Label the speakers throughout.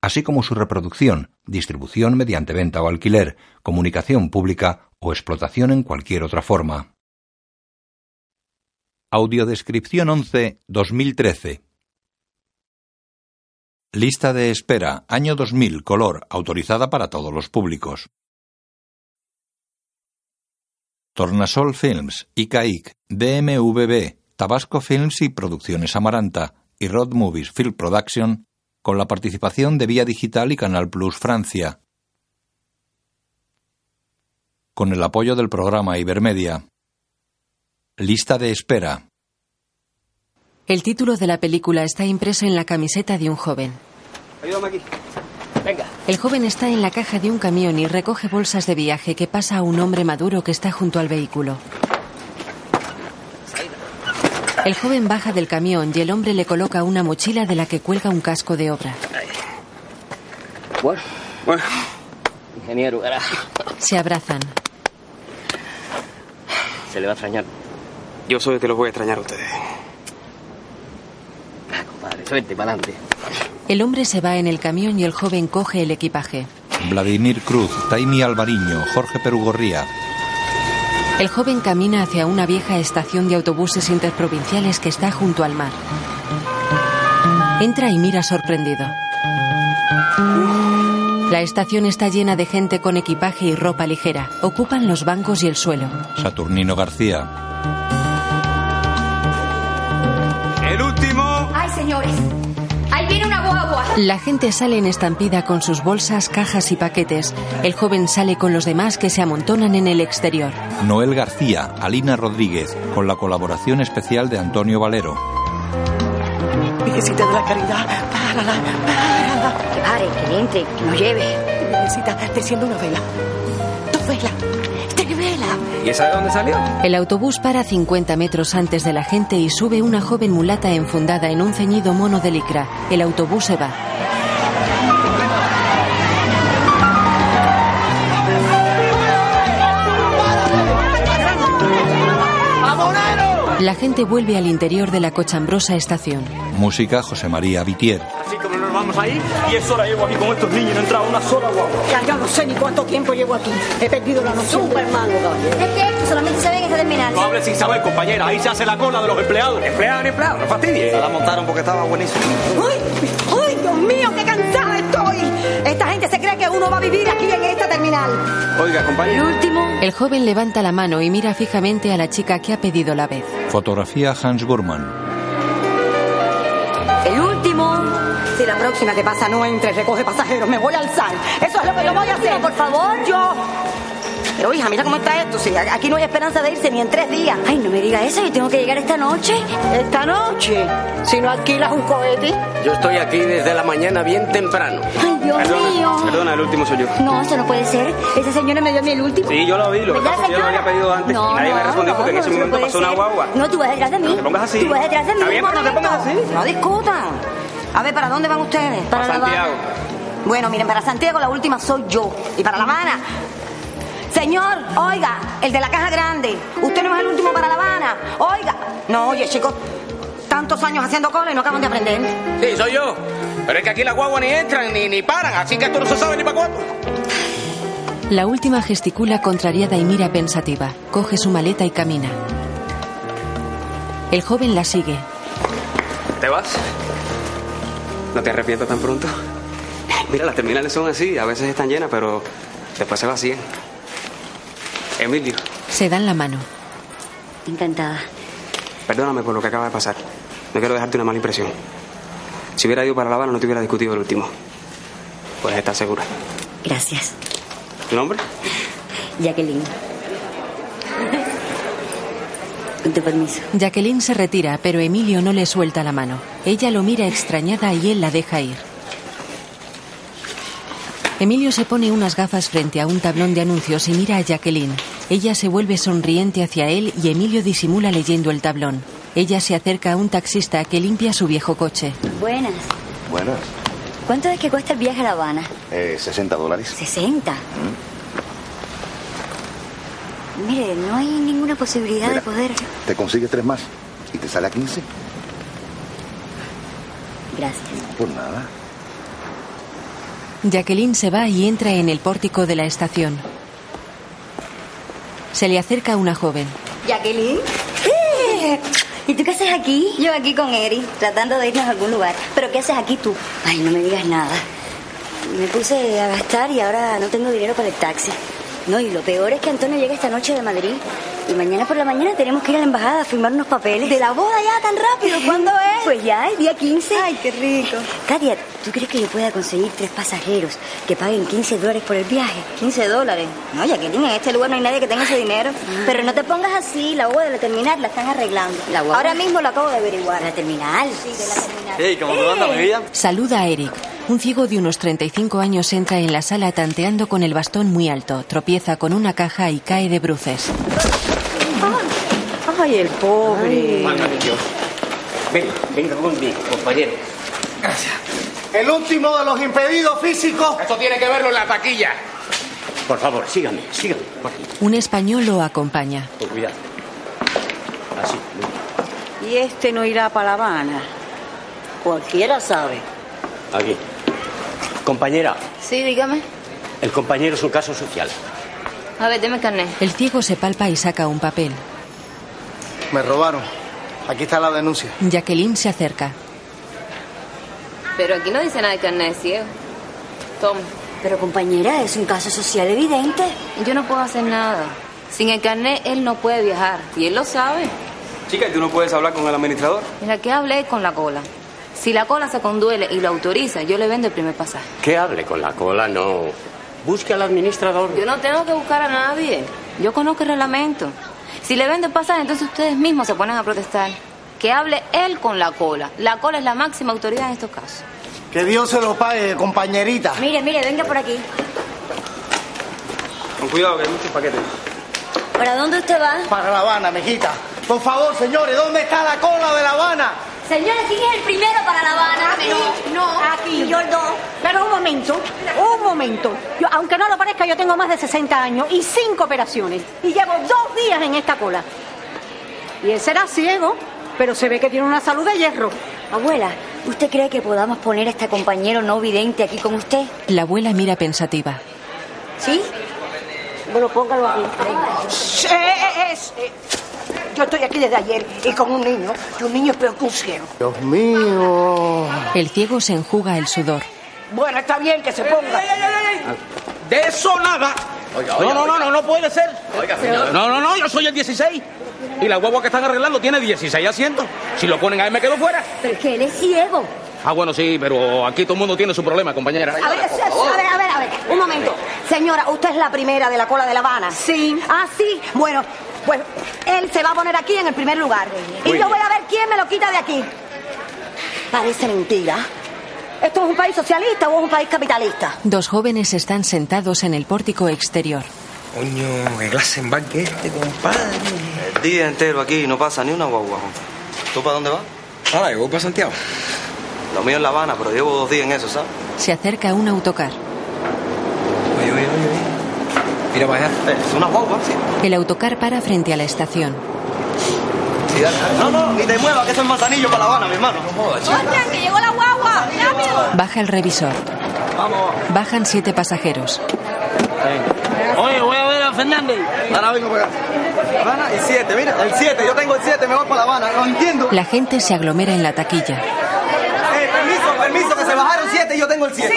Speaker 1: así como su reproducción, distribución mediante venta o alquiler, comunicación pública o explotación en cualquier otra forma. Audiodescripción 11 2013 Lista de espera, año 2000, color, autorizada para todos los públicos. Tornasol Films, ICAIC, DMVB, Tabasco Films y Producciones Amaranta, y Rod Movies Film Production, con la participación de Vía Digital y Canal Plus Francia. Con el apoyo del programa Ibermedia. Lista de espera.
Speaker 2: El título de la película está impreso en la camiseta de un joven.
Speaker 3: Ayúdame aquí. Venga.
Speaker 2: El joven está en la caja de un camión y recoge bolsas de viaje que pasa a un hombre maduro que está junto al vehículo. El joven baja del camión y el hombre le coloca una mochila de la que cuelga un casco de obra.
Speaker 3: Bueno, bueno. Ingeniero, cara.
Speaker 2: Se abrazan.
Speaker 3: Se le va a extrañar.
Speaker 4: Yo soy el que los voy a extrañar a ustedes.
Speaker 3: Ah, compadre, suerte, para adelante.
Speaker 2: El hombre se va en el camión y el joven coge el equipaje.
Speaker 1: Vladimir Cruz, Taimi Alvariño, Jorge Perugorría.
Speaker 2: El joven camina hacia una vieja estación de autobuses interprovinciales que está junto al mar. Entra y mira sorprendido. La estación está llena de gente con equipaje y ropa ligera. Ocupan los bancos y el suelo.
Speaker 1: Saturnino García.
Speaker 4: El último.
Speaker 5: ¡Ay, señores! ¡Ahí viene una guagua!
Speaker 2: La gente sale en estampida con sus bolsas, cajas y paquetes. El joven sale con los demás que se amontonan en el exterior.
Speaker 1: Noel García, Alina Rodríguez, con la colaboración especial de Antonio Valero.
Speaker 6: Virgencita de la caridad, párala, párala.
Speaker 5: Que pare, que entre, que nos lleve.
Speaker 6: Virgencita, te enciendo una vela. Tu vela, te vela.
Speaker 4: ¿Y esa de dónde salió?
Speaker 2: El autobús para 50 metros antes de la gente y sube una joven mulata enfundada en un ceñido mono de licra. El autobús se va. La gente vuelve al interior de la cochambrosa estación.
Speaker 1: Música José María Vitier.
Speaker 7: Así como nos vamos a ir, y es hora llevo aquí con estos niños, no he entrado una sola guagua.
Speaker 6: Ya, ya no sé ni cuánto tiempo llevo aquí. He perdido la noción.
Speaker 5: Superman, Es que esto solamente se ve en esa terminal.
Speaker 7: No hables sin saber, compañera, ahí se hace la cola de los empleados.
Speaker 4: Empleado, empleado, no fastidies.
Speaker 8: La montaron porque estaba buenísimo.
Speaker 6: ¡Ay! ¡Ay, Dios mío, qué cansada estoy! Esta gente se cree que uno va a vivir aquí en esta terminal.
Speaker 4: Oiga, compañero.
Speaker 5: último.
Speaker 2: El joven levanta la mano y mira fijamente a la chica que ha pedido la vez.
Speaker 1: Fotografía Hans Gurman.
Speaker 5: El último.
Speaker 6: Si la próxima que pasa no entre, recoge pasajeros, me voy a alzar. Eso es lo que yo voy a hacer.
Speaker 5: Por favor.
Speaker 6: Yo.
Speaker 5: Pero hija, mira cómo está esto. Si a- aquí no hay esperanza de irse ni en tres días. Ay, no me diga eso. Yo tengo que llegar esta noche.
Speaker 6: Esta noche, si no alquilas un cohete.
Speaker 9: Yo estoy aquí desde la mañana bien temprano.
Speaker 5: Ay, Dios mío.
Speaker 4: Perdona, perdona, el último soy yo.
Speaker 5: No, eso no puede ser. Esa señora me dio a mí el último.
Speaker 4: Sí, yo lo vi, lo que
Speaker 5: ¿Verdad,
Speaker 4: pasa es que yo lo
Speaker 5: señora?
Speaker 4: había pedido antes
Speaker 5: No,
Speaker 4: y nadie me
Speaker 5: no,
Speaker 4: respondió porque en
Speaker 5: no,
Speaker 4: ese
Speaker 5: eso no
Speaker 4: momento
Speaker 5: puede
Speaker 4: pasó una
Speaker 5: ser.
Speaker 4: guagua.
Speaker 5: No, tú vas detrás de mí.
Speaker 4: No te pongas así.
Speaker 5: Tú vas detrás de mí.
Speaker 4: Está bien,
Speaker 5: un
Speaker 4: pero no te
Speaker 5: momento.
Speaker 4: pongas así.
Speaker 5: No discutan.
Speaker 6: A ver, ¿para dónde van ustedes?
Speaker 5: Para La Habana.
Speaker 4: Santiago.
Speaker 6: Bueno, miren, para Santiago la última soy yo. Y para La Habana.
Speaker 5: Señor, oiga, el de la caja grande. Usted no es el último para La Habana. Oiga.
Speaker 6: No, oye, chicos, tantos años haciendo cola y no acaban de aprender.
Speaker 9: Sí, soy yo. Pero es que aquí las guaguas ni entran ni, ni paran, así que esto no se sabe ni para cuándo.
Speaker 2: La última gesticula contrariada y mira pensativa. Coge su maleta y camina. El joven la sigue.
Speaker 4: ¿Te vas? No te arrepiento tan pronto. Mira, las terminales son así, a veces están llenas, pero después se vacían. Emilio,
Speaker 2: Se dan la mano.
Speaker 5: Encantada.
Speaker 4: perdóname por lo que acaba de pasar. No quiero dejarte una mala impresión. Si hubiera ido para La Habana no te hubiera discutido el último. Puedes estar segura.
Speaker 5: Gracias.
Speaker 4: ¿Tu nombre?
Speaker 5: Jacqueline. Con tu permiso.
Speaker 2: Jacqueline se retira, pero Emilio no le suelta la mano. Ella lo mira extrañada y él la deja ir. Emilio se pone unas gafas frente a un tablón de anuncios y mira a Jacqueline. Ella se vuelve sonriente hacia él y Emilio disimula leyendo el tablón. Ella se acerca a un taxista que limpia su viejo coche.
Speaker 5: Buenas.
Speaker 10: Buenas.
Speaker 5: ¿Cuánto es que cuesta el viaje a La Habana?
Speaker 10: Eh, 60 dólares. ¿Mm?
Speaker 5: 60. Mire, no hay ninguna posibilidad de
Speaker 10: Mira.
Speaker 5: poder.
Speaker 10: Te consigues tres más y te sale a 15.
Speaker 5: Gracias.
Speaker 7: Pues
Speaker 10: Por nada.
Speaker 2: Jacqueline se va y entra en el pórtico de la estación. Se le acerca una joven.
Speaker 5: Jacqueline. Eh, ¿Y tú qué haces aquí? Yo aquí con Eri, tratando de irnos a algún lugar. ¿Pero qué haces aquí tú? Ay, no me digas nada. Me puse a gastar y ahora no tengo dinero para el taxi. No, y lo peor es que Antonio llega esta noche de Madrid. Y mañana por la mañana tenemos que ir a la embajada a firmar unos papeles.
Speaker 6: ¿De la boda ya tan rápido? ¿Cuándo es?
Speaker 5: Pues ya, el día 15.
Speaker 6: Ay, qué rico.
Speaker 5: Katia, ¿tú crees que yo pueda conseguir tres pasajeros que paguen 15 dólares por el viaje?
Speaker 6: 15 dólares. No, Jacqueline, en este lugar no hay nadie que tenga ese dinero. Pero no te pongas así, la boda de la terminal la están arreglando.
Speaker 5: Ah. La guagua.
Speaker 6: Ahora mismo lo acabo de averiguar.
Speaker 5: Para terminar.
Speaker 6: Sí, de la terminal. Eh.
Speaker 7: Hey, ¿cómo te anda, mi vida?
Speaker 2: Saluda a Eric. Un ciego de unos 35 años entra en la sala tanteando con el bastón muy alto, tropieza con una caja y cae de bruces.
Speaker 6: Ay, el pobre.
Speaker 9: Maravilloso. Ven, venga conmigo, compañero.
Speaker 11: El último de los impedidos físicos.
Speaker 12: Esto tiene que verlo en la taquilla.
Speaker 9: Por favor, sígame, sígame. Por aquí,
Speaker 2: Un español lo acompaña.
Speaker 9: con cuidado. Así, muy bien.
Speaker 6: Y este no irá para La Habana. Cualquiera sabe.
Speaker 9: Aquí. Compañera,
Speaker 13: Sí, dígame.
Speaker 9: el compañero es un caso social.
Speaker 13: A ver, deme el carnet.
Speaker 2: El ciego se palpa y saca un papel.
Speaker 11: Me robaron. Aquí está la denuncia.
Speaker 2: Jacqueline se acerca.
Speaker 13: Pero aquí no dice nada de carnet de ciego. Toma.
Speaker 5: Pero compañera, es un caso social evidente.
Speaker 13: Yo no puedo hacer nada. Sin el carnet, él no puede viajar. Y él lo sabe.
Speaker 4: Chica, ¿y tú no puedes hablar con el administrador?
Speaker 13: Mira, que hablé con la cola. Si la cola se conduele y lo autoriza, yo le vendo el primer pasaje.
Speaker 9: Que hable con la cola, no. Busque al administrador.
Speaker 13: Yo no tengo que buscar a nadie. Yo conozco el reglamento. Si le vendo el pasaje, entonces ustedes mismos se ponen a protestar. Que hable él con la cola. La cola es la máxima autoridad en estos casos.
Speaker 11: Que Dios se los pague, compañerita.
Speaker 5: Mire, mire, venga por aquí.
Speaker 4: Con cuidado, que hay muchos paquetes.
Speaker 5: ¿Para dónde usted va?
Speaker 11: Para La Habana, mejita. Por favor, señores, ¿dóores está la cola de La Habana?
Speaker 5: Señores, ¿quién es el primero para La Habana?
Speaker 6: No, Ah, no.
Speaker 5: Aquí. Yo el dos.
Speaker 6: Pero un momento, un momento. Yo, aunque no lo parezca, yo tengo más de 60 años y cinco operaciones. Y llevo dos días en esta cola. Y él será ciego, pero se ve que tiene una salud de hierro.
Speaker 5: Abuela, ¿usted cree que podamos poner a este compañero no vidente aquí con usted?
Speaker 2: La abuela mira pensativa.
Speaker 5: ¿Sí? Bueno, póngalo aquí.
Speaker 6: Shh, eh, eh, eh, shh, eh. Yo estoy aquí desde ayer y con un niño. Y un niño es peor que un ciego.
Speaker 11: Dios mío.
Speaker 2: El ciego se enjuga el sudor.
Speaker 6: Bueno, está bien que se ponga.
Speaker 12: De eso nada. no, no, no, no, no puede ser. no, no, no, yo soy el 16. Y la guagua que están arreglando tiene 16 asientos. Si lo ponen ahí me quedo fuera.
Speaker 5: Pero es que él es ciego.
Speaker 12: Ah, bueno, sí, pero aquí todo el mundo tiene su problema, compañera.
Speaker 6: A ver, a ver, a ver, a ver, un momento. Señora, usted es la primera de la cola de La Habana. Sí. Ah, sí. Bueno, pues él se va a poner aquí en el primer lugar. Y yo voy a ver quién me lo quita de aquí. Parece mentira. ¿Esto es un país socialista o es un país capitalista?
Speaker 2: Dos jóvenes están sentados en el pórtico exterior.
Speaker 3: Coño, qué clase en banque este, compadre.
Speaker 7: El día entero aquí y no pasa ni una guagua. Juan. ¿Tú para dónde vas?
Speaker 3: Ah, yo voy para Santiago.
Speaker 7: Lo mío es La Habana, pero llevo dos días en eso, ¿sabes?
Speaker 2: Se acerca un autocar.
Speaker 3: Oye, oye, oye, oye. Mira para allá.
Speaker 7: Es una guagua, sí.
Speaker 2: El autocar para frente a la estación.
Speaker 3: Sí, dale, dale.
Speaker 7: No, no, ni te muevas, que eso es manzanillo para La Habana, mi hermano.
Speaker 13: ¡Ostras, que llegó la guagua! ¡Rápido!
Speaker 2: Baja el revisor. Bajan siete pasajeros.
Speaker 7: Oye, voy a ver a Fernández.
Speaker 11: Ahora vengo para acá. Habana, el 7, mira, el 7. Yo tengo el 7, me voy para La Habana. Lo entiendo.
Speaker 2: La gente se aglomera en la taquilla.
Speaker 11: Eh, permiso, permiso, que se bajaron 7 y yo tengo el 7.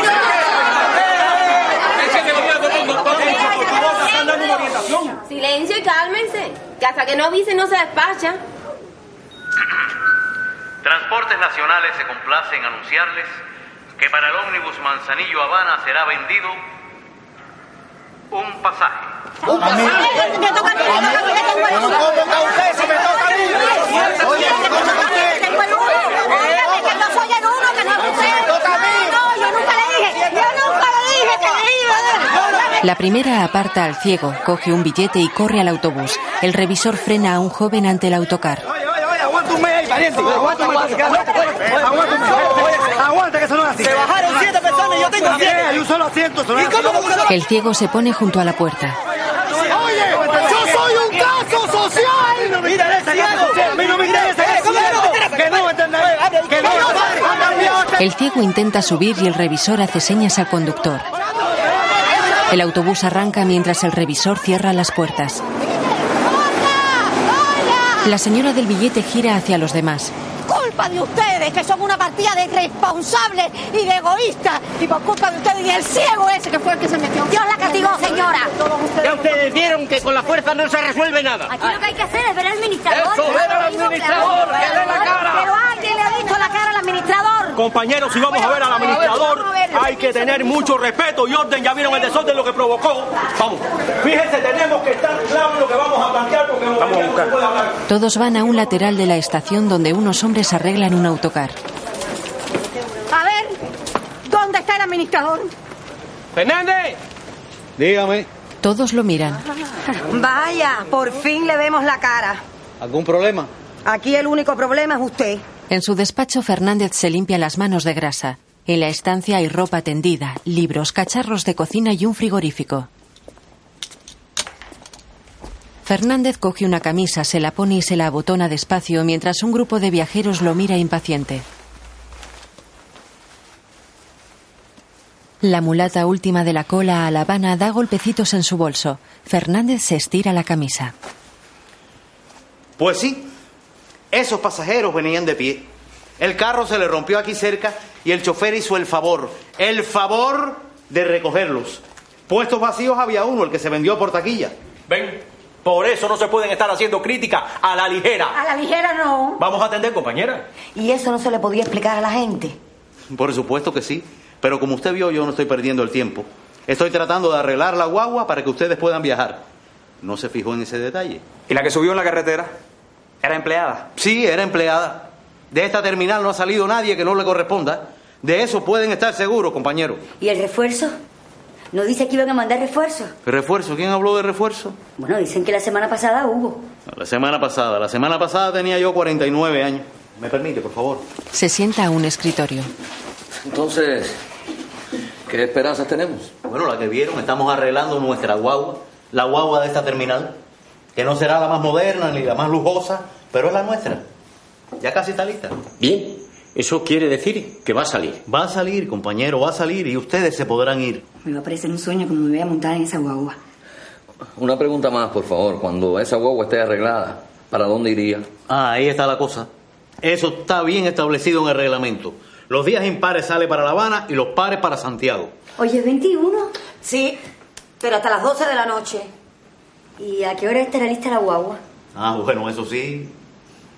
Speaker 13: Silencio y cálmense. Que hasta que no avisen no se despacha.
Speaker 14: Transportes Nacionales se complace en anunciarles que para el ómnibus Manzanillo Habana será vendido un pasaje.
Speaker 6: Me toca a mí, me toca a mí, que tengo el
Speaker 11: Pero
Speaker 6: uno.
Speaker 11: ¿cómo que a usted se me toca a mí? Oye, ¿cómo que a usted?
Speaker 6: Tengo el uno. Óigame, que no soy el uno, que no es usted.
Speaker 11: toca a mí.
Speaker 6: No, yo nunca le dije. Yo nunca le dije que le iba
Speaker 2: La primera aparta al ciego, coge un billete y corre al autobús. El revisor frena a un joven ante el autocar.
Speaker 11: Aguanta un mes ahí, pariente. Aguanta, aguanta, aguanta. Aguanta un mes. Oye, Aguanta que eso no es así.
Speaker 15: Se bajaron siete personas y yo tengo siete.
Speaker 11: Hay un solo asiento. eso no es así.
Speaker 2: El ciego se pone junto a la puerta.
Speaker 15: Oye, yo soy un caso social.
Speaker 11: Mira, ese ciego. A mí no me interesa que
Speaker 15: ¿Cómo Ah, que no te interesa?
Speaker 11: Que no, ¿entendés? Que no, ha cambiado.
Speaker 2: El ciego intenta subir y el revisor hace señas al conductor. El autobús arranca mientras el revisor cierra las puertas. La señora del billete gira hacia los demás.
Speaker 16: culpa de ustedes, que son una partida de irresponsables y de egoístas. Y por culpa de ustedes y el ciego ese que fue el que se metió.
Speaker 6: Dios la castigó, señora.
Speaker 15: Ya ustedes vieron que con la fuerza no se resuelve nada.
Speaker 5: Aquí lo que hay que hacer es ver al administrador.
Speaker 15: Eso, ver al administrador, que dé la cara.
Speaker 6: Pero alguien le ha visto la cara al administrador.
Speaker 7: Compañeros, si vamos a ver al administrador, hay que tener mucho respeto y orden. Ya vieron el desorden lo que provocó. Vamos. Fíjense, tenemos que estar claros en lo que vamos a plantear porque vamos a buscar.
Speaker 2: Todos van a un lateral de la estación donde unos hombres arreglan un autocar.
Speaker 6: A ver, ¿dónde está el administrador?
Speaker 12: ¡Fernández! Dígame.
Speaker 2: Todos lo miran.
Speaker 6: Vaya, por fin le vemos la cara.
Speaker 12: ¿Algún problema?
Speaker 6: Aquí el único problema es usted.
Speaker 2: En su despacho, Fernández se limpia las manos de grasa. En la estancia hay ropa tendida, libros, cacharros de cocina y un frigorífico. Fernández coge una camisa, se la pone y se la abotona despacio mientras un grupo de viajeros lo mira impaciente. La mulata última de la cola a La Habana da golpecitos en su bolso. Fernández se estira la camisa.
Speaker 17: Pues sí, esos pasajeros venían de pie. El carro se le rompió aquí cerca y el chofer hizo el favor, el favor de recogerlos. Puestos vacíos había uno, el que se vendió por taquilla.
Speaker 7: Ven, por eso no se pueden estar haciendo críticas a la ligera.
Speaker 6: A la ligera no.
Speaker 7: Vamos a atender, compañera.
Speaker 6: Y eso no se le podía explicar a la gente.
Speaker 17: Por supuesto que sí, pero como usted vio, yo no estoy perdiendo el tiempo. Estoy tratando de arreglar la guagua para que ustedes puedan viajar. No se fijó en ese detalle.
Speaker 4: ¿Y la que subió en la carretera? ¿Era empleada?
Speaker 17: Sí, era empleada. De esta terminal no ha salido nadie que no le corresponda. De eso pueden estar seguros, compañero.
Speaker 5: ¿Y el refuerzo? ¿No dice que iban a mandar refuerzo?
Speaker 17: ¿Refuerzo? ¿Quién habló de refuerzo?
Speaker 5: Bueno, dicen que la semana pasada hubo.
Speaker 17: La semana pasada. La semana pasada tenía yo 49 años. ¿Me permite, por favor?
Speaker 2: Se sienta a un escritorio.
Speaker 3: Entonces, ¿qué esperanzas tenemos?
Speaker 17: Bueno, la que vieron, estamos arreglando nuestra guagua. La guagua de esta terminal. Que no será la más moderna ni la más lujosa, pero es la nuestra. Ya casi está lista.
Speaker 3: Bien. Eso quiere decir que va a salir.
Speaker 17: Va a salir, compañero, va a salir y ustedes se podrán ir.
Speaker 5: Me va a parecer un sueño como me voy a montar en esa guagua.
Speaker 3: Una pregunta más, por favor. Cuando esa guagua esté arreglada, ¿para dónde iría?
Speaker 17: Ah, ahí está la cosa. Eso está bien establecido en el reglamento. Los días impares sale para La Habana y los pares para Santiago.
Speaker 5: Oye, ¿es 21.
Speaker 6: Sí, pero hasta las 12 de la noche.
Speaker 5: ¿Y a qué hora estará lista la guagua?
Speaker 17: Ah, bueno, eso sí,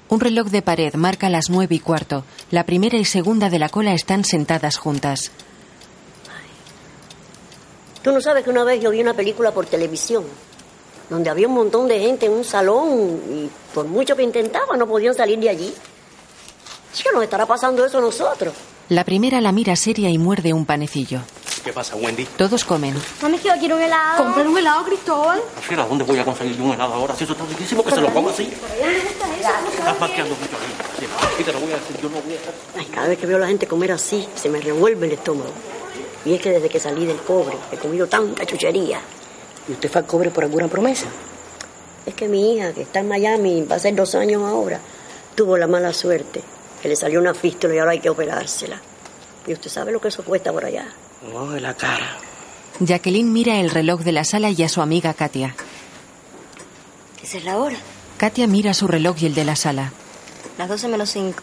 Speaker 2: Un reloj de pared marca las nueve y cuarto. La primera y segunda de la cola están sentadas juntas.
Speaker 18: Tú no sabes que una vez yo vi una película por televisión, donde había un montón de gente en un salón y por mucho que intentaba no podían salir de allí. Chica, nos estará pasando eso a nosotros.
Speaker 2: La primera la mira seria y muerde un panecillo.
Speaker 12: ¿Qué pasa, Wendy?
Speaker 2: Todos comen.
Speaker 16: Mami, que yo quiero un helado.
Speaker 6: Comprar un helado, Cristóbal.
Speaker 12: Fiera, ¿dónde voy a conseguir yo un helado ahora? Si eso está riquísimo, que se lo coma así. Estás pateando mucho ahí. Sí, te lo voy a decir, yo no voy a estar.
Speaker 18: Ay, cada vez que veo a la gente comer así, se me revuelve el estómago. Y es que desde que salí del cobre he comido tanta chuchería. ¿Y usted fue al cobre por alguna promesa? Es que mi hija, que está en Miami, va a ser dos años ahora, tuvo la mala suerte que le salió una fístula y ahora hay que operársela. Y usted sabe lo que eso cuesta por allá.
Speaker 15: Oh, de la cara.
Speaker 2: Jacqueline mira el reloj de la sala y a su amiga Katia.
Speaker 5: Esa es la hora.
Speaker 2: Katia mira su reloj y el de la sala.
Speaker 5: Las 12 menos 5.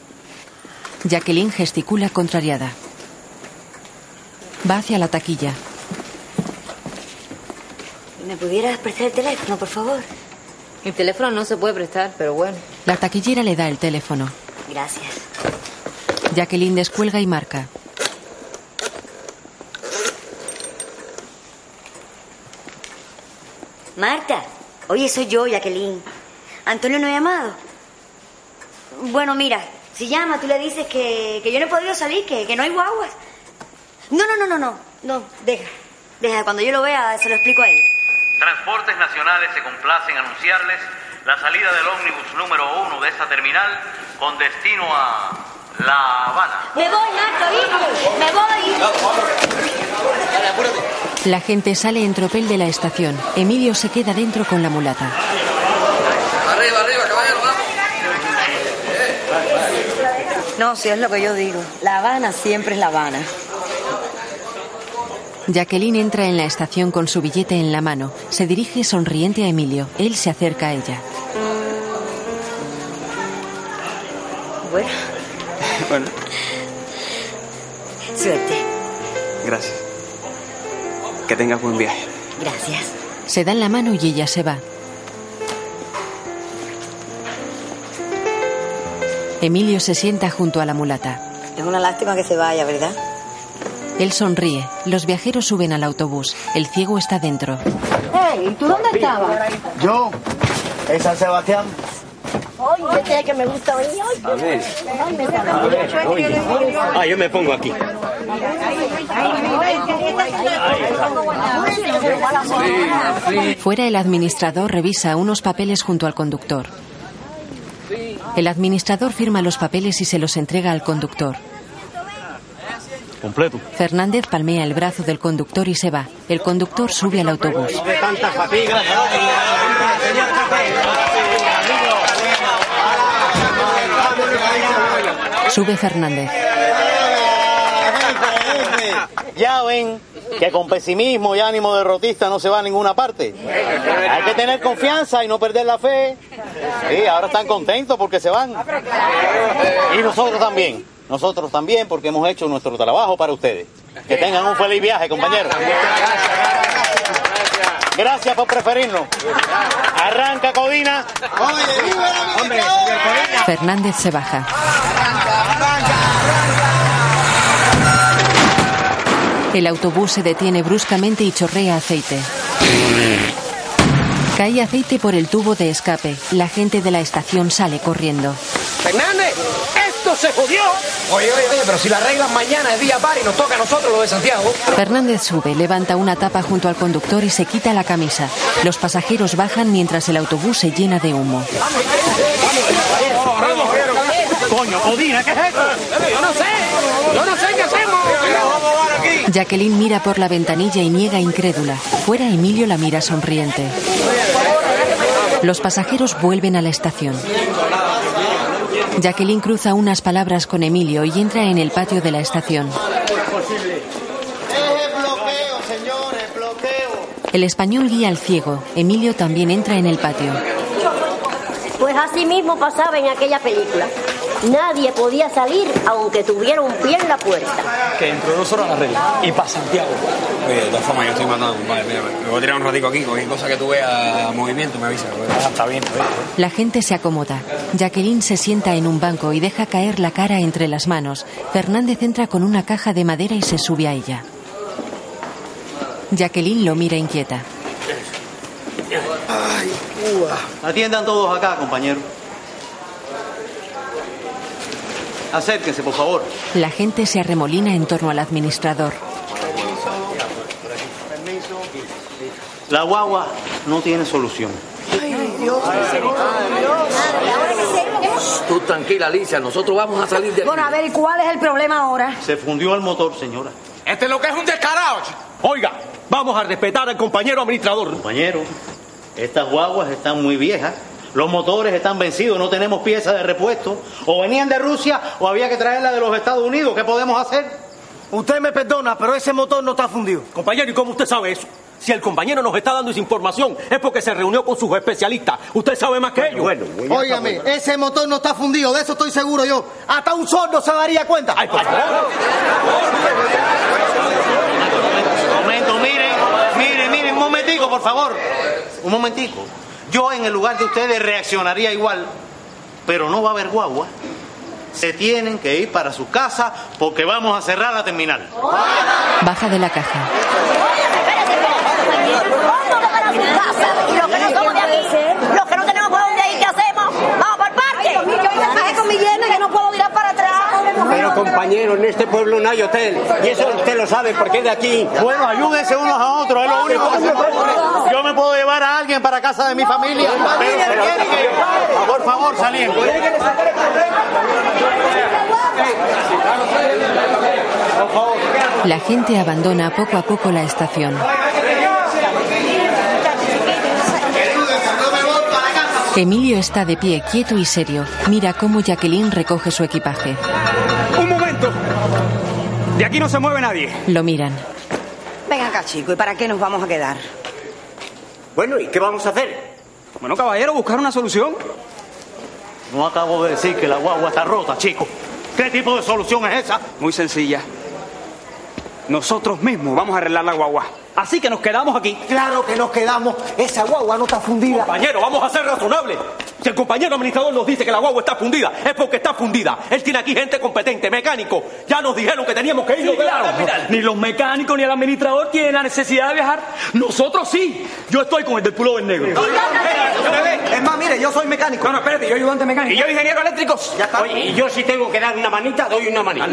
Speaker 2: Jacqueline gesticula contrariada. Va hacia la taquilla.
Speaker 5: ¿Me pudieras prestar el teléfono, por favor?
Speaker 13: El teléfono no se puede prestar, pero bueno.
Speaker 2: La taquillera le da el teléfono.
Speaker 5: Gracias.
Speaker 2: Jacqueline descuelga y marca.
Speaker 5: Marta, oye, soy yo, Jacqueline. Antonio no ha llamado. Bueno, mira, si llama, tú le dices que, que yo no he podido salir, que, que no hay guaguas. No, no, no, no, no, no, deja. Deja, cuando yo lo vea, se lo explico a él.
Speaker 14: Transportes Nacionales se complace en anunciarles la salida del ómnibus número uno de esta terminal con destino a La Habana.
Speaker 5: Me voy, Nacho, ¿viste? Me voy.
Speaker 2: La gente sale en tropel de la estación. Emilio se queda dentro con la mulata.
Speaker 3: Arriba, arriba, caballero, vamos.
Speaker 18: No, si es lo que yo digo. La Habana siempre es La Habana.
Speaker 2: Jacqueline entra en la estación con su billete en la mano. Se dirige sonriente a Emilio. Él se acerca a ella.
Speaker 18: Bueno,
Speaker 4: Bueno,
Speaker 18: suerte.
Speaker 4: gracias. Que tengas buen viaje.
Speaker 18: Gracias.
Speaker 2: Se dan la mano y ella se va. Emilio se sienta junto a la mulata.
Speaker 18: Es una lástima que se vaya, ¿verdad?
Speaker 2: Él sonríe. Los viajeros suben al autobús. El ciego está dentro.
Speaker 16: Ey, ¿tú dónde estabas?
Speaker 11: Yo, en San Sebastián.
Speaker 16: Oye, este es el que me gusta oír.
Speaker 11: A ver.
Speaker 16: Ay, me sale
Speaker 11: A ver,
Speaker 16: mucho, es que
Speaker 18: este
Speaker 11: oye.
Speaker 16: yo le digo-
Speaker 11: Ah, yo me pongo aquí.
Speaker 2: Fuera el administrador revisa unos papeles junto al conductor. El administrador firma los papeles y se los entrega al conductor.
Speaker 7: Completo.
Speaker 2: Fernández palmea el brazo del conductor y se va. El conductor sube al autobús.
Speaker 11: De tantas fatigas.
Speaker 2: Sube Fernández.
Speaker 17: Ya ven que con pesimismo y ánimo derrotista no se va a ninguna parte. Hay que tener confianza y no perder la fe. Sí, ahora están contentos porque se van. Y nosotros también. Nosotros también porque hemos hecho nuestro trabajo para ustedes. Que tengan un feliz viaje, compañeros. Gracias por preferirnos. Arranca Codina. Hombre,
Speaker 2: Fernández se baja. El autobús se detiene bruscamente y chorrea aceite. Cae aceite por el tubo de escape. La gente de la estación sale corriendo.
Speaker 11: Fernández, esto se jodió. Oye, oye, oye, pero si la arreglas mañana es día par y nos toca a nosotros lo de Santiago.
Speaker 2: Fernández sube, levanta una tapa junto al conductor y se quita la camisa. Los pasajeros bajan mientras el autobús se llena de humo.
Speaker 11: Coño, Odina, ¿qué es esto? Yo no sé, yo no sé qué hacemos.
Speaker 2: Jacqueline mira por la ventanilla y niega incrédula. Fuera Emilio la mira sonriente. Los pasajeros vuelven a la estación. Jacqueline cruza unas palabras con Emilio y entra en el patio de la estación. El español guía al ciego. Emilio también entra en el patio.
Speaker 16: Pues así mismo pasaba en aquella película. Nadie podía salir aunque tuviera un pie en la puerta.
Speaker 7: Que dentro de dos horas la regla. Y para Santiago.
Speaker 19: Oye, de todas formas, yo estoy matando, compadre. Mira, me voy a tirar un ratico aquí. Cualquier cosa que tú veas movimiento me avisa. pues. Ah, Está bien, está bien.
Speaker 2: La gente se acomoda. Jacqueline se sienta en un banco y deja caer la cara entre las manos. Fernández entra con una caja de madera y se sube a ella. Jacqueline lo mira inquieta.
Speaker 17: Atiendan todos acá, compañero. Acérquense, por favor.
Speaker 2: La gente se arremolina en torno al administrador.
Speaker 17: La guagua no tiene solución.
Speaker 3: Tú tranquila, Alicia, nosotros vamos a salir de aquí.
Speaker 6: Bueno, a ver, ¿y ¿cuál es el problema ahora?
Speaker 17: Se fundió el motor, señora.
Speaker 7: Este es lo que es un descarado. Oiga, vamos a respetar al compañero administrador.
Speaker 17: Compañero, estas guaguas están muy viejas. Los motores están vencidos, no tenemos piezas de repuesto. O venían de Rusia o había que traerla de los Estados Unidos. ¿Qué podemos hacer?
Speaker 7: Usted me perdona, pero ese motor no está fundido. Compañero, ¿y cómo usted sabe eso? Si el compañero nos está dando esa información, es porque se reunió con sus especialistas. Usted sabe más que ellos. Bueno,
Speaker 11: Óigame, ese motor no está fundido, de eso estoy seguro yo. Hasta un sordo se daría cuenta. Ay,
Speaker 20: pues,
Speaker 11: por favor.
Speaker 17: Momento, miren, miren, miren, un momentico, por favor. Un momentico. Yo en el lugar de ustedes reaccionaría igual, pero no va a haber guagua. Se tienen que ir para su casa porque vamos a cerrar la terminal.
Speaker 2: Baja de la caja.
Speaker 16: Y los que no somos de aquí, los que no tenemos por dónde ir, ¿qué hacemos? ¡Vamos por parque! Yo me bajé con mi yerno y yo no puedo mirar para atrás.
Speaker 11: Pero
Speaker 1: Compañero, en este pueblo no hay hotel. Y eso usted lo sabe porque es de aquí.
Speaker 17: Bueno, ayúdense unos a otros, es lo único que se puede. Yo me puedo llevar a alguien para casa de mi familia, pero se tiene que. Por favor, salir.
Speaker 2: La gente abandona poco a poco la estación. Emilio está de pie, quieto y serio. Mira cómo Jacqueline recoge su equipaje.
Speaker 4: ¡Un momento!
Speaker 19: pues.
Speaker 4: De aquí no se mueve nadie.
Speaker 2: Lo miran.
Speaker 6: Ven acá, chico, ¿y para qué nos vamos a quedar?
Speaker 4: Bueno, ¿y qué vamos a hacer? Bueno, caballero, buscar una solución.
Speaker 17: No acabo de decir que la guagua está rota, chico. ¿Qué tipo de solución es esa?
Speaker 4: Muy sencilla. Nosotros mismos vamos a arreglar la guagua. Así que nos quedamos aquí.
Speaker 15: Claro que nos quedamos. Esa guagua no está fundida.
Speaker 7: Compañero, vamos a ser razonables. Si el compañero administrador nos dice que la guagua está fundida, es porque está fundida. Él tiene aquí gente competente, mecánico. Ya nos dijeron que teníamos que ir
Speaker 21: Ni los mecánicos ni el administrador tienen la necesidad de viajar. Nosotros sí. Yo estoy con el del pullover negro.
Speaker 7: Es más, mire, yo soy mecánico. No, no, espérate, yo ayudante mecánico.
Speaker 1: Y yo ingeniero eléctrico. Oye, y yo si tengo que dar una manita, doy una manita.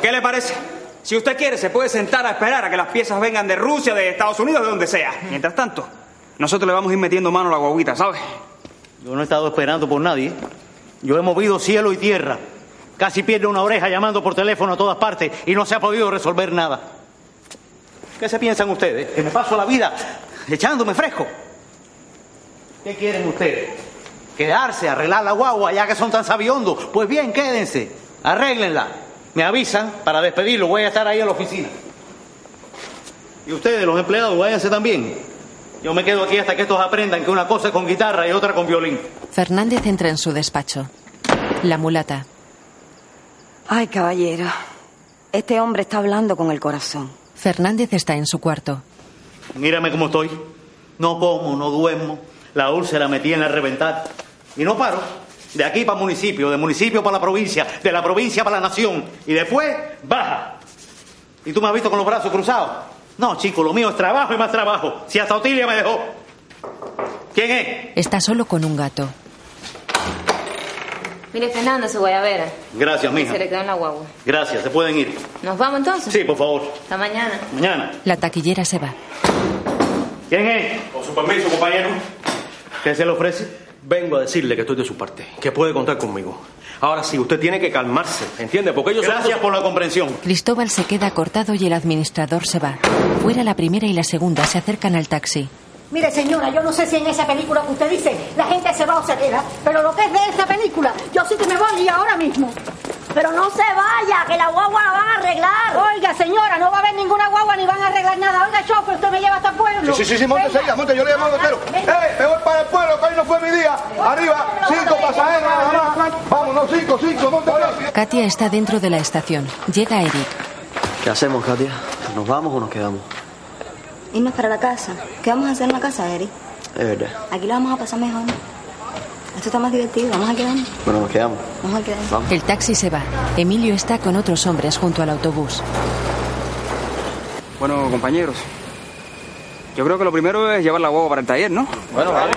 Speaker 4: ¿Qué le parece? Si usted quiere, se puede sentar a esperar a que las piezas vengan de Rusia, de Estados Unidos, de donde sea. Mientras tanto, nosotros le vamos a ir metiendo mano a la guaguita, ¿sabes?
Speaker 17: Yo no he estado esperando por nadie. Yo he movido cielo y tierra. Casi pierdo una oreja llamando por teléfono a todas partes y no se ha podido resolver nada. ¿Qué se piensan ustedes? Que me paso la vida echándome fresco. ¿Qué quieren ustedes? ¿Quedarse, arreglar la guagua ya que son tan sabiondos? Pues bien, quédense, arréglenla. Me avisan para despedirlo, voy a estar ahí en la oficina. Y ustedes, los empleados, váyanse también. Yo me quedo aquí hasta que estos aprendan que una cosa es con guitarra y otra con violín.
Speaker 2: Fernández entra en su despacho. La mulata.
Speaker 6: Ay, caballero. Este hombre está hablando con el corazón.
Speaker 2: Fernández está en su cuarto.
Speaker 17: Mírame cómo estoy. No como, no duermo. La úlcera me tiene a reventar. Y no paro. De aquí para municipio, de municipio para la provincia, de la provincia para la nación. Y después, baja. ¿Y tú me has visto con los brazos cruzados? No, chico, lo mío es trabajo y más trabajo. Si hasta Otilia me dejó. ¿Quién es?
Speaker 2: Está solo con un gato.
Speaker 13: Mire, Fernando, su guayabera.
Speaker 17: Gracias, mija.
Speaker 13: Se le quedó en la guagua.
Speaker 17: Gracias, se pueden ir.
Speaker 13: ¿Nos vamos entonces?
Speaker 17: Sí, por favor.
Speaker 13: Hasta mañana.
Speaker 17: Mañana.
Speaker 2: La taquillera se va.
Speaker 17: ¿Quién es?
Speaker 7: Con su permiso, compañero.
Speaker 17: ¿Qué se le ofrece?
Speaker 7: Vengo a decirle que estoy de su parte, que puede contar conmigo. Ahora sí, usted tiene que calmarse, ¿entiende? Porque ellos...
Speaker 17: Gracias por la comprensión.
Speaker 2: Cristóbal se queda cortado y el administrador se va. Fuera la primera y la segunda se acercan al taxi.
Speaker 16: Mire, señora, yo no sé si en esa película que usted dice la gente se va o se queda, pero lo que es de esta película, yo sí que me voy y ahora mismo.
Speaker 6: Pero no se vaya, que la guagua la van a arreglar.
Speaker 16: Oiga, señora, no va a haber ninguna guagua ni van a arreglar nada. Oiga, chofer, usted me lleva hasta el pueblo.
Speaker 15: Sí, sí, sí, sí monte
Speaker 16: Venga.
Speaker 15: seguida, monte, yo le llamo al notero.
Speaker 16: Venga.
Speaker 15: ¡Eh! Me voy para el pueblo, que hoy no fue mi día. Arriba, cinco pasajeros, nada más. Vámonos, cinco, cinco, monte rápido.
Speaker 2: Katia está dentro de la estación. Llega Eric.
Speaker 20: ¿Qué hacemos, Katia? ¿Nos vamos o nos quedamos?
Speaker 5: Irnos para la casa. ¿Qué vamos a hacer en la casa, Eri?
Speaker 20: Es verdad.
Speaker 5: Aquí la vamos a pasar mejor. Esto está más divertido. Vamos a quedarnos.
Speaker 20: Bueno, nos quedamos.
Speaker 5: Vamos a quedarnos.
Speaker 20: Vamos.
Speaker 2: El taxi se va. Emilio está con otros hombres junto al autobús.
Speaker 4: Bueno, compañeros. Yo creo que lo primero es llevar la guagua para el taller, ¿no?
Speaker 12: Bueno, vale.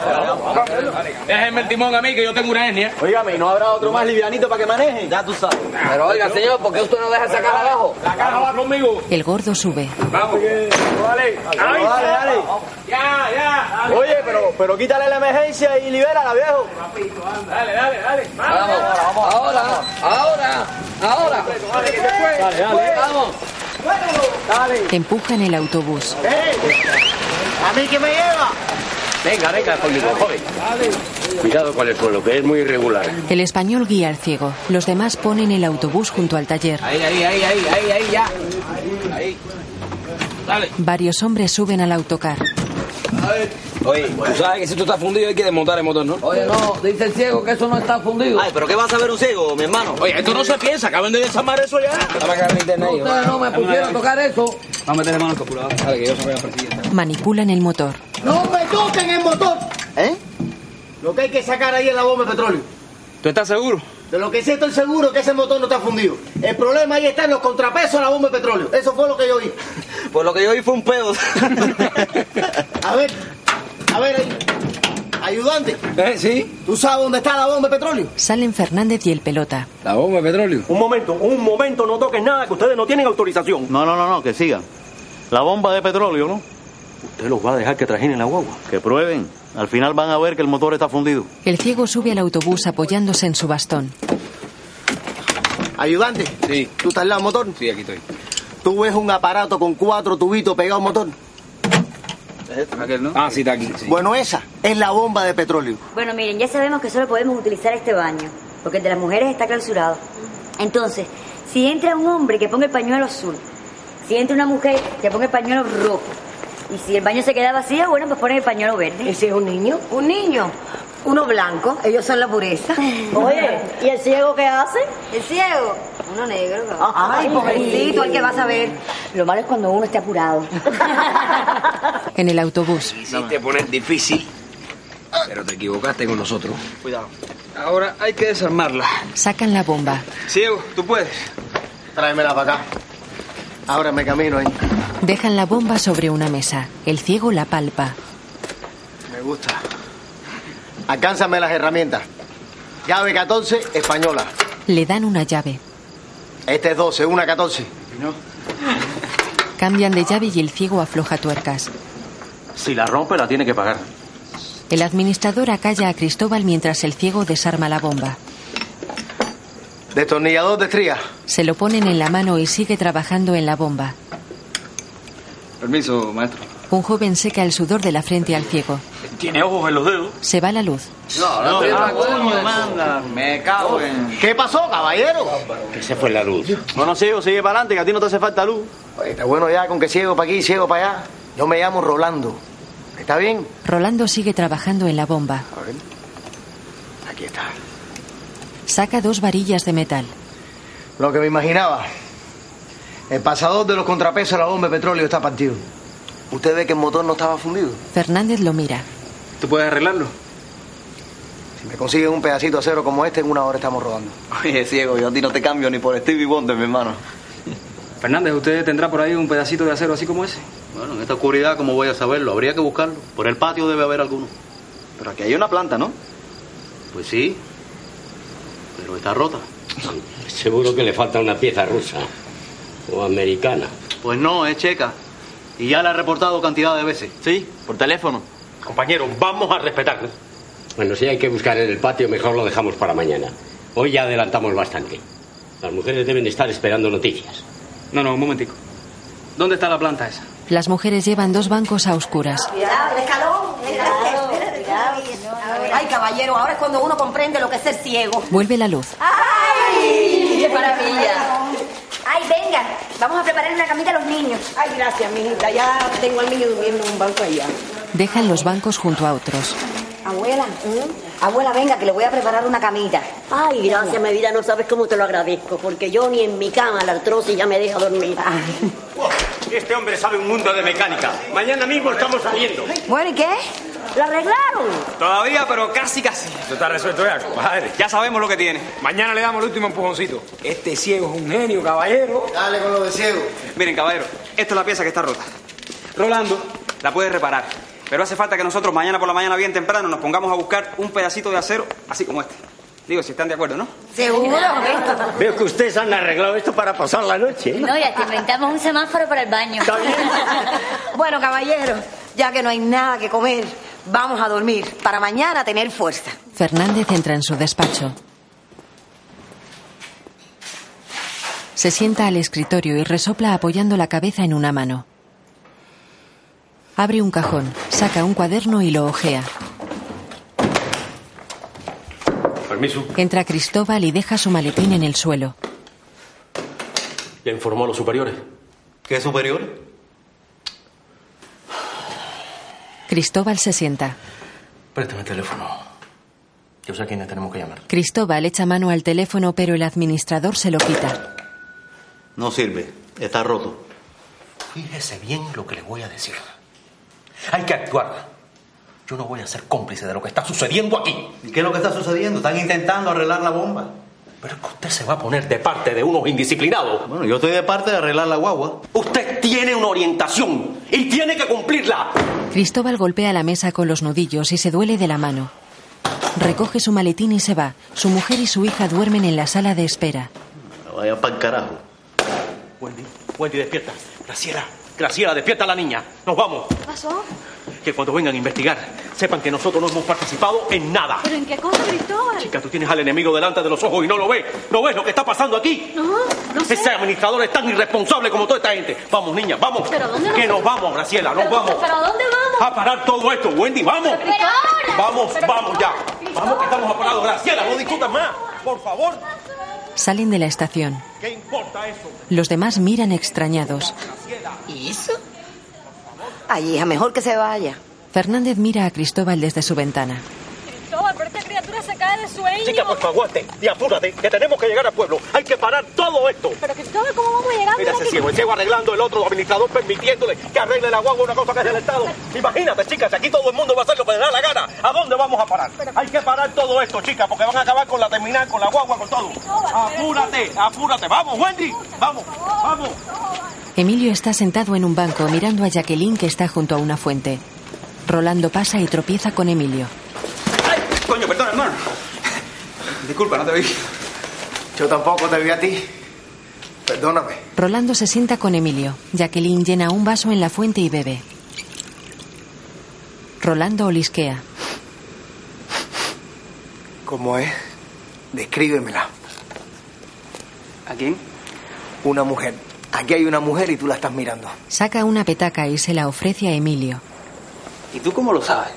Speaker 12: Déjenme el timón a mí, que yo tengo una etnia.
Speaker 11: Oígame, ¿y no habrá otro más livianito para que maneje? Ya tú sabes.
Speaker 3: Pero oiga, señor, ¿por qué usted no deja sacar abajo?
Speaker 12: La caja va conmigo.
Speaker 2: El gordo sube.
Speaker 12: Vamos.
Speaker 11: Dale,
Speaker 12: Ay,
Speaker 11: dale, dale.
Speaker 12: Ya, ya. Dale,
Speaker 11: Oye, pero, pero quítale la emergencia y libérala, viejo.
Speaker 12: dale, dale. dale.
Speaker 3: Vamos, ahora, ahora, ahora.
Speaker 11: Dale, dale.
Speaker 3: Vamos.
Speaker 2: Empujan el autobús.
Speaker 17: ¿A mí que me lleva?
Speaker 1: Venga, venga, conmigo, joven. Cuidado con el suelo, que es muy irregular.
Speaker 2: El español guía al ciego. Los demás ponen el autobús junto al taller.
Speaker 3: Ahí, ahí, ahí, ahí, ahí, ahí, ya. Ahí. Dale.
Speaker 2: Varios hombres suben al autocar.
Speaker 19: Oye, tú sabes que si tú estás fundido hay que desmontar el motor, ¿no?
Speaker 3: Oye, no, dice el ciego que eso no está fundido.
Speaker 11: Ay, pero ¿qué vas a ver un ciego, mi hermano?
Speaker 12: Oye, esto no se piensa. Acaban de desarmar eso ya.
Speaker 19: Dame acá el internet. yo.
Speaker 3: Ustedes no me pusieron a tocar eso.
Speaker 4: Vamos a meterle mano al calculador. Dale, que yo se voy a perseguir.
Speaker 2: Manipulan el motor.
Speaker 15: ¡No me toquen el motor!
Speaker 11: ¿Eh?
Speaker 17: Lo que hay que sacar ahí es la bomba de petróleo.
Speaker 4: ¿Tú estás seguro?
Speaker 17: De lo que sí estoy seguro que ese motor no está fundido. El problema ahí está en los contrapesos a la bomba de petróleo. Eso fue lo que yo oí.
Speaker 11: Por lo que yo vi fue un pedo.
Speaker 17: A ver, a ver ahí.
Speaker 22: Ayudante.
Speaker 19: ¿Eh? Sí.
Speaker 22: ¿Tú sabes dónde está la bomba de petróleo?
Speaker 2: Salen Fernández y el pelota.
Speaker 19: La bomba de petróleo.
Speaker 7: Un momento, un momento, no toques nada, que ustedes no tienen autorización.
Speaker 17: No, no, no, no, que sigan. La bomba de petróleo, ¿no?
Speaker 7: Usted los va a dejar que trajinen la guagua.
Speaker 17: Que prueben. Al final van a ver que el motor está fundido.
Speaker 2: El ciego sube al autobús apoyándose en su bastón.
Speaker 22: Ayudante. Sí. ¿Tú estás al lado del motor? Sí, aquí estoy. ¿Tú ves un aparato con cuatro tubitos pegado al motor?
Speaker 19: Ah, sí, está aquí. sí.
Speaker 22: Bueno, esa es la bomba de petróleo.
Speaker 5: Bueno, miren, ya sabemos que solo podemos utilizar este baño, porque el de las mujeres está clausurado. Entonces, si entra un hombre que ponga el pañuelo azul, si entra una mujer que ponga el pañuelo rojo, y si el baño se queda vacío, bueno, pues ponen el pañuelo verde.
Speaker 6: ¿Ese es un niño? Un niño. Uno blanco, ellos son la pureza. Oye, ¿y el ciego qué hace?
Speaker 5: El ciego, uno negro.
Speaker 16: Ah,
Speaker 6: Ay, pobrecito, el que va a saber.
Speaker 5: Lo malo es cuando uno está apurado.
Speaker 2: En el autobús.
Speaker 19: Quisiste poner difícil, pero te equivocaste con nosotros.
Speaker 2: Cuidado.
Speaker 19: Ahora hay que desarmarla.
Speaker 2: Sacan la bomba.
Speaker 19: Ciego, tú puedes.
Speaker 22: Tráemela para acá. Ábrame camino ahí.
Speaker 2: Dejan la bomba sobre una mesa. El ciego la palpa.
Speaker 22: Me gusta. Alcánzame las herramientas. Llave 14, española.
Speaker 2: Le dan una llave.
Speaker 22: Esta es 12, una 14.
Speaker 2: Cambian de llave y el ciego afloja tuercas.
Speaker 7: Si la rompe, la tiene que pagar.
Speaker 2: El administrador acalla a Cristóbal mientras el ciego desarma la bomba.
Speaker 22: Destornillador de estría.
Speaker 2: Se lo ponen en la mano y sigue trabajando en la bomba.
Speaker 19: Permiso, maestro.
Speaker 2: Un joven seca el sudor de la frente al ciego.
Speaker 7: Tiene ojos en los dedos.
Speaker 2: Se va la luz.
Speaker 22: No, no,
Speaker 17: Me cago en.
Speaker 22: ¿Qué pasó, caballero?
Speaker 1: Que se fue la luz.
Speaker 17: Bueno, ciego, sigue para adelante, que a ti no te hace falta luz.
Speaker 22: Oye, está bueno ya con que ciego para aquí, ciego para allá. Yo me llamo Rolando. ¿Está bien?
Speaker 2: Rolando sigue trabajando en la bomba.
Speaker 22: Aquí está.
Speaker 2: Saca dos varillas de metal.
Speaker 22: Lo que me imaginaba. El pasador de los contrapesos de la bomba de petróleo está partido. ¿Usted ve que el motor no estaba fundido?
Speaker 2: Fernández lo mira.
Speaker 19: ¿Tú puedes arreglarlo?
Speaker 22: Si me consiguen un pedacito de acero como este, en una hora estamos rodando.
Speaker 17: Oye, ciego, yo a ti no te cambio ni por Stevie Wonder, mi hermano.
Speaker 19: Fernández, ¿usted tendrá por ahí un pedacito de acero así como ese?
Speaker 17: Bueno, en esta oscuridad, ¿cómo voy a saberlo? Habría que buscarlo. Por el patio debe haber alguno. Pero aquí hay una planta, ¿no? Pues sí. Pero está rota.
Speaker 1: Seguro que le falta una pieza rusa o americana.
Speaker 17: Pues no, es checa. Y ya la he reportado cantidad de veces. Sí, por teléfono.
Speaker 7: Compañero, vamos a respetarlo.
Speaker 1: Bueno, si hay que buscar en el patio, mejor lo dejamos para mañana. Hoy ya adelantamos bastante. Las mujeres deben de estar esperando noticias.
Speaker 19: No, no, un momentico. ¿Dónde está la planta esa?
Speaker 2: Las mujeres llevan dos bancos a oscuras.
Speaker 6: Cuidado, el escalón. Ay, caballero, ahora es cuando uno comprende lo que es ser ciego.
Speaker 2: Vuelve la luz.
Speaker 6: ¡Ay! ¡Qué maravilla!
Speaker 5: Ay, venga, vamos a preparar una camita a los niños.
Speaker 6: Ay, gracias, mijita. Ya tengo al niño durmiendo en un banco allá.
Speaker 2: Dejan los bancos junto a otros.
Speaker 6: Abuela, ¿Mm? abuela, venga, que le voy a preparar una camita.
Speaker 18: Ay, gracias, mi vida, no sabes cómo te lo agradezco, porque yo ni en mi cama la artrosis ya me deja dormir.
Speaker 16: Ah.
Speaker 7: Este hombre sabe un mundo de mecánica. Mañana mismo estamos saliendo.
Speaker 6: Bueno, ¿y qué? ¿Lo arreglaron?
Speaker 4: Todavía, pero casi, casi.
Speaker 19: Esto está resuelto ya, compadre.
Speaker 4: Ya sabemos lo que tiene.
Speaker 19: Mañana le damos el último empujoncito. Este ciego es un genio, caballero.
Speaker 22: Dale con lo de ciego.
Speaker 4: Miren, caballero, esta es la pieza que está rota. Rolando la puede reparar. Pero hace falta que nosotros mañana por la mañana bien temprano nos pongamos a buscar un pedacito de acero así como este. Digo, si están de acuerdo, ¿no?
Speaker 6: Seguro.
Speaker 1: Veo que ustedes han arreglado esto para pasar la noche. ¿eh?
Speaker 5: No, ya te inventamos un semáforo para el baño.
Speaker 6: bueno, caballero, ya que no hay nada que comer, vamos a dormir para mañana tener fuerza.
Speaker 2: Fernández entra en su despacho. Se sienta al escritorio y resopla apoyando la cabeza en una mano. Abre un cajón, saca un cuaderno y lo ojea.
Speaker 1: Permiso.
Speaker 2: Entra Cristóbal y deja su maletín en el suelo.
Speaker 1: Ya informó a los superiores.
Speaker 17: ¿Qué superior?
Speaker 2: Cristóbal se sienta.
Speaker 1: Préstame el teléfono. Yo sé a quién le tenemos que llamar.
Speaker 2: Cristóbal echa mano al teléfono, pero el administrador se lo quita.
Speaker 17: No sirve. Está roto.
Speaker 1: Fíjese bien lo que le voy a decir. Hay que actuar. Yo no voy a ser cómplice de lo que está sucediendo aquí.
Speaker 17: ¿Y qué es lo que está sucediendo? Están intentando arreglar la bomba.
Speaker 1: Pero es que usted se va a poner de parte de unos indisciplinados.
Speaker 17: Bueno, yo estoy de parte de arreglar la guagua.
Speaker 1: Usted tiene una orientación
Speaker 7: y tiene que cumplirla.
Speaker 2: Cristóbal golpea la mesa con los nudillos y se duele de la mano. Recoge su maletín y se va. Su mujer y su hija duermen en la sala de espera.
Speaker 17: Vaya pa'l carajo.
Speaker 7: Wendy, Wendy, despierta. Graciela, Graciela, despierta a la niña. Nos vamos.
Speaker 16: ¿Qué pasó?
Speaker 7: Que cuando vengan a investigar, sepan que nosotros no hemos participado en nada.
Speaker 16: ¿Pero en qué cosa, Cristóbal?
Speaker 7: Chica, tú tienes al enemigo delante de los ojos y no lo ves. ¿No ves lo que está pasando aquí?
Speaker 16: No, no sé.
Speaker 7: Ese administrador es tan irresponsable como toda esta gente. Vamos, niña, vamos.
Speaker 16: ¿Pero dónde nos
Speaker 7: que nos
Speaker 16: vamos?
Speaker 7: vamos, Graciela, nos
Speaker 16: ¿Pero-
Speaker 7: vamos.
Speaker 16: pero a dónde vamos?
Speaker 7: A parar todo esto, Wendy, vamos.
Speaker 16: Pero, Cristóbal.
Speaker 7: vamos,
Speaker 16: Pero,
Speaker 7: vamos ya.
Speaker 16: Cristóbal.
Speaker 7: Vamos que estamos apurados, Graciela, no discutas más. Por favor,
Speaker 2: Salen de la estación.
Speaker 7: ¿qué importa eso?
Speaker 2: Los demás miran extrañados.
Speaker 6: ¿Y eso? Ay, hija, mejor que se vaya.
Speaker 2: Fernández mira a Cristóbal desde su ventana.
Speaker 16: Cristóbal, pero esta criatura se cae de sueño.
Speaker 7: Chica, pues aguante y apúrate, que tenemos que llegar al pueblo. Hay que parar todo esto.
Speaker 16: Pero Cristóbal, ¿cómo vamos a llegar?
Speaker 7: Mira ese ciego, el ciego arreglando el otro administrador permitiéndole que arregle la guagua una cosa que es del Estado. Imagínate, chicas, aquí todo el mundo va a hacer lo que le da la gana. ¿A dónde vamos a parar? Hay que parar todo esto, chicas, porque van a acabar con la terminal, con la guagua, con todo. Apúrate, apúrate. Vamos, Wendy. Vamos, vamos.
Speaker 2: Emilio está sentado en un banco mirando a Jacqueline que está junto a una fuente. Rolando pasa y tropieza con Emilio.
Speaker 4: Coño, perdón, hermano.
Speaker 17: Disculpa, no te vi. Yo tampoco te vi a ti. Perdóname.
Speaker 2: Rolando se sienta con Emilio. Jacqueline llena un vaso en la fuente y bebe. Rolando olisquea.
Speaker 22: ¿Cómo es? Descríbemela.
Speaker 4: ¿A quién?
Speaker 22: Una mujer. Aquí hay una mujer y tú la estás mirando.
Speaker 2: Saca una petaca y se la ofrece a Emilio.
Speaker 22: ¿Y tú cómo lo sabes?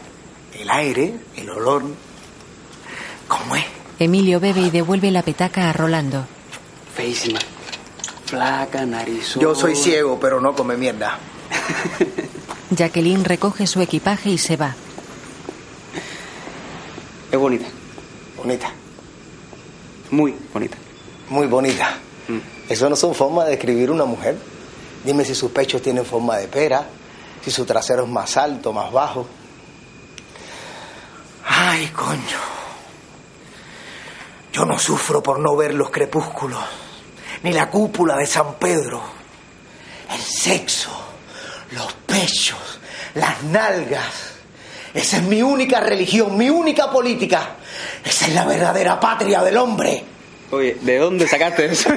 Speaker 22: El aire, el olor.
Speaker 2: Emilio bebe y devuelve la petaca a Rolando.
Speaker 4: Feísima. Flaca, narizón.
Speaker 22: Yo soy ciego, pero no come mierda.
Speaker 2: Jacqueline recoge su equipaje y se va.
Speaker 4: Es bonita.
Speaker 22: Bonita.
Speaker 4: Muy bonita. Mm.
Speaker 22: Muy bonita. Eso no son formas de describir una mujer. Dime si sus pechos tienen forma de pera, si su trasero es más alto, más bajo. Ay, coño. Yo no sufro por no ver los crepúsculos, ni la cúpula de San Pedro. El sexo, los pechos, las nalgas. Esa es mi única religión, mi única política. Esa es la verdadera patria del hombre.
Speaker 4: Oye, ¿de dónde sacaste eso?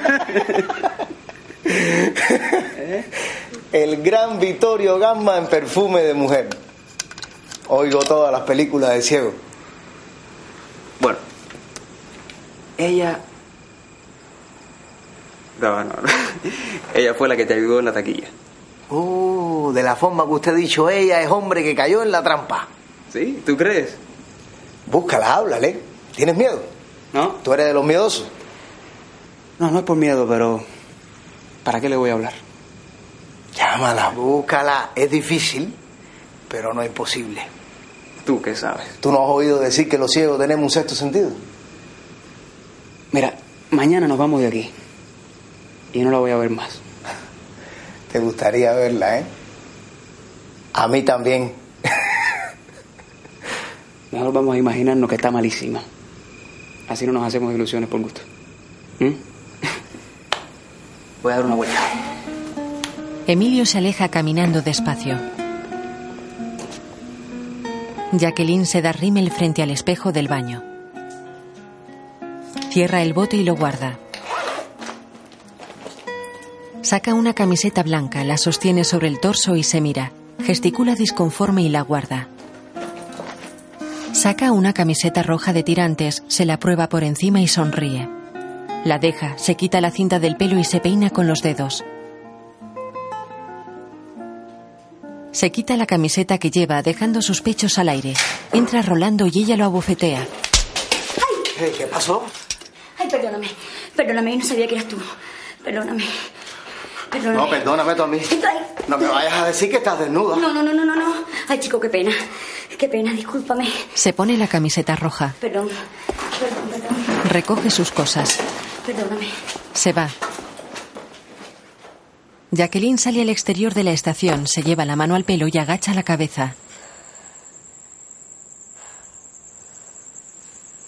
Speaker 22: El gran Vittorio Gamma en perfume de mujer. Oigo todas las películas de ciego.
Speaker 4: Bueno. Ella. No, no, no. Ella fue la que te ayudó en la taquilla.
Speaker 22: Oh, de la forma que usted ha dicho, ella es hombre que cayó en la trampa.
Speaker 4: ¿Sí? ¿Tú crees?
Speaker 22: Búscala, háblale. ¿Tienes miedo?
Speaker 4: ¿No?
Speaker 22: ¿Tú eres de los miedosos?
Speaker 4: No, no es por miedo, pero. ¿Para qué le voy a hablar?
Speaker 22: Llámala, búscala. Es difícil, pero no imposible.
Speaker 4: ¿Tú qué sabes?
Speaker 22: ¿Tú no has oído decir que los ciegos tenemos un sexto sentido?
Speaker 4: Mira, mañana nos vamos de aquí. Y no la voy a ver más.
Speaker 22: Te gustaría verla, ¿eh? A mí también.
Speaker 4: Mejor vamos a imaginarnos que está malísima. Así no nos hacemos ilusiones por gusto. ¿Mm? Voy a dar una vuelta.
Speaker 2: Emilio se aleja caminando despacio. Jacqueline se da rímel frente al espejo del baño. Cierra el bote y lo guarda. Saca una camiseta blanca, la sostiene sobre el torso y se mira. Gesticula disconforme y la guarda. Saca una camiseta roja de tirantes, se la prueba por encima y sonríe. La deja, se quita la cinta del pelo y se peina con los dedos. Se quita la camiseta que lleva, dejando sus pechos al aire. Entra Rolando y ella lo abofetea.
Speaker 22: ¿Qué pasó?
Speaker 5: Ay, perdóname. Perdóname, yo no sabía que eras tú. Perdóname. Perdóname.
Speaker 22: No, perdóname tú a mí. No me vayas a decir que estás desnuda.
Speaker 5: No, no, no, no, no, no. Ay, chico, qué pena. Qué pena, discúlpame.
Speaker 2: Se pone la camiseta roja.
Speaker 5: Perdón. Perdón, perdón.
Speaker 2: Recoge sus cosas.
Speaker 5: Perdóname.
Speaker 2: Se va. Jacqueline sale al exterior de la estación, se lleva la mano al pelo y agacha la cabeza.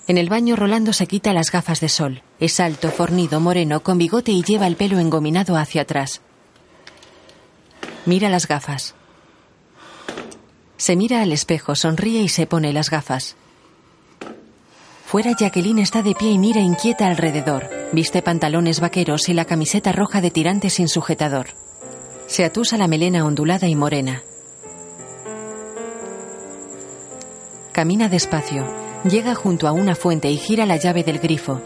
Speaker 2: En el baño, Rolando se quita las gafas de sol. Es alto, fornido, moreno, con bigote y lleva el pelo engominado hacia atrás. Mira las gafas. Se mira al espejo, sonríe y se pone las gafas. Fuera, Jacqueline está de pie y mira inquieta alrededor. Viste pantalones vaqueros y la camiseta roja de tirante sin sujetador. Se atusa la melena ondulada y morena. Camina despacio. Llega junto a una fuente y gira la llave del grifo.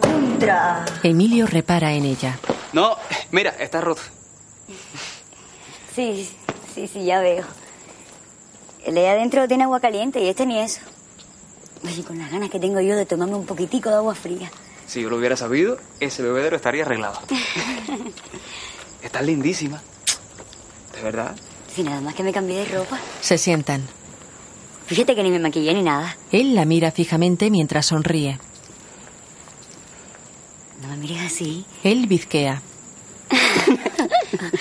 Speaker 5: Contra.
Speaker 2: Emilio repara en ella.
Speaker 10: No, mira, está roto.
Speaker 5: Sí, sí, sí, ya veo. El de adentro tiene agua caliente y este ni eso. Oye, con las ganas que tengo yo de tomarme un poquitico de agua fría.
Speaker 10: Si yo lo hubiera sabido, ese bebedero estaría arreglado. Está lindísima. De verdad.
Speaker 5: Si nada más que me cambié de ropa.
Speaker 2: Se sientan.
Speaker 5: Fíjate que ni me maquillé ni nada.
Speaker 2: Él la mira fijamente mientras sonríe.
Speaker 5: No me mires así.
Speaker 2: Él bizquea.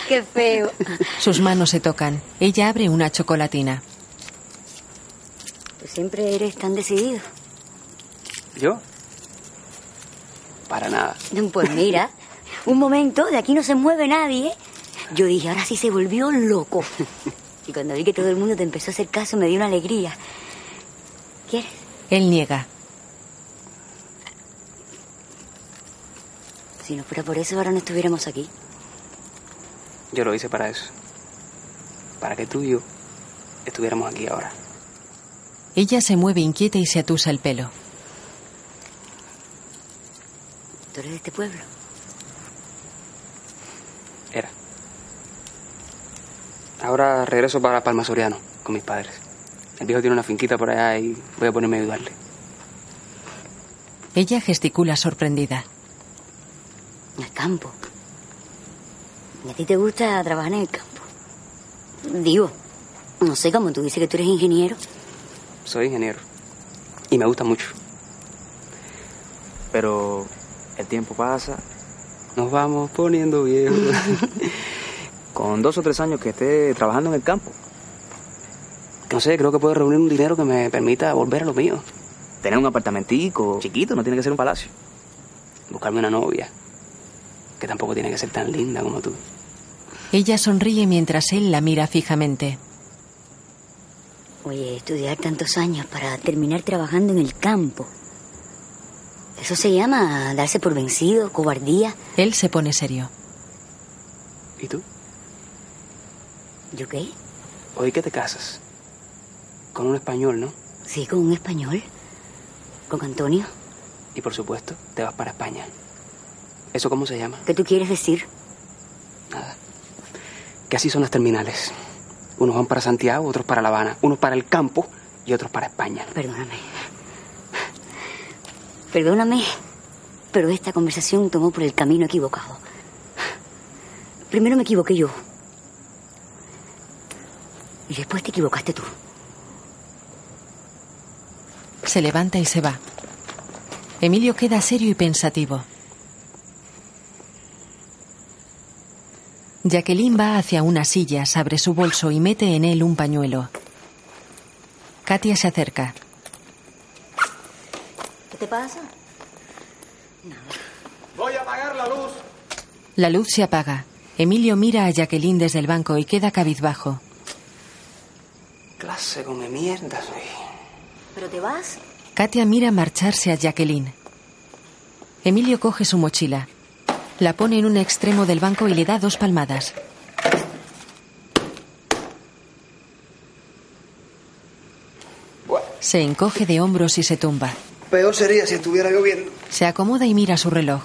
Speaker 5: Qué feo.
Speaker 2: Sus manos se tocan. Ella abre una chocolatina.
Speaker 5: Tú Pues siempre eres tan decidido.
Speaker 10: ¿Yo? Para nada.
Speaker 5: Pues mira, un momento, de aquí no se mueve nadie. Yo dije, ahora sí se volvió loco. Y cuando vi que todo el mundo te empezó a hacer caso, me dio una alegría. ¿Quieres?
Speaker 2: Él niega.
Speaker 5: Si no fuera por eso, ahora no estuviéramos aquí.
Speaker 10: Yo lo hice para eso. Para que tú y yo estuviéramos aquí ahora.
Speaker 2: Ella se mueve inquieta y se atusa el pelo.
Speaker 5: Tú eres de este pueblo.
Speaker 10: Ahora regreso para Palma Soriano con mis padres. El viejo tiene una finquita por allá y voy a ponerme a ayudarle.
Speaker 2: Ella gesticula sorprendida.
Speaker 5: Al campo. ¿Y a ti te gusta trabajar en el campo? Digo, no sé cómo tú dices que tú eres ingeniero.
Speaker 10: Soy ingeniero. Y me gusta mucho. Pero el tiempo pasa. Nos vamos poniendo viejos.
Speaker 23: Con dos o tres años que esté trabajando en el campo.
Speaker 10: No sé, creo que puedo reunir un dinero que me permita volver a lo mío.
Speaker 23: Tener un apartamentico chiquito, no tiene que ser un palacio.
Speaker 10: Buscarme una novia. Que tampoco tiene que ser tan linda como tú.
Speaker 2: Ella sonríe mientras él la mira fijamente.
Speaker 5: Oye, estudiar tantos años para terminar trabajando en el campo. Eso se llama darse por vencido, cobardía.
Speaker 2: Él se pone serio.
Speaker 10: ¿Y tú?
Speaker 5: ¿Yo qué?
Speaker 10: Hoy que te casas. Con un español, ¿no?
Speaker 5: Sí, con un español. Con Antonio.
Speaker 10: Y por supuesto, te vas para España. ¿Eso cómo se llama?
Speaker 5: ¿Qué tú quieres decir?
Speaker 10: Que así son las terminales. Unos van para Santiago, otros para La Habana. Unos para el campo y otros para España.
Speaker 5: Perdóname. Perdóname, pero esta conversación tomó por el camino equivocado. Primero me equivoqué yo. Y después te equivocaste tú.
Speaker 2: Se levanta y se va. Emilio queda serio y pensativo. Jacqueline va hacia unas sillas, abre su bolso y mete en él un pañuelo. Katia se acerca.
Speaker 5: ¿Qué te pasa?
Speaker 24: Voy a apagar la luz.
Speaker 2: La luz se apaga. Emilio mira a Jacqueline desde el banco y queda cabizbajo.
Speaker 10: Clase come mierda soy.
Speaker 5: ¿Pero te vas?
Speaker 2: Katia mira marcharse a Jacqueline. Emilio coge su mochila. La pone en un extremo del banco y le da dos palmadas. Se encoge de hombros y se tumba.
Speaker 4: Peor sería si estuviera lloviendo.
Speaker 2: Se acomoda y mira su reloj.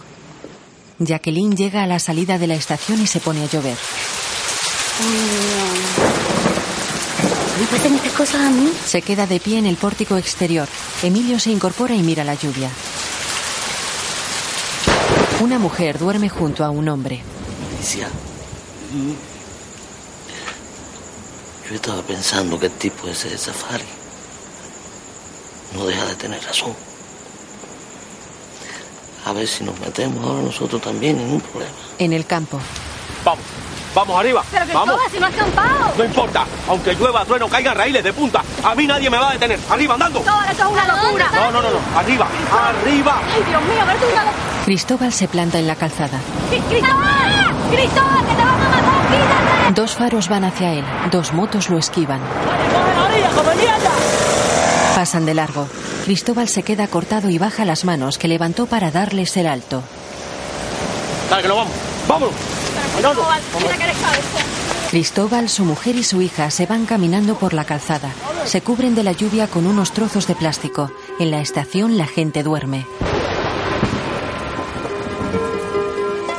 Speaker 2: Jacqueline llega a la salida de la estación y se pone a llover.
Speaker 5: ¿Me pasan estas cosas a mí?
Speaker 2: Se queda de pie en el pórtico exterior. Emilio se incorpora y mira la lluvia. Una mujer duerme junto a un hombre.
Speaker 3: Alicia. Yo estaba pensando que el tipo ese de Safari no deja de tener razón. A ver si nos metemos ahora nosotros también, ningún problema.
Speaker 2: En el campo.
Speaker 7: Vamos, vamos arriba.
Speaker 25: Pero que
Speaker 7: vamos.
Speaker 25: coja, si no has campado.
Speaker 7: No importa, aunque llueva, trueno, caigan raíles de punta. A mí nadie me va a detener. Arriba, andando.
Speaker 25: Todo esto es una locura.
Speaker 7: No, no, no, no. Arriba, arriba.
Speaker 25: Ay, Dios mío, pero esto es una locura.
Speaker 2: Cristóbal se planta en la calzada.
Speaker 16: ¡Cristóbal! ¡Cristóbal, que te van a matar!
Speaker 2: Dos faros van hacia él. Dos motos lo esquivan. Pasan de largo. Cristóbal se queda cortado y baja las manos que levantó para darles el alto.
Speaker 12: Dale, que nos vamos. ¡Vámonos! Andando.
Speaker 2: Cristóbal, su mujer y su hija se van caminando por la calzada. Se cubren de la lluvia con unos trozos de plástico. En la estación la gente duerme.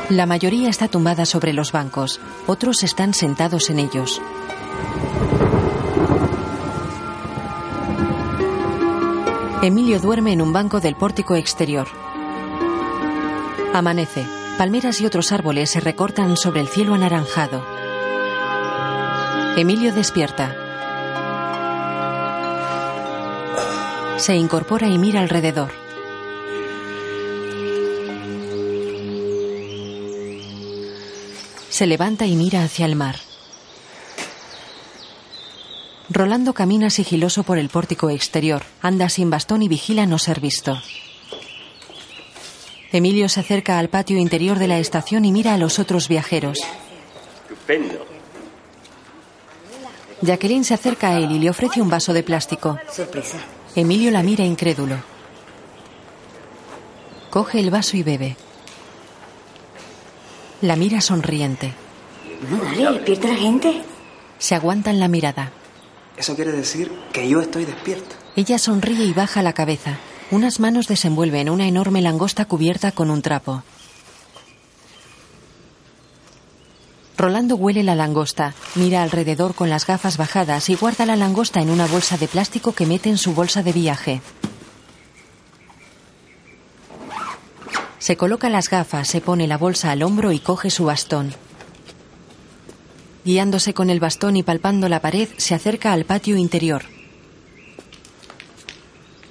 Speaker 2: La mayoría está tumbada sobre los bancos, otros están sentados en ellos. Emilio duerme en un banco del pórtico exterior. Amanece. Palmeras y otros árboles se recortan sobre el cielo anaranjado. Emilio despierta. Se incorpora y mira alrededor. Se levanta y mira hacia el mar. Rolando camina sigiloso por el pórtico exterior, anda sin bastón y vigila no ser visto. Emilio se acerca al patio interior de la estación y mira a los otros viajeros.
Speaker 9: Estupendo.
Speaker 2: Jacqueline se acerca a él y le ofrece un vaso de plástico.
Speaker 5: Sorpresa.
Speaker 2: Emilio la mira incrédulo. Coge el vaso y bebe. La mira sonriente.
Speaker 5: No, dale, despierta la gente.
Speaker 2: Se aguantan la mirada.
Speaker 4: Eso quiere decir que yo estoy despierto.
Speaker 2: Ella sonríe y baja la cabeza. Unas manos desenvuelven una enorme langosta cubierta con un trapo. Rolando huele la langosta, mira alrededor con las gafas bajadas y guarda la langosta en una bolsa de plástico que mete en su bolsa de viaje. Se coloca las gafas, se pone la bolsa al hombro y coge su bastón. Guiándose con el bastón y palpando la pared, se acerca al patio interior.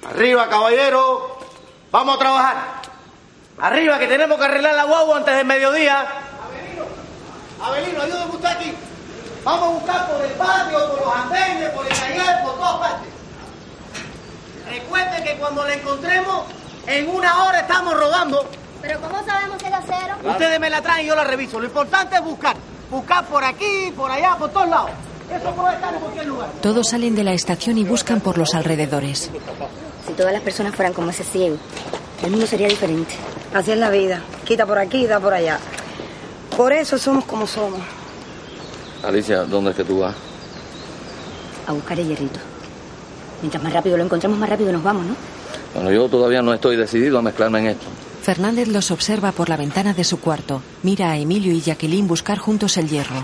Speaker 17: Arriba, caballero. Vamos a trabajar. Arriba, que tenemos que arreglar la guagua antes del mediodía.
Speaker 15: Abelino, ayúdame usted aquí. Vamos a buscar por el patio, por los andenes, por el taller, por todas partes.
Speaker 11: Recuerden que cuando la encontremos, en una hora estamos rodando.
Speaker 16: Pero ¿cómo sabemos que es acero?
Speaker 11: Ustedes me la traen y yo la reviso. Lo importante es buscar. Buscar por aquí, por allá, por todos lados. Eso puede estar en cualquier lugar.
Speaker 2: Todos salen de la estación y buscan por los alrededores.
Speaker 5: Si todas las personas fueran como ese ciego, el mundo sería diferente.
Speaker 6: Así es la vida. Quita por aquí, da por allá. Por eso somos como somos.
Speaker 3: Alicia, ¿dónde es que tú vas?
Speaker 5: A buscar el hierrito. Mientras más rápido lo encontramos, más rápido nos vamos, ¿no?
Speaker 3: Bueno, yo todavía no estoy decidido a mezclarme en esto.
Speaker 2: Fernández los observa por la ventana de su cuarto. Mira a Emilio y Jacqueline buscar juntos el hierro.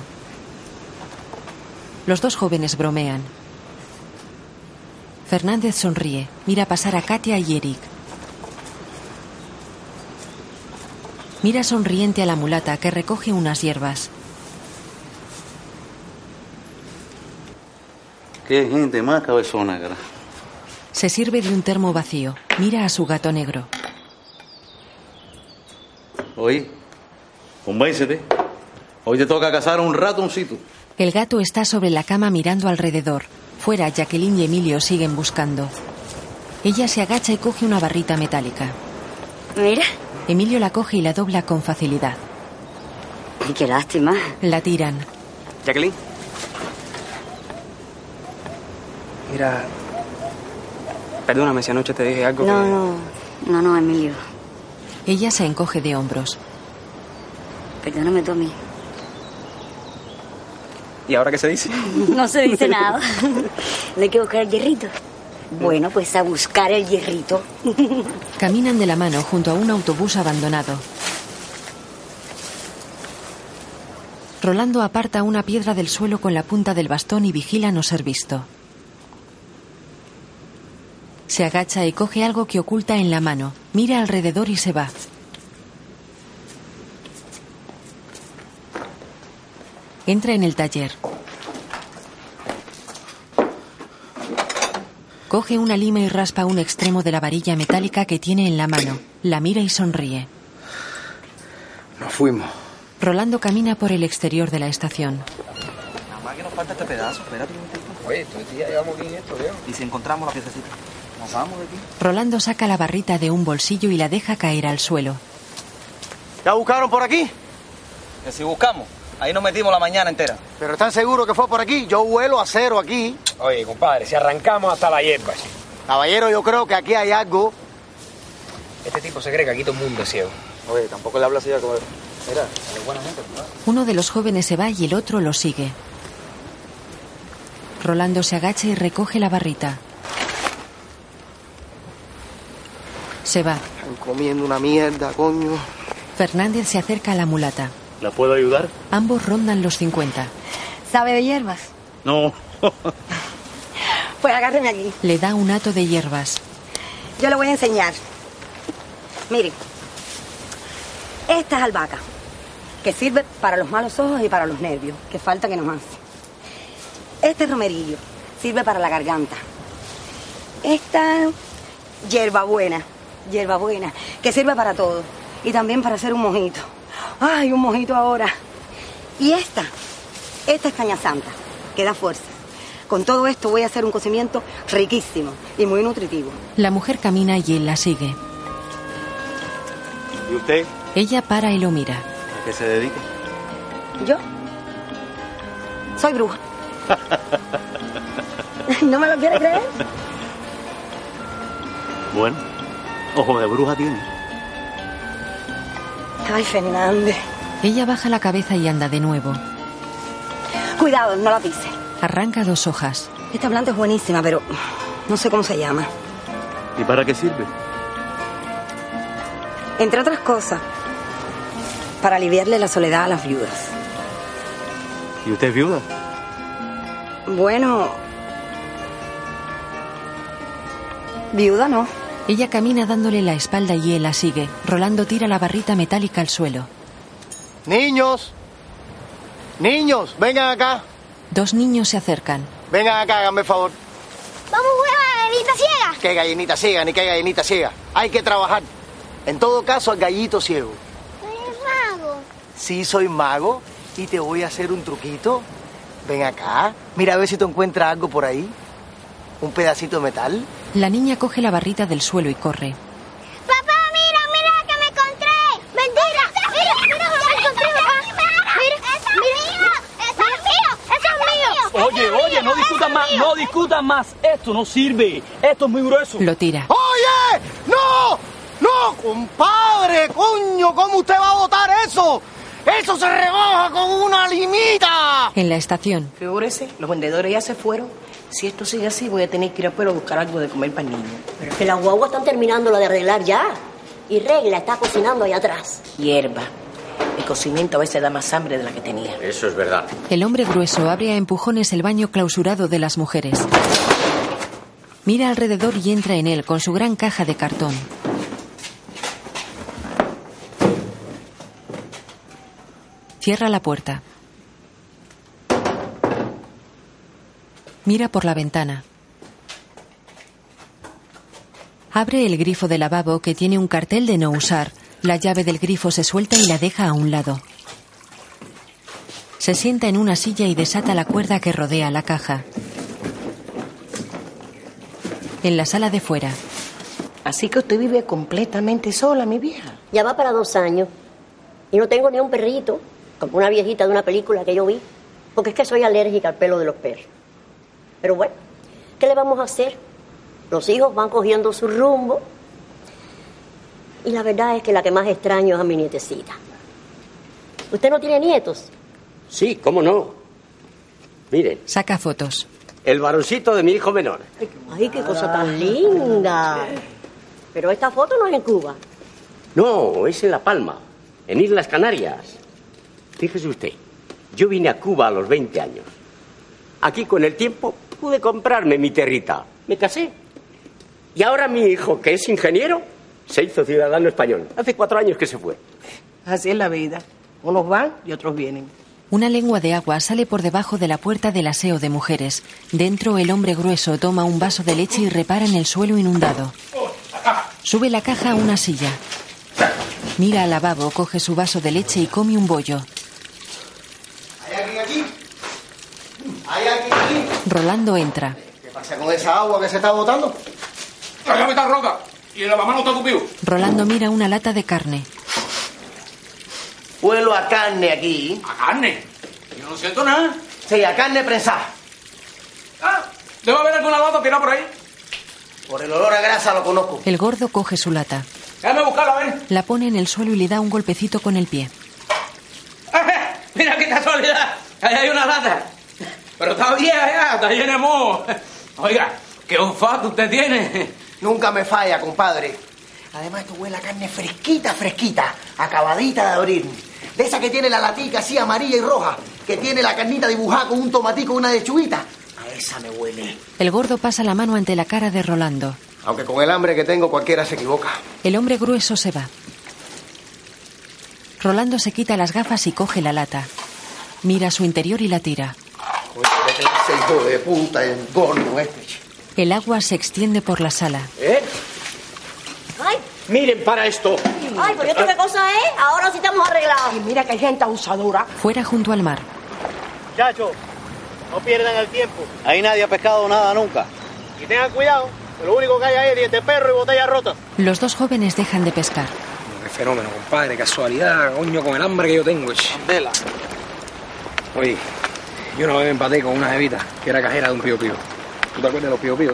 Speaker 2: Los dos jóvenes bromean. Fernández sonríe, mira pasar a Katia y Eric. Mira sonriente a la mulata que recoge unas hierbas.
Speaker 17: Qué gente más cabezona, cara.
Speaker 2: Se sirve de un termo vacío. Mira a su gato negro.
Speaker 17: Oye, convéncete. Hoy te toca cazar un ratoncito.
Speaker 2: El gato está sobre la cama mirando alrededor. Fuera, Jacqueline y Emilio siguen buscando. Ella se agacha y coge una barrita metálica.
Speaker 5: Mira.
Speaker 2: Emilio la coge y la dobla con facilidad.
Speaker 5: Ay, qué lástima.
Speaker 2: La tiran.
Speaker 4: Jacqueline. Mira. Perdóname si anoche te dije algo.
Speaker 5: No,
Speaker 4: que-
Speaker 5: no. No, no, Emilio.
Speaker 2: Ella se encoge de hombros.
Speaker 5: Perdóname tú a mí.
Speaker 4: ¿Y ahora qué se dice?
Speaker 5: No se dice nada. No hay que buscar el hierrito. Bueno, pues a buscar el hierrito.
Speaker 2: Caminan de la mano junto a un autobús abandonado. Rolando aparta una piedra del suelo con la punta del bastón y vigila no ser visto. Se agacha y coge algo que oculta en la mano. Mira alrededor y se va. Entra en el taller. Coge una lima y raspa un extremo de la varilla metálica que tiene en la mano. La mira y sonríe.
Speaker 20: Nos fuimos.
Speaker 2: Rolando camina por el exterior de la estación.
Speaker 10: Nada más que nos falta este pedazo, espérate un momentito. Oye, tú y ya llevamos bien esto, veo. Y si encontramos la piececita, nos vamos de aquí.
Speaker 2: Rolando saca la barrita de un bolsillo y la deja caer al suelo.
Speaker 22: ¿Ya buscaron por aquí?
Speaker 4: Que si buscamos, ahí nos metimos la mañana entera.
Speaker 22: ¿Pero están seguros que fue por aquí? Yo vuelo a cero aquí.
Speaker 26: Oye, compadre, si arrancamos hasta la hierba, chico.
Speaker 22: Caballero, yo creo que aquí hay algo.
Speaker 26: Este tipo se cree que aquí todo el mundo es ciego.
Speaker 4: Oye, tampoco le habla así a cabrón. Mira, buena gente,
Speaker 2: Uno de los jóvenes se va y el otro lo sigue. Rolando se agacha y recoge la barrita. Se va.
Speaker 27: Están comiendo una mierda, coño.
Speaker 2: Fernández se acerca a la mulata.
Speaker 17: ¿La puedo ayudar?
Speaker 2: Ambos rondan los 50.
Speaker 6: ¿Sabe de hierbas?
Speaker 17: No.
Speaker 6: Pues agárreme aquí.
Speaker 2: Le da un hato de hierbas.
Speaker 6: Yo le voy a enseñar. Mire, esta es albahaca, que sirve para los malos ojos y para los nervios, que falta que nos hace. Este es romerillo, sirve para la garganta. Esta hierbabuena, hierbabuena, que sirve para todo y también para hacer un mojito. Ay, un mojito ahora. Y esta, esta es caña santa, que da fuerza. Con todo esto voy a hacer un cocimiento riquísimo y muy nutritivo.
Speaker 2: La mujer camina y él la sigue.
Speaker 22: ¿Y usted?
Speaker 2: Ella para y lo mira.
Speaker 22: ¿A qué se dedica?
Speaker 6: Yo soy bruja. ¿No me lo quiere creer?
Speaker 17: Bueno, ojo de bruja tiene.
Speaker 6: Ay, Fernández.
Speaker 2: Ella baja la cabeza y anda de nuevo.
Speaker 6: Cuidado, no la pise.
Speaker 2: Arranca dos hojas.
Speaker 6: Esta planta es buenísima, pero no sé cómo se llama.
Speaker 17: ¿Y para qué sirve?
Speaker 6: Entre otras cosas, para aliviarle la soledad a las viudas.
Speaker 17: ¿Y usted es viuda?
Speaker 6: Bueno... Viuda no.
Speaker 2: Ella camina dándole la espalda y él la sigue. Rolando tira la barrita metálica al suelo.
Speaker 22: Niños, niños, vengan acá.
Speaker 2: Dos niños se acercan.
Speaker 22: Vengan acá, háganme el favor.
Speaker 19: Vamos a jugar a la gallinita ciega.
Speaker 22: Qué gallinita ciega, ni qué gallinita ciega. Hay que trabajar. En todo caso, al gallito ciego.
Speaker 19: Soy un mago.
Speaker 22: Sí, soy mago y te voy a hacer un truquito. Ven acá, mira a ver si te encuentras algo por ahí. Un pedacito de metal.
Speaker 2: La niña coge la barrita del suelo y corre.
Speaker 19: Papá, mira, mira lo que me encontré. Mentira. Mira, mira lo que encontré, papá. Mira, mira. Eso es mío. Eso es mío.
Speaker 7: Oye, oye, no discutan más, no discutan más. Esto no sirve. Esto es muy grueso.
Speaker 2: Lo tira.
Speaker 22: ¡Oye! ¡No! ¡No, compadre! ¡Coño! ¿Cómo usted va a votar eso? ¡Eso se rebaja con una limita!
Speaker 2: En la estación,
Speaker 25: Figúrese, los vendedores ya se fueron. Si esto sigue así, voy a tener que ir a Pueblo a buscar algo de comer para el niño.
Speaker 18: Pero es que la guagua están terminando la de arreglar ya. Y Regla está cocinando allá atrás.
Speaker 25: Hierba. El cocimiento a veces da más hambre de la que tenía.
Speaker 26: Eso es verdad.
Speaker 2: el hombre grueso abre a empujones el baño clausurado de las mujeres. Mira alrededor y entra en él con su gran caja de cartón. Cierra la puerta. Mira por la ventana. Abre el grifo de lavabo que tiene un cartel de no usar. La llave del grifo se suelta y la deja a un lado. Se sienta en una silla y desata la cuerda que rodea la caja. En la sala de fuera,
Speaker 25: Así que usted vive completamente sola, mi vieja.
Speaker 18: Ya va para dos años. Y no tengo ni un perrito, como una viejita de una película que yo vi. Porque es que soy alérgica al pelo de los perros. Pero bueno, ¿qué le vamos a hacer? Los hijos van cogiendo su rumbo. Y la verdad es que la que más extraño es a mi nietecita. ¿Usted no tiene nietos?
Speaker 9: Sí, cómo no. Miren,
Speaker 2: saca fotos.
Speaker 9: el varoncito de mi hijo menor.
Speaker 18: Ay, qué cosa
Speaker 5: Ah.
Speaker 18: tan linda. Pero esta foto no es en Cuba.
Speaker 9: No, es en La Palma, en Islas Canarias. Fíjese usted, yo vine a Cuba a los 20 años. Aquí con el tiempo pude comprarme mi territa. Me casé. Y ahora mi hijo, que es ingeniero, se hizo ciudadano español. Hace cuatro años que se fue.
Speaker 25: Así es la vida. Unos van y otros vienen.
Speaker 2: Una lengua de agua sale por debajo de la puerta del aseo de mujeres. Dentro, el hombre grueso toma un vaso de leche y repara en el suelo inundado. Sube la caja a una silla. Mira al lavabo, coge su vaso de leche y come un bollo.
Speaker 27: ¿Hay alguien aquí? ¿Hay alguien aquí?
Speaker 2: Rolando entra.
Speaker 27: ¿Qué pasa con esa agua que se está botando?
Speaker 28: La llave está rota y la mamá no está cupido.
Speaker 2: Rolando mira una lata de carne.
Speaker 22: Huelo a carne aquí. ¿A carne? Yo no siento nada. Sí, a carne prensada.
Speaker 7: Ah, debe haber alguna lata tirada por ahí.
Speaker 22: Por el olor a grasa lo conozco.
Speaker 2: El gordo coge su lata.
Speaker 7: Déjame buscarla, a ver.
Speaker 2: La pone en el suelo y le da un golpecito con el pie.
Speaker 7: Mira qué casualidad. Ahí hay una lata. Pero está vieja ya, está llena de moho. Oiga, qué olfato usted tiene.
Speaker 22: Nunca me falla, compadre. Además, esto huele a carne fresquita, fresquita, acabadita de abrir. De esa que tiene la latica así amarilla y roja, que tiene la carnita dibujada con un tomatico y una lechuguita. A esa me huele.
Speaker 2: El gordo pasa la mano ante la cara de Rolando.
Speaker 17: Aunque con el hambre que tengo cualquiera se equivoca.
Speaker 2: El hombre grueso se va. Rolando se quita las gafas y coge la lata. Mira su interior y la tira.
Speaker 22: Oye, qué clase, hijo de puta, el gordo este.
Speaker 2: El agua se extiende por la sala.
Speaker 18: ¿Eh?
Speaker 6: Ay,
Speaker 18: Miren para esto.
Speaker 6: ay, pero esto qué cosa es. Ahora sí estamos arreglados. Y mira que hay gente abusadora.
Speaker 2: Fuera junto al mar.
Speaker 29: Chacho, no pierdan el tiempo.
Speaker 17: Ahí nadie ha pescado nada nunca.
Speaker 29: Y tengan cuidado, que lo único que hay ahí es diente de perro y botella rota.
Speaker 2: Los dos jóvenes dejan de pescar.
Speaker 4: Qué fenómeno, compadre. Casualidad, coño, con el hambre que yo tengo. ch. Oye, yo una vez me empaté con una jevita que era cajera de un pío pío. ¿Tú te acuerdas de los pío pío?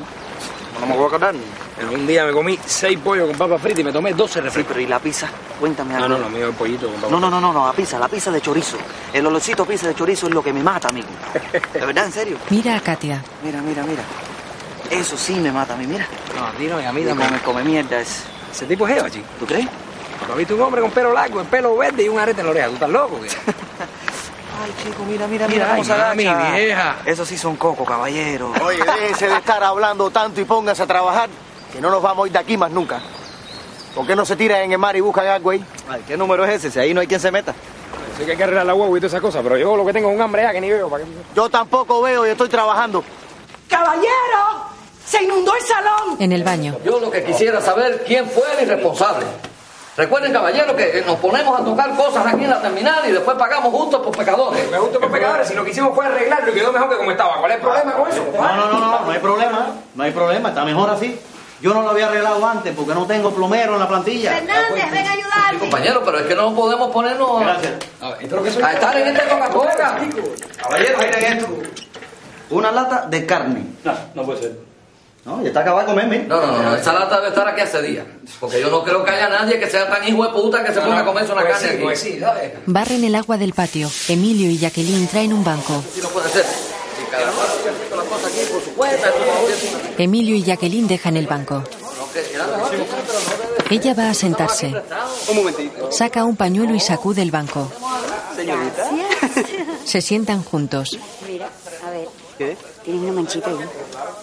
Speaker 4: No me voy a acordar. Pero un día me comí seis pollos con papas fritas y me tomé 12 refritos. ¿Y la pizza?
Speaker 10: Cuéntame
Speaker 4: No,
Speaker 10: algo.
Speaker 4: no, no, mío el pollito con papas
Speaker 10: No, no, no, no, no, la pizza, la pizza de chorizo. El olorcito a pizza de chorizo es lo que me mata, amigo. De verdad, en serio.
Speaker 2: Mira a Katia.
Speaker 10: Mira, mira, mira. Eso sí me mata a mí, mira. No, a ti no, y a mí
Speaker 4: también.
Speaker 10: Me come mierda ese.
Speaker 4: Ese tipo es Eva, chico.
Speaker 10: ¿Tú crees?
Speaker 4: ¿Lo viste un hombre con pelo largo, el pelo verde y un arete en la oreja? ¿Tú estás loco? qué?
Speaker 10: Ay, chico, mira,
Speaker 4: Mira,
Speaker 10: mira, mira cómo
Speaker 4: ay,
Speaker 10: se agacha.
Speaker 4: mami, vieja.
Speaker 10: Eso sí son cocos, caballero.
Speaker 22: Oye, déjense de estar hablando tanto y pónganse a trabajar, que no nos vamos a ir de aquí más nunca. ¿Por qué no se tiran en el mar y buscan algo ahí?
Speaker 4: Ay, ¿qué número es ese? Si ahí no hay quien se meta. Sé que hay que arreglar la huevo y todas esas cosas, pero yo lo que tengo es un hambre ya que ni veo. ¿para qué?
Speaker 22: Yo tampoco veo y estoy trabajando.
Speaker 6: ¡Caballero! ¡Se inundó el salón!
Speaker 2: En el baño.
Speaker 3: Yo lo que quisiera saber quién fue el irresponsable. Recuerden, caballero, que eh, nos ponemos a tocar cosas aquí en la terminal y después pagamos justos por pecadores.
Speaker 4: Justo por pecadores, si lo que hicimos fue arreglarlo y quedó mejor que como estaba. ¿Cuál es el problema con eso?
Speaker 17: No, no, no, no, no hay problema. No hay problema, está mejor así. Yo no lo había arreglado antes porque no tengo plomero en la plantilla.
Speaker 30: Fernández, ven a ayudarme.
Speaker 3: Compañero, pero es que no podemos ponernos
Speaker 17: Gracias.
Speaker 3: a estar en esta Coca-Cola.
Speaker 17: Caballero, miren esto. Una lata de carne. No, no puede ser. No, ya está acabado de comerme.
Speaker 3: No, no, no, no, esa lata debe estar aquí hace días. Porque yo no creo que haya nadie que sea tan hijo de puta que se ponga a comerse una
Speaker 4: Pues
Speaker 3: carne
Speaker 4: sí,
Speaker 3: aquí.
Speaker 4: pues sí, ¿sabes?
Speaker 2: Barren el agua del patio. Emilio y Jacqueline traen un banco.
Speaker 3: Sí, no puede ser. Y cada cual haciendo las cosas aquí por su cuenta, esto no es cierto.
Speaker 2: Emilio y Jacqueline dejan el banco.
Speaker 3: No, que era la otra, pero no debe-
Speaker 2: Ella va a sentarse.
Speaker 4: Un momentito.
Speaker 2: Saca un pañuelo y sacude el banco.
Speaker 4: Señorita.
Speaker 2: Se sientan juntos.
Speaker 5: Mira, a ver,
Speaker 4: ¿Qué?
Speaker 5: tienes una manchita ahí.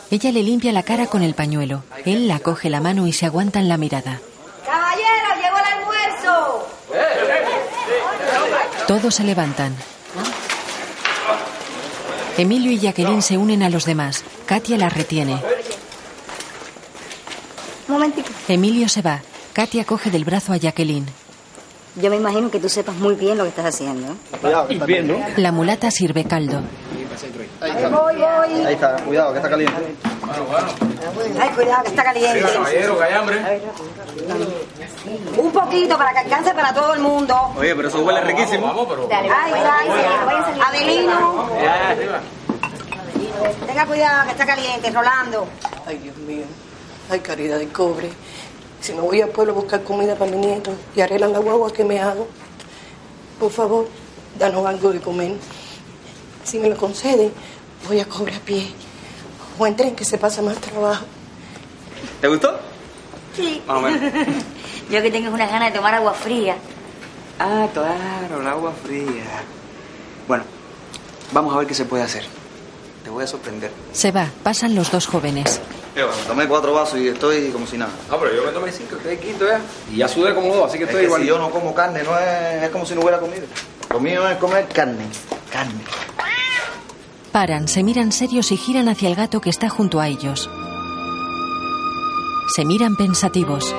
Speaker 2: Ella le limpia la cara con el pañuelo. Él la coge la mano y se aguantan la mirada.
Speaker 6: ¡Caballero, llegó el almuerzo! Eh.
Speaker 2: Todos se levantan. Emilio y Jacqueline se unen a los demás. Katia la retiene.
Speaker 5: Un momentico.
Speaker 2: Emilio se va. Katia coge del brazo a Jacqueline.
Speaker 5: Yo me imagino que tú sepas muy bien lo que estás haciendo. ¿eh?
Speaker 17: bien, ¿no?
Speaker 2: La mulata sirve caldo.
Speaker 17: Ahí está. Ahí está, cuidado, que está caliente.
Speaker 4: Ah,
Speaker 6: Ay, cuidado, que está caliente.
Speaker 4: Caballero, que hay hambre.
Speaker 6: Un poquito para que alcance para todo el mundo.
Speaker 4: Oye, pero eso huele riquísimo.
Speaker 6: Ay, ay, Adelino, tenga cuidado que está caliente, Rolando.
Speaker 25: Ay, Dios mío. Ay, caridad de cobre. Si me voy al pueblo a buscar comida para mi nieto y arreglan la guagua, ¿qué me hago? Por favor, danos algo de comer. Si me lo conceden, voy a cobre a pie. O en tren que se pasa más trabajo.
Speaker 4: ¿Te gustó?
Speaker 5: Sí.
Speaker 4: Más o menos.
Speaker 5: Yo que tengo unas ganas de tomar agua fría.
Speaker 10: Ah, claro, el agua fría. Bueno, vamos a ver qué se puede hacer. Te voy a sorprender.
Speaker 2: Se va. Pasan los dos jóvenes.
Speaker 17: tomé cuatro vasos y estoy como si nada.
Speaker 4: No, pero yo me tomé cinco, estoy quinto ya. Y ya sudé como dos, así que
Speaker 17: Es
Speaker 4: estoy
Speaker 17: que
Speaker 4: igual.
Speaker 17: si yo no como carne, no es, es como si no hubiera comido. Lo mío es comer carne, carne.
Speaker 2: Paran, se miran serios y giran hacia el gato que está junto a ellos. Se miran pensativos.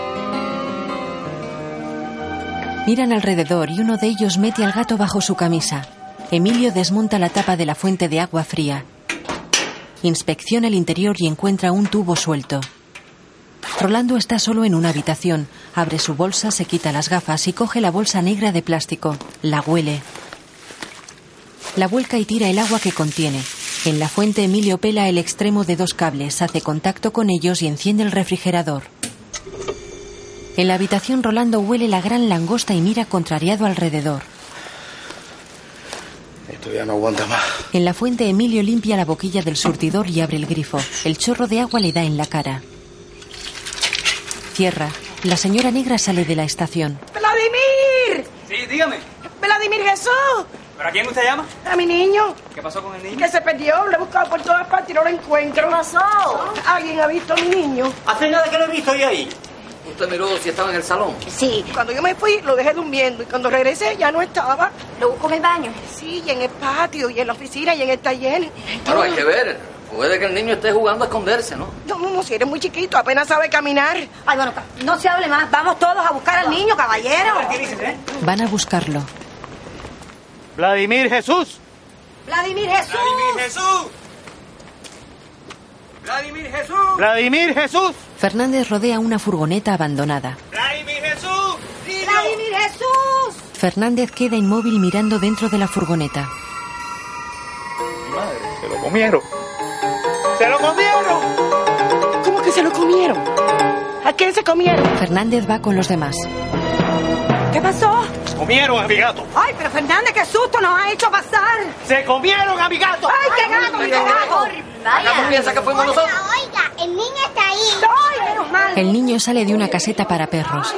Speaker 2: Miran alrededor y uno de ellos mete al gato bajo su camisa. Emilio desmonta la tapa de la fuente de agua fría. Inspecciona el interior y encuentra un tubo suelto. Rolando está solo en una habitación. Abre su bolsa, se quita las gafas y coge la bolsa negra de plástico. La huele. La vuelca y tira el agua que contiene. En la fuente Emilio pela el extremo de dos cables, hace contacto con ellos y enciende el refrigerador. En la habitación Rolando huele la gran langosta y mira contrariado alrededor.
Speaker 20: Esto ya no aguanta más.
Speaker 2: En la fuente Emilio limpia la boquilla del surtidor y abre el grifo. El chorro de agua le da en la cara. Cierra. La señora negra sale de la estación.
Speaker 25: ¡Vladimir!
Speaker 4: Sí, dígame.
Speaker 25: ¡Vladimir Jesús!
Speaker 4: ¿Pero a quién usted llama?
Speaker 25: A mi niño.
Speaker 4: ¿Qué pasó con el niño?
Speaker 25: Que se perdió, lo he buscado por todas partes y no lo encuentro. ¿Qué pasó? ¿Alguien ha visto a mi niño?
Speaker 4: Hace nada que lo he visto yo ahí.
Speaker 3: Usted miró si estaba en el salón.
Speaker 25: Sí. Cuando yo me fui, lo dejé durmiendo y cuando regresé ya no estaba. ¿Lo busco en el baño? Sí, y en el patio, y en la oficina, y en el taller.
Speaker 3: Claro, hay que ver. Puede que el niño esté jugando a esconderse, ¿no?
Speaker 25: No, no, si eres muy chiquito, apenas sabe caminar. Ay, bueno, no se hable más. Vamos todos a buscar al niño, caballero.
Speaker 2: Van a buscarlo.
Speaker 17: Vladimir Jesús.
Speaker 25: ¡Vladimir Jesús!
Speaker 4: ¡Vladimir Jesús! ¡Vladimir Jesús!
Speaker 17: Vladimir Jesús.
Speaker 2: Fernández rodea una furgoneta abandonada.
Speaker 4: ¡Vladimir Jesús!
Speaker 25: ¡Vladimir Jesús!
Speaker 2: Fernández queda inmóvil mirando dentro de la furgoneta.
Speaker 17: Madre, se lo comieron. ¡Se lo comieron!
Speaker 25: ¿Cómo que se lo comieron? ¿A quién se comieron?
Speaker 2: Fernández va con los demás.
Speaker 25: ¿Qué pasó?
Speaker 17: Comieron a mi gato.
Speaker 25: Ay, pero Fernández, qué susto nos ha hecho pasar.
Speaker 17: ¡Se comieron a mi gato!
Speaker 25: ¡Ay, qué gato, qué gato!
Speaker 3: ¿Acaso piensa que fuimos nosotros?
Speaker 14: Oiga, el niño está ahí.
Speaker 25: ¡Ay, menos mal!
Speaker 2: El niño sale de una caseta para perros.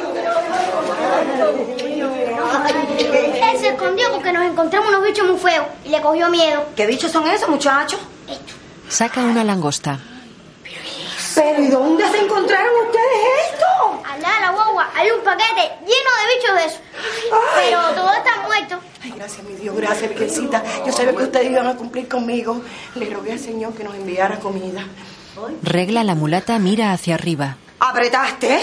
Speaker 14: Él se escondió porque nos encontramos unos bichos muy feos y le cogió miedo.
Speaker 6: ¿Qué bichos son esos, muchachos?
Speaker 2: Saca una langosta.
Speaker 6: ¿Pero y dónde se encontraron ustedes esto?
Speaker 14: Al lado de la guagua hay un paquete lleno de bichos de esos. Pero todos están muertos.
Speaker 25: Ay, gracias, mi Dios, gracias, Virgencita. Yo sabía que ustedes iban a cumplir conmigo. Le rogué al Señor que nos enviara comida.
Speaker 2: Regla la mulata, mira hacia arriba.
Speaker 6: ¿Apretaste?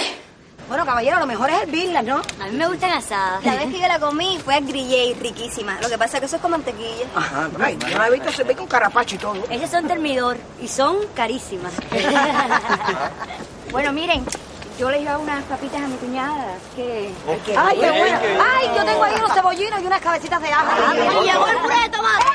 Speaker 6: Bueno, caballero, lo mejor es el birla, ¿no?
Speaker 5: A mí me gustan asadas.
Speaker 7: La vez que yo la comí fue a grillé y riquísima. Lo que pasa es que eso es con mantequilla.
Speaker 6: Ajá, ay, yo la he visto servir con carapacho y todo.
Speaker 7: Esas son termidor y son carísimas. bueno, miren, yo le llevaba unas papitas a mi cuñada. Que...
Speaker 6: Ay, qué bueno. Ay, yo tengo ahí unos cebollinos y unas cabecitas de ajo.
Speaker 14: Y llegó el puré de tomate.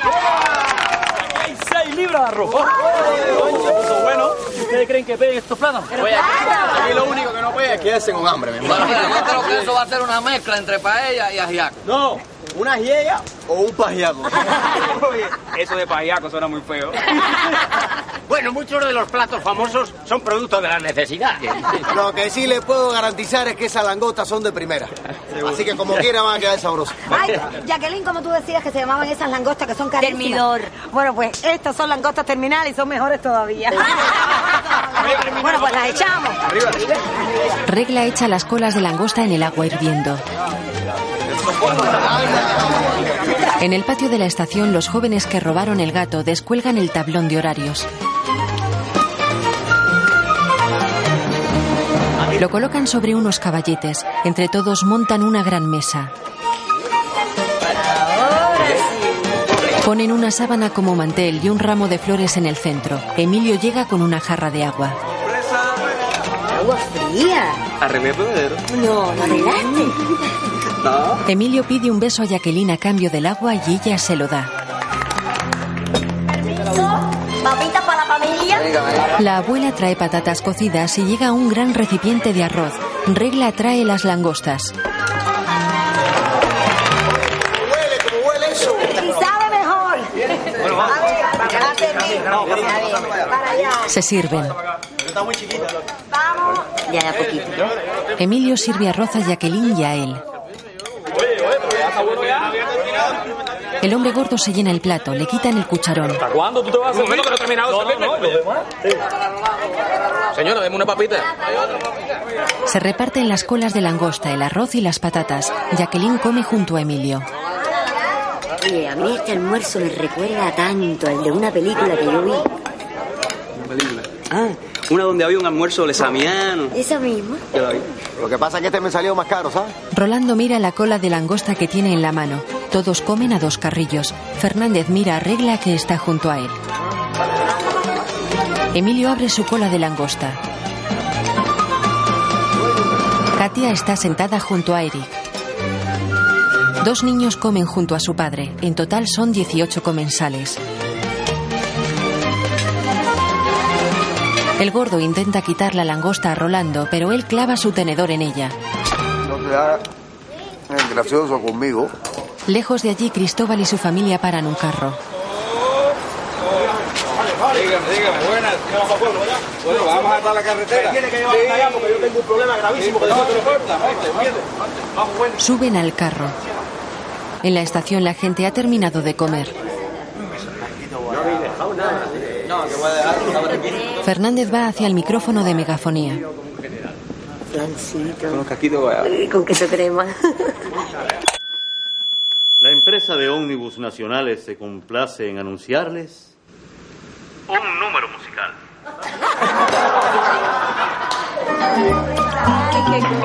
Speaker 21: ¡Hay seis libras de arroz! ¡Ay, se puso bueno! ¿Y ¿Ustedes creen que peguen estos plátanos?
Speaker 19: Oye, aquí, aquí lo único que no pega es quedarse con hambre, mi hermano.
Speaker 3: Yo creo que eso va a ser una mezcla entre paella y ajiaco.
Speaker 19: No, una jiega o un pajiaco.
Speaker 4: Oye, eso de payaco suena muy feo.
Speaker 31: Bueno, muchos de los platos famosos son producto de la necesidad.
Speaker 20: Lo que sí le puedo garantizar es que esas langostas son de primera. Así que como quiera van a quedar sabrosas.
Speaker 6: Ay, Jacqueline, como tú decías que se llamaban esas langostas que son carísimas.
Speaker 7: Termidor.
Speaker 6: Bueno, pues estas son langostas terminales y son mejores todavía. bueno, pues las echamos.
Speaker 19: Arriba,
Speaker 2: Regla echa las colas de langosta en el agua hirviendo. En el patio de la estación, los jóvenes que robaron el gato descuelgan el tablón de horarios. Lo colocan sobre unos caballetes. Entre todos montan una gran mesa. Ponen una sábana como mantel y un ramo de flores en el centro. Emilio llega con una jarra de agua.
Speaker 5: Agua fría.
Speaker 4: Arreglé primero.
Speaker 5: No, no arreglaste.
Speaker 2: Emilio pide un beso a Jacqueline a cambio del agua y ella se lo da.
Speaker 5: Papitas para la familia.
Speaker 2: La abuela trae patatas cocidas y llega un gran recipiente de arroz. Regla trae las langostas.
Speaker 20: Huele, como huele eso.
Speaker 6: Y sabe mejor. A ver, para
Speaker 20: No, pero-
Speaker 6: allá.
Speaker 2: Se sirven.
Speaker 20: Está muy chiquita.
Speaker 6: Vamos.
Speaker 5: Ya de a poquito.
Speaker 2: Emilio sirve arroz a Jacqueline y a él. El hombre gordo se llena el plato, le quitan el cucharón.
Speaker 21: ¿Hasta cuándo tú te vas a
Speaker 12: Un momento que no he terminado
Speaker 21: No,
Speaker 12: este
Speaker 21: no, no,
Speaker 12: pepper.
Speaker 21: lo demás.
Speaker 19: Señora, deme una papita.
Speaker 2: Se reparten las colas de langosta, el arroz y las patatas. Jacqueline come junto a Emilio.
Speaker 5: Oye, a mí este almuerzo me recuerda tanto al de una película que yo vi.
Speaker 4: Ah, una donde había un almuerzo lesamiano.
Speaker 5: Esa misma.
Speaker 4: Yo la vi.
Speaker 20: Lo que pasa es que este me salió más caro, ¿sabes?
Speaker 2: Rolando mira la cola de langosta que tiene en la mano. Todos comen a dos carrillos. Fernández mira a Regla que está junto a él. Emilio abre su cola de langosta. Katia está sentada junto a Eric. Dos niños comen junto a su padre. En total son 18 comensales. El gordo intenta quitar la langosta a Rolando, pero él clava su tenedor en ella.
Speaker 22: No te hagas el gracioso conmigo.
Speaker 2: Lejos de allí, Cristóbal y su familia paran un carro.
Speaker 19: Dígame, dígame, buenas. Bueno, vamos a estar la carretera.
Speaker 7: Tiene que llevar hasta allá porque yo tengo un problema gravísimo que después te lo cuento. Vamos, bueno.
Speaker 2: Suben al carro. En la estación la gente ha terminado de comer.
Speaker 19: No, que voy a dejar
Speaker 2: Fernández va hacia el micrófono de megafonía.
Speaker 5: Flancito.
Speaker 6: Con los caquitos, vaya.
Speaker 5: Ay, Con queso crema.
Speaker 17: La empresa de ómnibus nacionales se complace en anunciarles un número musical.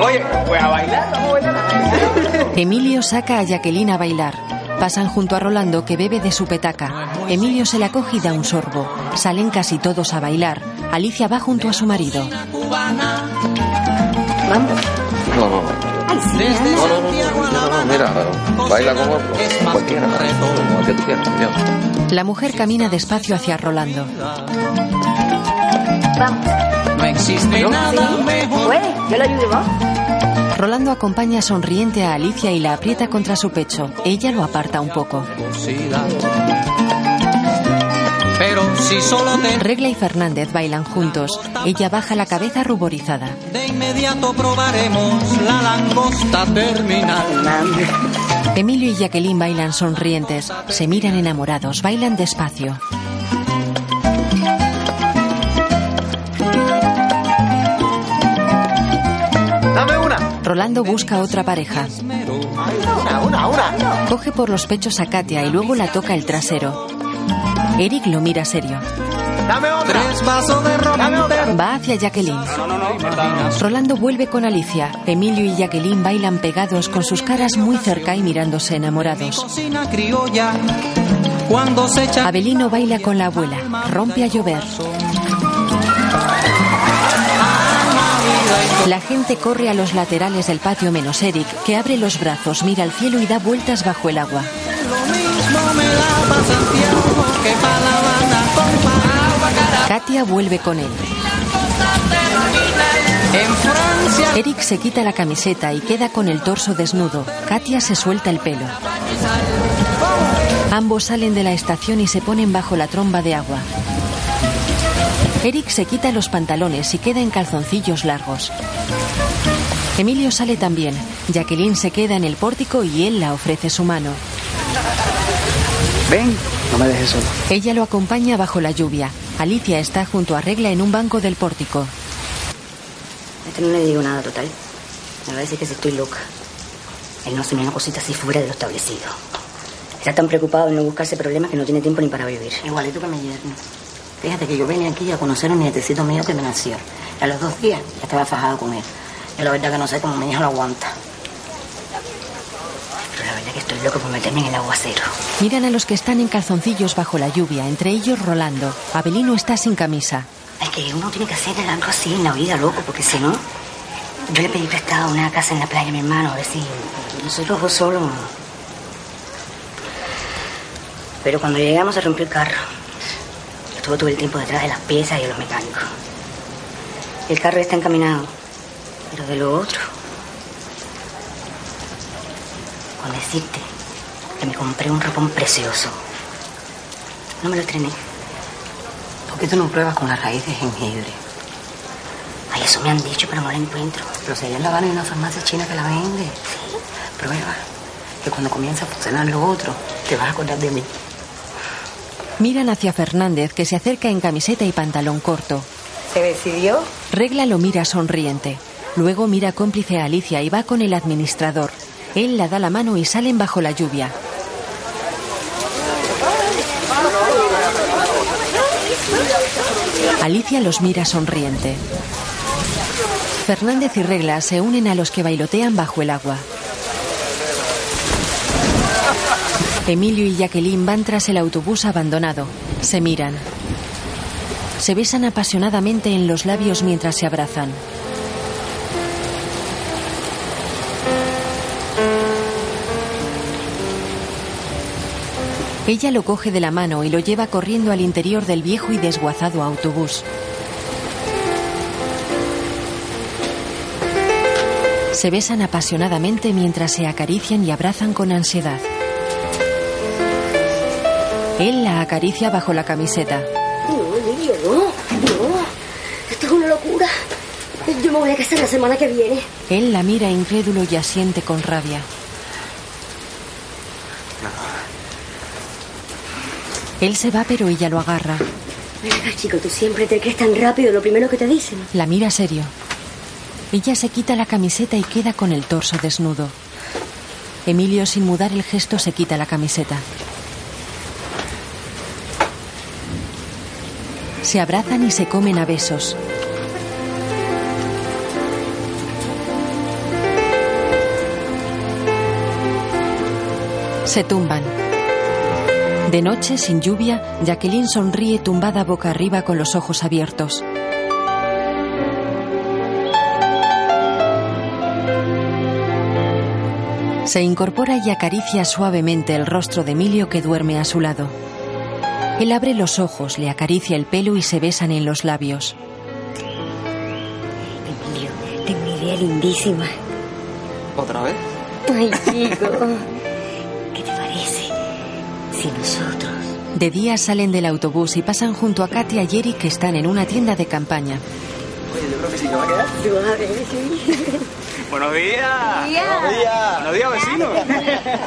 Speaker 19: Oye, pues a bailar, vamos a bailar.
Speaker 2: Emilio saca a Jacqueline a bailar. Pasan junto a Rolando que bebe de su petaca. Emilio se la coge y da un sorbo. Salen casi todos a bailar. Alicia va junto a su marido.
Speaker 5: Vamos.
Speaker 3: No, no, no. No, no, no, no, no, no, no, mira, baila como cualquiera, como que tú quieras, ya.
Speaker 2: La mujer camina despacio hacia Rolando.
Speaker 5: No existe nada mejor. yo lo ayudo, ¿va?
Speaker 2: Rolando acompaña sonriente a Alicia y la aprieta contra su pecho. Ella lo aparta un poco.
Speaker 19: Pero si solo te
Speaker 2: Regla y Fernández bailan juntos. Ella baja la cabeza ruborizada.
Speaker 19: de inmediato probaremos la langosta terminal.
Speaker 2: Emilio y Jacqueline bailan sonrientes, se miran enamorados, bailan despacio.
Speaker 32: Dame una.
Speaker 2: Rolando busca otra pareja.
Speaker 32: Una, una, una.
Speaker 2: Coge por los pechos a Katia y luego la toca el trasero. Eric lo mira serio.
Speaker 32: Dame otra. Tres vasos de ron. Dame otra.
Speaker 2: Va hacia Jacqueline. Rolando vuelve con Alicia. Emilio y Jacqueline bailan pegados con sus caras muy cerca y mirándose enamorados.
Speaker 19: Cocina criolla. Cuando se echa
Speaker 2: Abelino baila con la abuela. Rompe a llover. La gente corre a los laterales del patio menos Eric, que abre los brazos, mira al cielo y da vueltas bajo el agua.
Speaker 19: no me da pa' Santiago que pa' La Habana compa.
Speaker 2: Katia vuelve con él.
Speaker 19: En Francia
Speaker 2: Eric se quita la camiseta y queda con el torso desnudo. Katia se suelta el pelo. Ambos salen de la estación y se ponen bajo la tromba de agua. Eric se quita los pantalones y queda en calzoncillos largos. Emilio sale también. Jacqueline se queda en el pórtico y él la ofrece su mano.
Speaker 10: Ven, no me dejes solo.
Speaker 2: Ella lo acompaña bajo la lluvia. Alicia está junto a Regla en un banco del pórtico.
Speaker 5: Este no le digo nada total. Me va a decir que si estoy loca. Él no hace ni una cosita así fuera de lo establecido. Está tan preocupado en no buscarse problemas que no tiene tiempo ni para vivir. Igualito que mi yerno. Fíjate que yo venía aquí a conocer a un nietecito mío que me nació. Y A los dos días ya estaba fajado con él. Yo la verdad que no sé cómo mi hija lo aguanta. Pero la verdad que estoy loco por meterme en el aguacero.
Speaker 2: Miran a los que están en calzoncillos bajo la lluvia, entre ellos Rolando. Abelino está sin camisa.
Speaker 5: Es que uno tiene que hacer algo así en la vida, loco, porque si no... Yo le pedí prestado una casa en la playa a mi hermano, a ver si nosotros dos solos... Pero cuando llegamos se rompió el carro. Estuve todo el tiempo detrás de las piezas y de los mecánicos. El carro ya está encaminado, pero de lo otro... Con decirte que me compré un ropón precioso. No me lo estrené. ¿Por qué tú no pruebas con la raíz de jengibre? Ay, eso me han dicho, pero no la encuentro. Pero si allá en La Habana hay una farmacia china que la vende. Sí. Prueba. Que cuando comienza a funcionar lo otro, te vas a acordar de mí.
Speaker 2: Miran hacia Fernández, que se acerca en camiseta y pantalón corto.
Speaker 5: ¿Se decidió?
Speaker 2: Regla lo mira sonriente. Luego mira cómplice a Alicia y va con el administrador. Él la da la mano y salen bajo la lluvia. Alicia los mira sonriente. Fernández y Regla se unen a los que bailotean bajo el agua. Emilio y Jacqueline van tras el autobús abandonado. Se miran. Se besan apasionadamente en los labios mientras se abrazan. Ella lo coge de la mano y lo lleva corriendo al interior del viejo y desguazado autobús. Se besan apasionadamente mientras se acarician y abrazan con ansiedad. Él la acaricia bajo la camiseta.
Speaker 18: No, Emilio, no, no. Esto es una locura. Yo me voy a casar la semana que viene.
Speaker 2: Él la mira incrédulo y asiente con rabia. Él se va pero ella lo agarra.
Speaker 18: Ven acá, chico, tú siempre te crees tan rápido lo primero que te dicen.
Speaker 2: La mira serio. Ella se quita la camiseta y queda con el torso desnudo. Emilio, sin mudar el gesto, se quita la camiseta. Se abrazan y se comen a besos. Se tumban. De noche, sin lluvia, Jacqueline sonríe tumbada boca arriba con los ojos abiertos. Se incorpora y acaricia suavemente el rostro de Emilio que duerme a su lado. Él abre los ojos, le acaricia el pelo y se besan en los labios.
Speaker 18: Emilio, tengo una idea lindísima.
Speaker 4: ¿Otra vez?
Speaker 18: Ay, chico. ¿Qué te parece si nosotros...
Speaker 2: De día salen del autobús y pasan junto a Katia y Eric que están en una tienda de campaña.
Speaker 10: Oye, yo creo que sí que va a quedar.
Speaker 18: Yo, a ver, sí.
Speaker 10: Buenos días.
Speaker 5: Buenos días.
Speaker 10: Buenos días, vecino.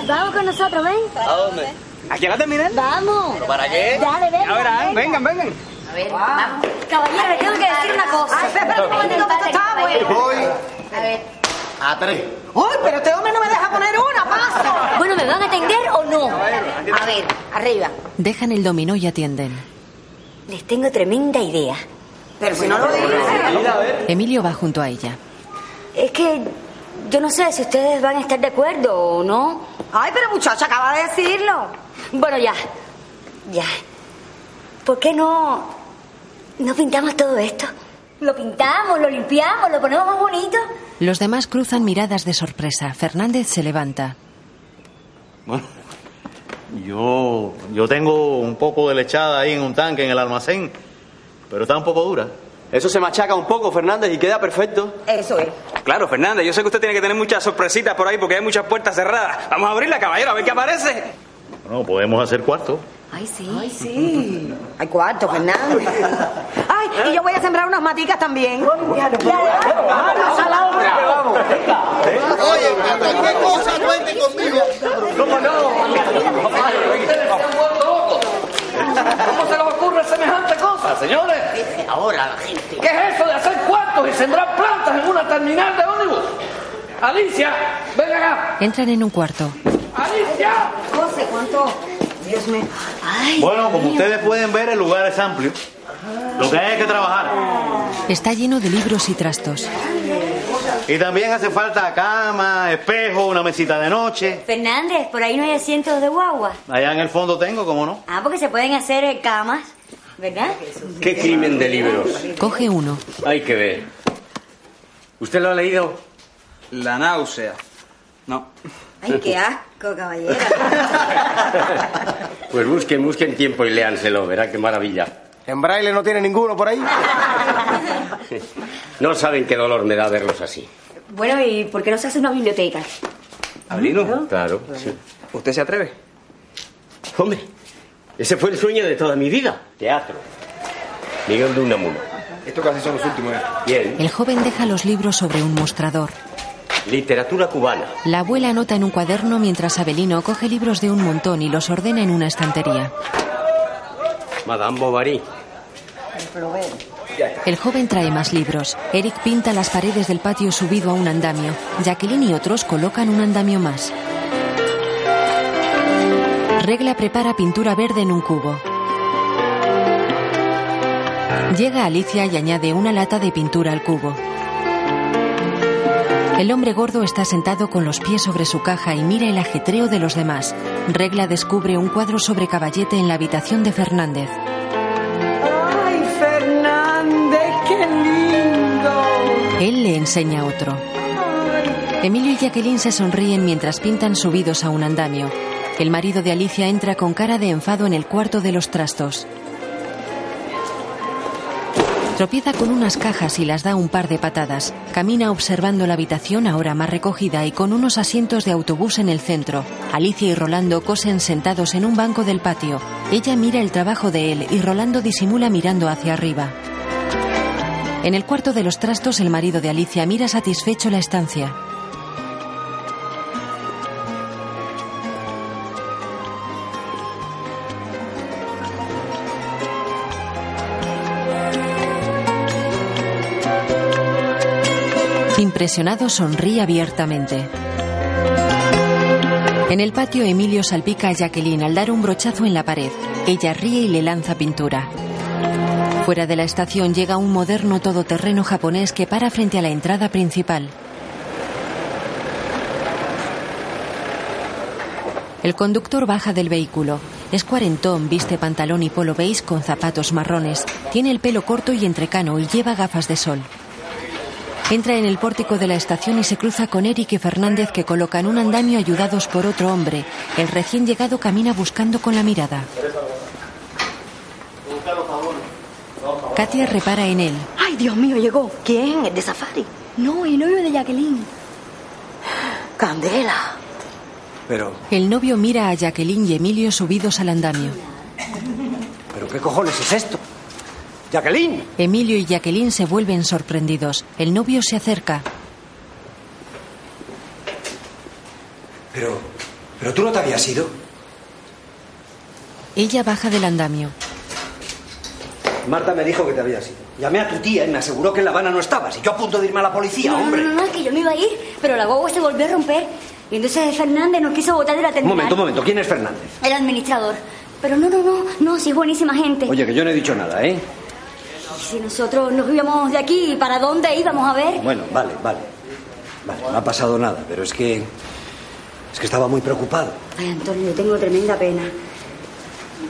Speaker 5: Vamos con nosotros, ven.
Speaker 10: ¿A dónde? ¿Aquí a la terminal?
Speaker 5: Vamos.
Speaker 10: ¿Pero para qué?
Speaker 5: Dale, venga,
Speaker 10: Ahora,
Speaker 5: venga.
Speaker 10: vengan, vengan.
Speaker 5: A ver, vamos. Caballero, le tengo que decir una cosa.
Speaker 6: Ay, espera, espera un momentito, que esto está bueno.
Speaker 20: Voy
Speaker 5: A ver.
Speaker 20: a tres.
Speaker 6: ¡Uy, pero este hombre no me deja poner una! ¡Pasa!
Speaker 5: Bueno, ¿me van a atender o no?
Speaker 2: atiéndeme.
Speaker 5: A ver, arriba.
Speaker 2: Dejan el dominó y atienden.
Speaker 5: Les tengo tremenda idea.
Speaker 6: Pero si no lo dices...
Speaker 2: Emilio va junto a ella.
Speaker 5: Es que yo no sé si ustedes van a estar de acuerdo o no.
Speaker 6: Ay, pero muchacha, acaba de decirlo.
Speaker 5: Bueno, ya. Ya. ¿Por qué no, no pintamos todo esto? Lo pintamos, lo limpiamos, lo ponemos más bonito.
Speaker 2: Los demás cruzan miradas de sorpresa. Fernández se levanta.
Speaker 17: Yo, yo tengo un poco de lechada ahí en un tanque, en el almacén, pero está un poco dura.
Speaker 10: Eso se machaca un poco, Fernández, y queda perfecto.
Speaker 6: Eso es.
Speaker 4: Claro, Fernández, yo sé que usted tiene que tener muchas sorpresitas por ahí porque hay muchas puertas cerradas. Vamos a abrirla, caballero, a ver qué aparece.
Speaker 17: Bueno, podemos hacer cuarto.
Speaker 6: Ay, sí. Ay, sí. Hay cuarto, Fernando. Ay, y yo voy a sembrar unas maticas también. ¡Vamos a la
Speaker 20: Oye, ¿qué cosa cuente conmigo?
Speaker 3: ¿Cómo no? Compadre, ustedes se han vuelto locos. ¿Cómo se les ocurre semejante
Speaker 5: Ah,
Speaker 7: Ah,
Speaker 3: cosa, señores?
Speaker 20: Ahora la gente.
Speaker 3: ¿Qué es eso de hacer cuartos y sembrar plantas en una terminal de ómnibus? Alicia, ven acá.
Speaker 2: Entran en un cuarto.
Speaker 3: Alicia.
Speaker 6: José, ¿cuánto? Dios mío. Ay,
Speaker 17: Bueno,
Speaker 6: Dios
Speaker 17: como
Speaker 6: mío.
Speaker 17: ustedes pueden ver, el lugar es amplio. Lo que hay es que trabajar.
Speaker 2: Está lleno de libros y trastos.
Speaker 17: Y también hace falta cama, espejo, una mesita de noche.
Speaker 5: Fernández, por ahí no hay asientos de guagua.
Speaker 17: Allá en el fondo tengo, ¿cómo no?
Speaker 5: Ah, porque se pueden hacer eh, camas, ¿verdad?
Speaker 9: ¿Qué crimen de libros?
Speaker 2: Coge uno.
Speaker 9: Hay que ver. ¿Usted lo ha leído?
Speaker 10: La náusea. No.
Speaker 5: Ay, qué asco, caballero.
Speaker 9: Pues busquen, busquen tiempo y léanselo, verá qué maravilla.
Speaker 20: En braille no tiene ninguno por ahí.
Speaker 9: No saben qué dolor me da verlos así.
Speaker 5: Bueno, ¿y por qué no se hace una biblioteca?
Speaker 9: ¿Abelino? Claro.
Speaker 10: ¿Usted se atreve?
Speaker 9: Hombre, ese fue el sueño de toda mi vida. Teatro. Miguel de Unamuno.
Speaker 10: Esto casi son los últimos.
Speaker 9: ¿eh? Bien.
Speaker 2: El joven deja los libros sobre un mostrador.
Speaker 9: Literatura cubana.
Speaker 2: La abuela anota en un cuaderno mientras Abelino coge libros de un montón y los ordena en una estantería.
Speaker 9: Madame Bovary.
Speaker 2: El joven trae más libros. Eric pinta las paredes del patio subido a un andamio. Jacqueline y otros colocan un andamio más. Regla prepara pintura verde en un cubo. Llega Alicia y añade una lata de pintura al cubo. El hombre gordo está sentado con los pies sobre su caja y mira el ajetreo de los demás. Regla descubre un cuadro sobre caballete en la habitación de Fernández.
Speaker 14: Ay, Fernández, qué lindo.
Speaker 2: Él le enseña otro. Emilio y Jacqueline se sonríen mientras pintan subidos a un andamio. El marido de Alicia entra con cara de enfado en el cuarto de los trastos. Tropieza con unas cajas y las da un par de patadas. Camina observando la habitación ahora más recogida y con unos asientos de autobús en el centro. Alicia y Rolando cosen sentados en un banco del patio. Ella mira el trabajo de él y Rolando disimula mirando hacia arriba. En el cuarto de los trastos el marido de Alicia mira satisfecho la estancia. Impresionado sonríe abiertamente. En el patio Emilio salpica a Jacqueline al dar un brochazo en la pared. Ella ríe y le lanza pintura. Fuera de la estación llega un moderno todoterreno japonés que para frente a la entrada principal. El conductor baja del vehículo. Es cuarentón, viste pantalón y polo beige con zapatos marrones. Tiene el pelo corto y entrecano y lleva gafas de sol. Entra en el pórtico de la estación y se cruza con Eric y Fernández que colocan un andamio ayudados por otro hombre. El recién llegado camina buscando con la mirada. Katia repara en él.
Speaker 6: Ay, Dios mío, llegó. ¿Quién? ¿El de Safari?
Speaker 5: No, el novio de Jacqueline.
Speaker 6: Candela.
Speaker 2: Pero... El novio mira a Jacqueline y Emilio subidos al andamio.
Speaker 7: ¿Pero qué cojones es esto? ¡Jacqueline!
Speaker 2: Emilio y Jacqueline se vuelven sorprendidos. El novio se acerca.
Speaker 7: Pero. Pero tú no te habías ido.
Speaker 2: Ella baja del andamio.
Speaker 7: Marta me dijo que te habías ido. Llamé a tu tía y me aseguró que en La Habana no estabas. Y yo a punto de irme a la policía,
Speaker 5: no,
Speaker 7: hombre.
Speaker 5: No, no, no, es que yo me iba a ir, pero la guagua se volvió a romper. Y entonces Fernández nos quiso botar de la
Speaker 7: Un
Speaker 5: terminal.
Speaker 7: momento, un momento. ¿Quién es Fernández?
Speaker 5: El administrador. Pero no, no, no, no, si es buenísima gente.
Speaker 7: Oye, que yo no he dicho nada, ¿eh?
Speaker 5: Y Si nosotros nos íbamos de aquí, ¿para dónde íbamos a ver?
Speaker 7: Bueno, vale, vale. Vale, no ha pasado nada, pero es que. Es que estaba muy preocupado.
Speaker 5: Ay, Antonio, yo tengo tremenda pena.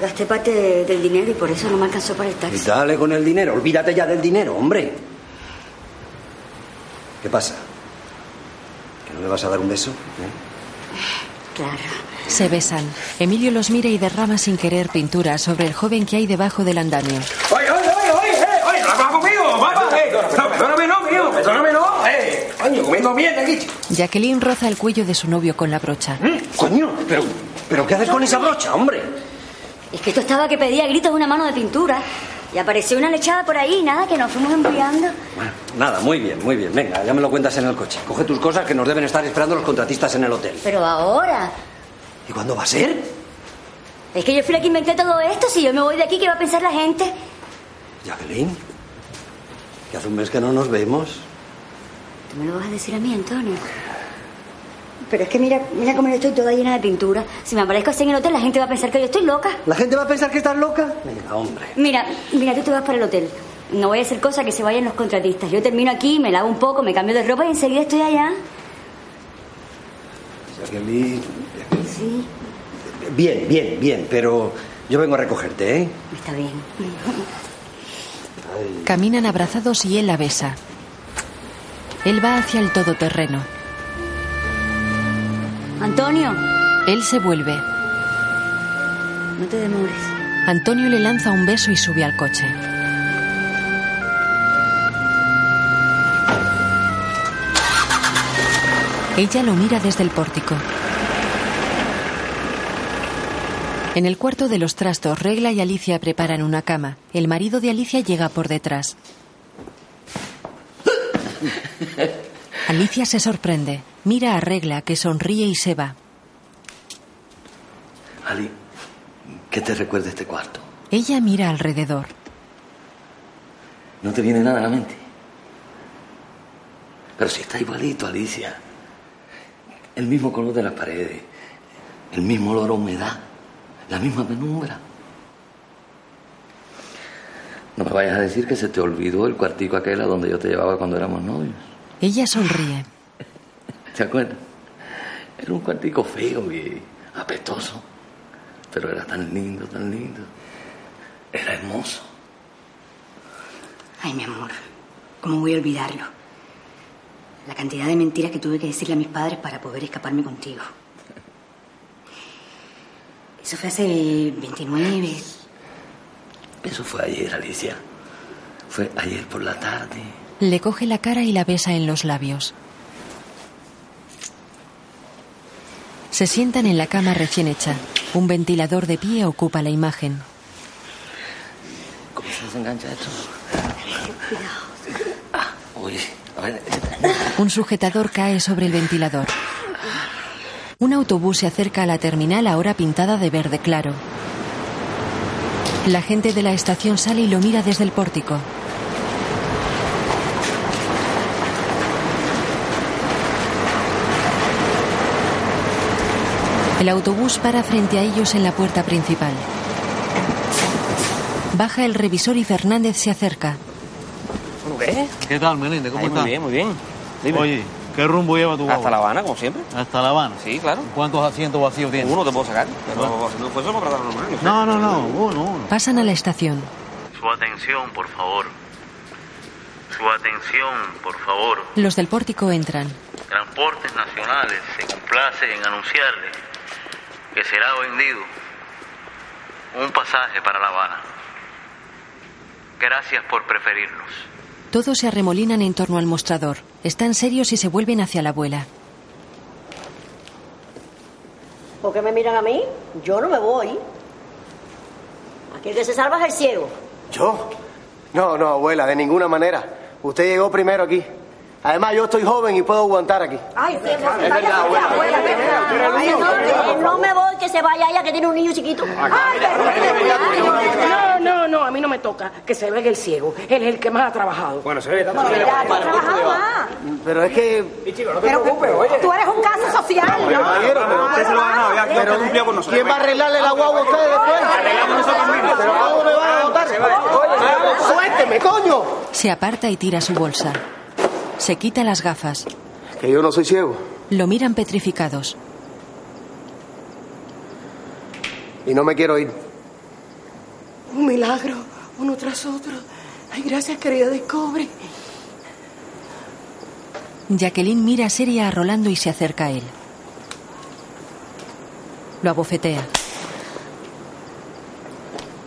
Speaker 5: Gasté parte de- del dinero y por eso no me alcanzó para el
Speaker 7: Y
Speaker 5: taxi.
Speaker 7: dale con el dinero, olvídate ya del dinero, hombre. ¿Qué pasa? ¿Que no le vas a dar un beso? eh?
Speaker 5: Claro.
Speaker 2: Se besan. Emilio los mira y derrama sin querer pintura sobre el joven que hay debajo del andamio.
Speaker 4: ¡Oye, oye, oye, oye! eh, ¡Oye, no hagas conmigo, papá! eh. No, perdóname, no, mío! ¡Perdóname, no! ¡Eh! ¡Coño, comiendo mierda aquí!
Speaker 2: Jacqueline roza el cuello de su novio con la brocha.
Speaker 7: Coño, pero, pero ¿qué haces con esa brocha, hombre?
Speaker 5: Es que esto estaba que pedía a gritos una mano de pintura. Y apareció una lechada por ahí, nada, que nos fuimos embriando.
Speaker 7: Nada, muy bien, muy bien. Venga, ya me lo cuentas en el coche. Coge tus cosas que nos deben estar esperando los contratistas en el hotel.
Speaker 5: Pero ahora,
Speaker 7: ¿Y cuándo va a ser?
Speaker 5: es que yo fui la que inventé todo esto. Si yo me voy de aquí, ¿qué va a pensar la gente?
Speaker 7: Jacqueline. Que hace un mes que no nos vemos.
Speaker 5: Tú me lo vas a decir a mí, Antonio. Pero es que mira, mira cómo yo estoy toda llena de pintura. Si me aparezco así en el hotel, la gente va a pensar que yo estoy loca.
Speaker 7: ¿La gente va a pensar que estás loca? Venga, hombre.
Speaker 5: Mira, mira, tú te vas para el hotel. No voy a hacer cosa que se vayan los contratistas. Yo termino aquí, me lavo un poco, me cambio de ropa y enseguida estoy allá.
Speaker 7: Jacqueline.
Speaker 5: Sí,
Speaker 7: Bien, bien, bien, pero yo vengo a recogerte, ¿eh?
Speaker 5: está bien.
Speaker 2: Caminan abrazados y él la besa. Él va hacia el todoterreno.
Speaker 5: Antonio.
Speaker 2: Él se vuelve.
Speaker 5: No te demores.
Speaker 2: Antonio le lanza un beso y sube al coche. Ella lo mira desde el pórtico. En el cuarto de los trastos, Regla y Alicia preparan una cama. El marido de Alicia llega por detrás. Alicia se sorprende. Mira a Regla, que sonríe y se va.
Speaker 3: Ali, ¿qué te recuerda este cuarto?
Speaker 2: Ella mira alrededor.
Speaker 3: ¿No te viene nada a la mente? Pero si está igualito, Alicia. El mismo color de las paredes, el mismo olor a humedad, la misma penumbra. No me vayas a decir que se te olvidó el cuartico aquel a donde yo te llevaba cuando éramos novios.
Speaker 2: Ella sonríe.
Speaker 3: ¿Te acuerdas? Era un cuartico feo y apestoso. Pero era tan lindo, tan lindo. Era hermoso.
Speaker 6: Ay, mi amor, ¿cómo voy a olvidarlo? La cantidad de mentiras que tuve que decirle a mis padres para poder escaparme contigo.
Speaker 5: Eso fue hace 29.
Speaker 3: Eso fue ayer, Alicia. Fue ayer por la tarde.
Speaker 2: Le coge la cara y la besa en los labios. Se sientan en la cama recién hecha. Un ventilador de pie ocupa la imagen.
Speaker 3: ¿Cómo se desengancha esto? Ah, uy, a ver.
Speaker 2: Un sujetador cae sobre el ventilador. Un autobús se acerca a la terminal ahora pintada de verde claro. La gente de la estación sale y lo mira desde el pórtico. El autobús para frente a ellos en la puerta principal. Baja el revisor y Fernández se acerca.
Speaker 33: ¿Qué? tal, Meléndez? ¿Cómo
Speaker 34: Ay,
Speaker 33: estás?
Speaker 34: Muy bien, muy bien.
Speaker 33: Oye, ¿qué rumbo lleva tu
Speaker 34: Hasta
Speaker 33: guagua?
Speaker 34: La Habana, como siempre.
Speaker 33: Hasta La Habana.
Speaker 34: Sí, claro.
Speaker 33: ¿Cuántos asientos vacíos tiene?
Speaker 34: Uno te puedo sacar, pero no fue solo para dar normal.
Speaker 33: No, no, no, uno, uno.
Speaker 2: Pasan a la estación.
Speaker 17: Su atención, por favor. Su atención, por favor.
Speaker 2: Los del pórtico entran.
Speaker 17: Transportes Nacionales se complace en anunciarle que será vendido un pasaje para La Habana. Gracias por preferirnos.
Speaker 2: Todos se arremolinan en torno al mostrador. Están serios y se vuelven hacia la abuela.
Speaker 18: ¿Por qué me miran a mí? Yo no me voy. Aquí el que se salva es el ciego.
Speaker 22: ¿Yo? No, no, abuela, de ninguna manera. Usted llegó primero aquí. Además, yo estoy joven y puedo aguantar aquí.
Speaker 18: Ay, sí, es verdad,
Speaker 22: abuela.
Speaker 18: abuela, es verdad. Ay, no, que no me voy, que se vaya ella, que tiene un niño chiquito. Ay,
Speaker 25: No, Ah, no, no, a mí no me toca. Que se vea el ciego. Él es el que más ha trabajado. Bueno, se ve
Speaker 18: Bueno, mira, tú has trabajado más.
Speaker 22: Pero es que...
Speaker 18: te Pero- preocupes, oye.
Speaker 6: Tú eres un caso social, ¿no?
Speaker 22: Oye, caballero, pero usted se lo ha ganado, ya, ya
Speaker 6: Pero-
Speaker 22: cumplió con nosotros. ¿Quién va a arreglarle la guagua a ustedes después?
Speaker 6: Arreglamos nosotros mismos.
Speaker 22: ¿Pero cómo me van a votar? ¡Suélteme, coño!
Speaker 2: Se aparta y tira su bolsa. Se quita las gafas.
Speaker 22: Que yo no soy ciego.
Speaker 2: Lo miran petrificados.
Speaker 22: Y no me quiero ir.
Speaker 25: Un milagro, uno tras otro. Ay, gracias, querida Descubre.
Speaker 2: Jacqueline mira seria a Rolando y se acerca a él. Lo abofetea.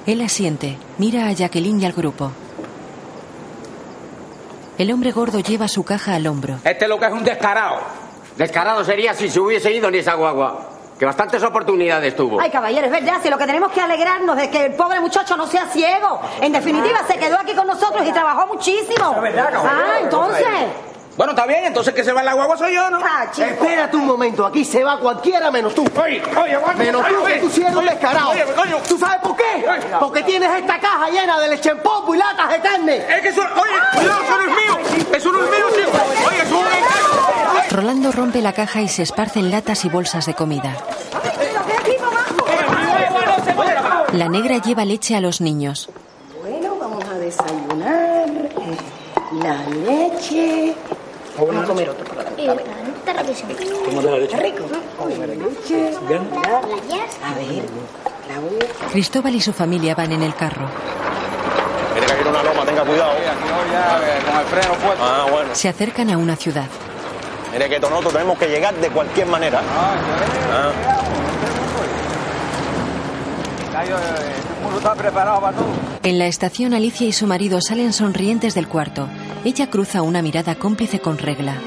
Speaker 2: Él asiente, mira a Jacqueline y al grupo. El hombre gordo lleva su caja al hombro.
Speaker 9: Este lo que es un descarado. Descarado sería si se hubiese ido ni esa guagua. Que bastantes oportunidades tuvo.
Speaker 6: Ay, caballero, es verdad, si lo que tenemos que alegrarnos es que el pobre muchacho no sea ciego. En definitiva, se quedó aquí con nosotros y trabajó muchísimo. Ah, entonces.
Speaker 35: Bueno, está bien, entonces que se va en la guagua soy yo, ¿no?
Speaker 22: Espérate un momento, aquí se va cualquiera menos tú. menos tú,
Speaker 35: oye,
Speaker 22: que tú sí eres un
Speaker 35: oye,
Speaker 22: descarado.
Speaker 35: oye, coño.
Speaker 22: ¿Tú sabes por qué? Porque tienes esta caja llena de leche en polvo y latas de carne. Es que eso, oye, eso no es mío, eso no es mío, Oye, eso
Speaker 2: Rolando rompe la caja y se esparcen latas y bolsas de comida. La negra lleva leche a los niños.
Speaker 25: Bueno, vamos a desayunar. eh, La leche. Vamos a comer otro para la mitad.
Speaker 36: ¿Cómo te la leche?
Speaker 25: Qué rico. Vamos a comer leche. Ya. A ver, la boca.
Speaker 2: Cristóbal y su familia van en el carro.
Speaker 7: Mire que viene una loma, tenga cuidado. con el freno puesto. Ah, bueno.
Speaker 2: Se acercan a una ciudad.
Speaker 7: Mire que nosotros tenemos que llegar de cualquier manera. Ah.
Speaker 4: eh, está preparado para todo.
Speaker 2: En la estación Alicia y su marido salen sonrientes del cuarto. Ella cruza una mirada cómplice con regla.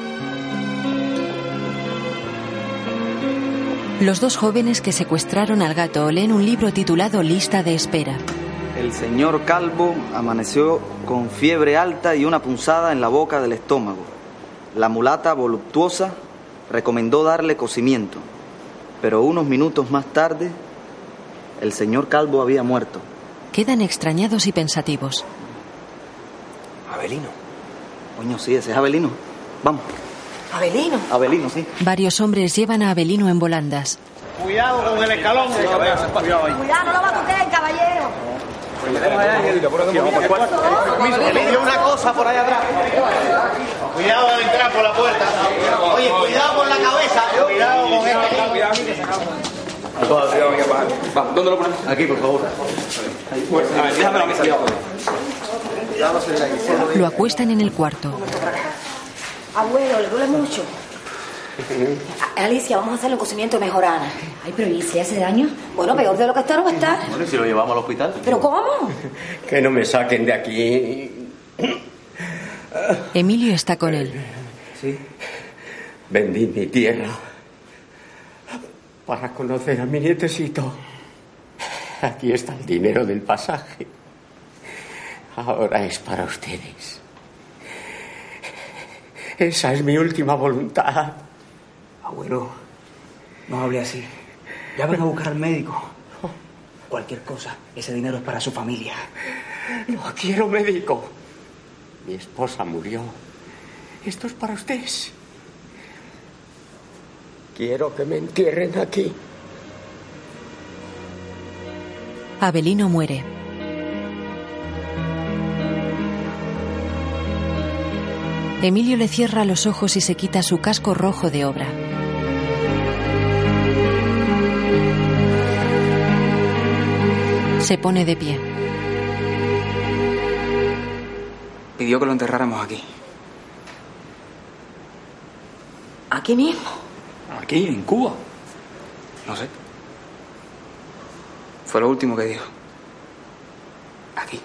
Speaker 2: Los dos jóvenes que secuestraron al gato leen un libro titulado Lista de espera.
Speaker 4: El señor Calvo amaneció con fiebre alta y una punzada en la boca del estómago. La mulata voluptuosa recomendó darle cocimiento, pero unos minutos más tarde el señor Calvo había muerto.
Speaker 2: Quedan extrañados y pensativos.
Speaker 4: Abelino. Coño, sí, ese es Abelino. Vamos.
Speaker 25: Abelino.
Speaker 4: Abelino, sí.
Speaker 2: Varios hombres llevan a Abelino en volandas.
Speaker 33: Cuidado con el escalón. Cuidado ahí.
Speaker 6: Cuidado, no lo batuteen, caballero.
Speaker 33: Mire una cosa por ahí atrás.
Speaker 37: Cuidado al entrar por la puerta. Oye, cuidado con la cabeza. Cuidado con este.
Speaker 38: Vamos, ¿dónde lo ponemos?
Speaker 22: Aquí, por favor.
Speaker 38: a ver, déjame la mesa.
Speaker 2: Lo acuestan en el cuarto.
Speaker 25: Abuelo, le duele mucho.
Speaker 6: Alicia, vamos a hacerle un cocimiento de mejorana. Ay, pero ¿y si hace daño? Bueno, peor de lo que está no va a estar.
Speaker 39: Bueno, ¿y si lo llevamos al hospital?
Speaker 6: ¿Pero cómo?
Speaker 9: Que no me saquen de aquí.
Speaker 2: Emilio está con él.
Speaker 9: Vendí mi tierra para conocer a mi nietecito. Aquí está el dinero del pasaje. Ahora es para ustedes. Esa es mi última voluntad.
Speaker 22: Abuelo, no hable así. Ah, Ya van a buscar al médico. Cualquier cosa, ese dinero es para su familia.
Speaker 9: No Ah, quiero médico. Mi esposa murió. Esto es para ustedes. Quiero que me entierren aquí.
Speaker 2: Abelino muere. Emilio le cierra los ojos y se quita su casco rojo de obra. Se pone de pie.
Speaker 4: Pidió que lo enterráramos aquí.
Speaker 6: ¿Aquí mismo?
Speaker 4: ¿Aquí, en Cuba? No sé. Fue lo último que dijo. Aquí.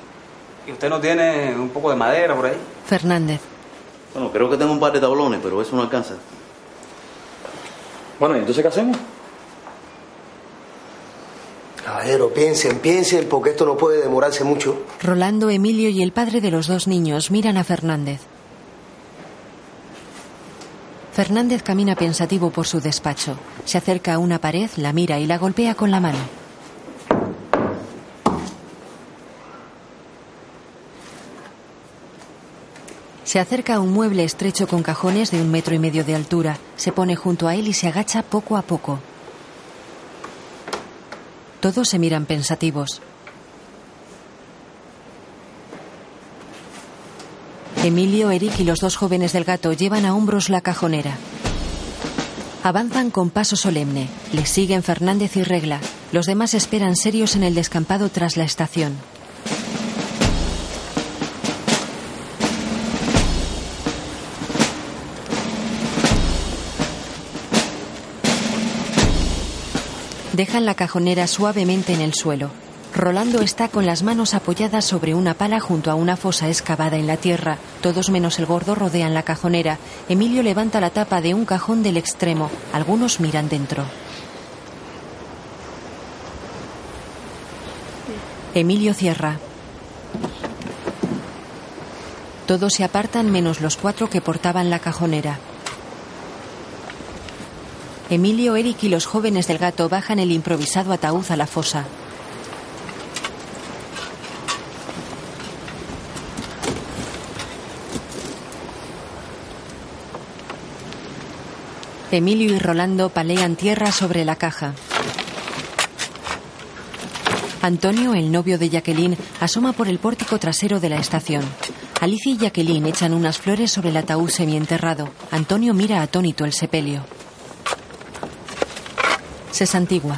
Speaker 4: ¿Y usted no tiene un poco de madera por ahí?
Speaker 2: Fernández.
Speaker 39: Bueno, creo que tengo un par de tablones, pero eso no alcanza.
Speaker 31: Bueno, ¿y entonces qué hacemos?
Speaker 13: Caballero, piensen, piensen, porque esto no puede demorarse mucho.
Speaker 2: Rolando, Emilio y el padre de los dos niños miran a Fernández. Fernández camina pensativo por su despacho. Se acerca a una pared, la mira y la golpea con la mano. Se acerca a un mueble estrecho con cajones de un metro y medio de altura. Se pone junto a él y se agacha poco a poco. Todos se miran pensativos. Emilio, Eric y los dos jóvenes del gato llevan a hombros la cajonera. Avanzan con paso solemne. Les siguen Fernández y Regla. Los demás esperan serios en el descampado tras la estación. Dejan la cajonera suavemente en el suelo. Rolando está con las manos apoyadas sobre una pala junto a una fosa excavada en la tierra. Todos menos el gordo rodean la cajonera. Emilio levanta la tapa de un cajón del extremo. Algunos miran dentro. Emilio cierra. Todos se apartan menos los cuatro que portaban la cajonera. Emilio, Eric y los jóvenes del gato bajan el improvisado ataúd a la fosa. Emilio y Rolando palean tierra sobre la caja. Antonio, el novio de Jacqueline, asoma por el pórtico trasero de la estación. Alicia y Jacqueline echan unas flores sobre el ataúd semienterrado. Antonio mira atónito el sepelio. Se santigua.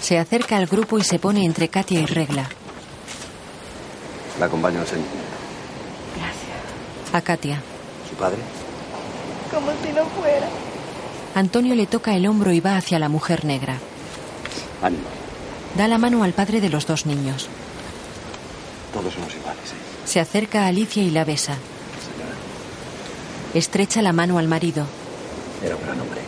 Speaker 2: Se acerca al grupo y se pone entre Katia y Regla.
Speaker 39: La acompaño al señor.
Speaker 2: A Katia.
Speaker 39: ¿Su padre?
Speaker 14: Como si no fuera.
Speaker 2: Antonio le toca el hombro y va hacia la mujer negra.
Speaker 39: Ánimo.
Speaker 2: Da la mano al padre de los dos niños.
Speaker 39: Todos somos iguales, ¿eh?
Speaker 2: Se acerca a Alicia y la besa. Estrecha la mano al marido.
Speaker 39: Era un gran hombre.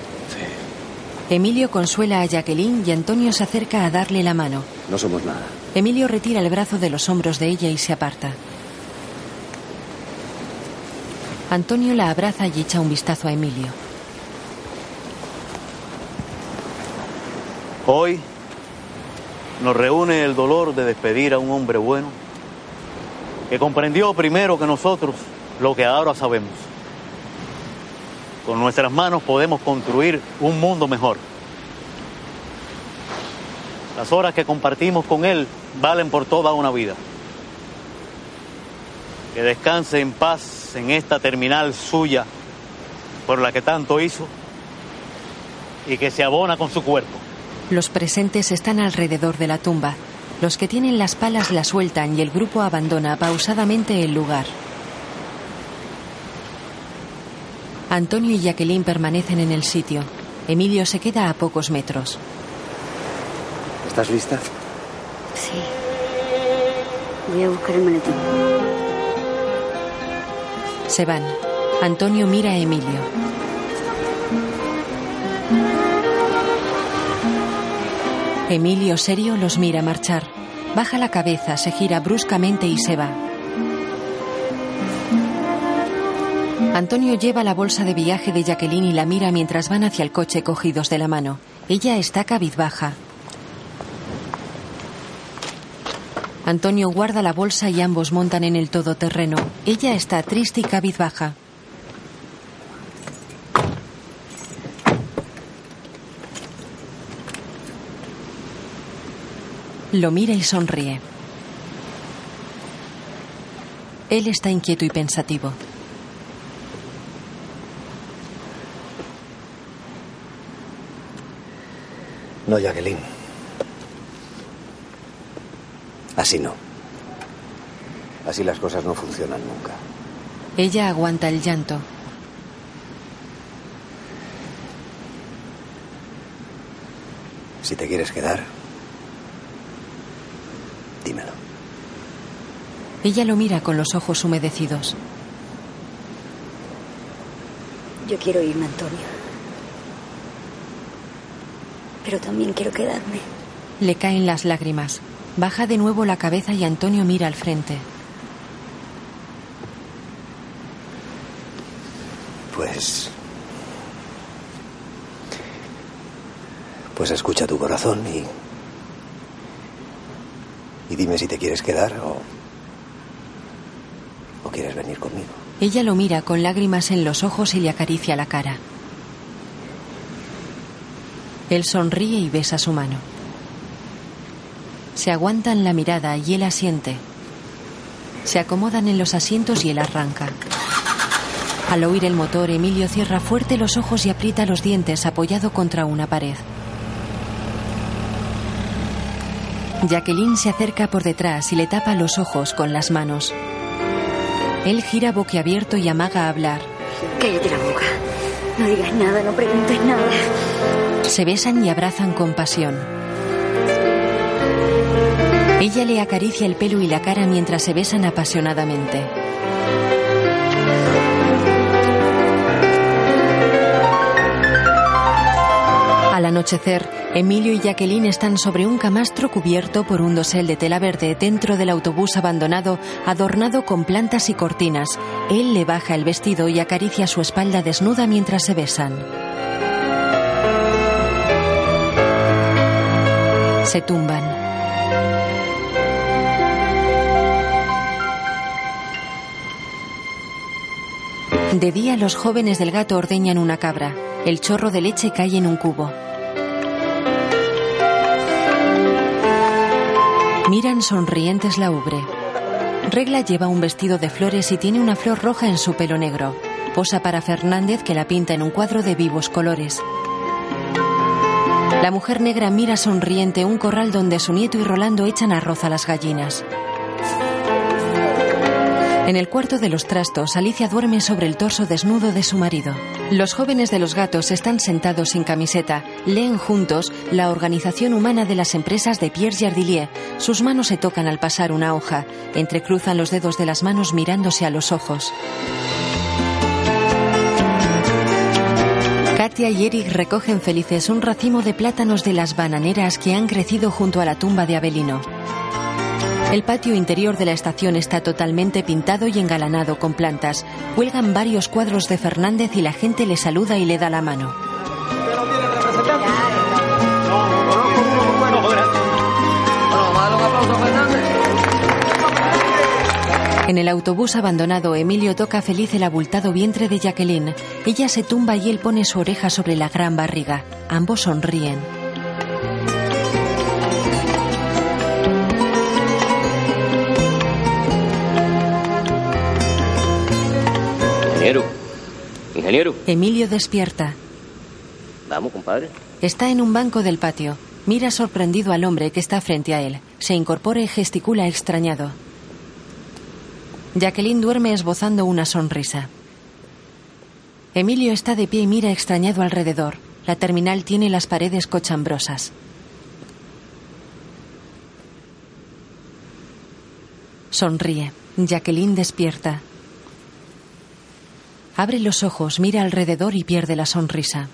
Speaker 2: Emilio consuela a Jacqueline y Antonio se acerca a darle la mano.
Speaker 39: No somos nada.
Speaker 2: Emilio retira el brazo de los hombros de ella y se aparta. Antonio la abraza y echa un vistazo a Emilio.
Speaker 17: Hoy nos reúne el dolor de despedir a un hombre bueno que comprendió primero que nosotros lo que ahora sabemos. Con nuestras manos podemos construir un mundo mejor. Las horas que compartimos con él valen por toda una vida. Que descanse en paz en esta terminal suya por la que tanto hizo y que se abona con su cuerpo.
Speaker 2: Los presentes están alrededor de la tumba. Los que tienen las palas la sueltan y el grupo abandona pausadamente el lugar. Antonio y Jacqueline permanecen en el sitio. Emilio se queda a pocos metros.
Speaker 11: ¿Estás lista?
Speaker 5: Sí. Voy a buscar el maletín.
Speaker 2: Se van. Antonio mira a Emilio. Emilio serio los mira marchar. Baja la cabeza, se gira bruscamente y se va. Antonio lleva la bolsa de viaje de Jacqueline y la mira mientras van hacia el coche cogidos de la mano. Ella está cabizbaja. Antonio guarda la bolsa y ambos montan en el todoterreno. Ella está triste y cabizbaja. Lo mira y sonríe. Él está inquieto y pensativo.
Speaker 11: No, Jacqueline. Así no. Así las cosas no funcionan nunca.
Speaker 2: Ella aguanta el llanto.
Speaker 11: Si te quieres quedar, dímelo.
Speaker 2: Ella lo mira con los ojos humedecidos.
Speaker 5: Yo quiero irme, Antonio. Pero también quiero quedarme.
Speaker 2: Le caen las lágrimas. Baja de nuevo la cabeza y Antonio mira al frente.
Speaker 11: Pues... Pues escucha tu corazón y... Y dime si te quieres quedar o... O quieres venir conmigo.
Speaker 2: Ella lo mira con lágrimas en los ojos y le acaricia la cara. Él sonríe y besa su mano. Se aguantan la mirada y él asiente. Se acomodan en los asientos y él arranca. Al oír el motor, Emilio cierra fuerte los ojos y aprieta los dientes apoyado contra una pared. Jacqueline se acerca por detrás y le tapa los ojos con las manos. Él gira boquiabierto y amaga a hablar.
Speaker 5: Cállate la boca. No digas nada, no preguntes nada.
Speaker 2: Se besan y abrazan con pasión. Ella le acaricia el pelo y la cara mientras se besan apasionadamente. Al anochecer, Emilio y Jacqueline están sobre un camastro cubierto por un dosel de tela verde dentro del autobús abandonado, adornado con plantas y cortinas. Él le baja el vestido y acaricia su espalda desnuda mientras se besan. Se tumban. De día los jóvenes del gato ordeñan una cabra. El chorro de leche cae en un cubo. Miran sonrientes la ubre. Regla lleva un vestido de flores y tiene una flor roja en su pelo negro. Posa para Fernández que la pinta en un cuadro de vivos colores. La mujer negra mira sonriente un corral donde su nieto y Rolando echan arroz a las gallinas. En el cuarto de los trastos, Alicia duerme sobre el torso desnudo de su marido. Los jóvenes de los gatos están sentados sin camiseta. Leen juntos la Organización Humana de las Empresas de Pierre Jardilier. Sus manos se tocan al pasar una hoja. Entrecruzan los dedos de las manos mirándose a los ojos. Katia y Eric recogen felices un racimo de plátanos de las bananeras que han crecido junto a la tumba de Abelino. El patio interior de la estación está totalmente pintado y engalanado con plantas. Huelgan varios cuadros de Fernández y la gente le saluda y le da la mano. En el autobús abandonado, Emilio toca feliz el abultado vientre de Jacqueline. Ella se tumba y él pone su oreja sobre la gran barriga. Ambos sonríen.
Speaker 3: Ingeniero. Ingeniero.
Speaker 2: Emilio despierta.
Speaker 3: Vamos, compadre.
Speaker 2: Está en un banco del patio. Mira sorprendido al hombre que está frente a él. Se incorpora y gesticula extrañado. Jacqueline duerme esbozando una sonrisa. Emilio está de pie y mira extrañado alrededor. La terminal tiene las paredes cochambrosas. Sonríe. Jacqueline despierta. Abre los ojos, mira alrededor y pierde la sonrisa.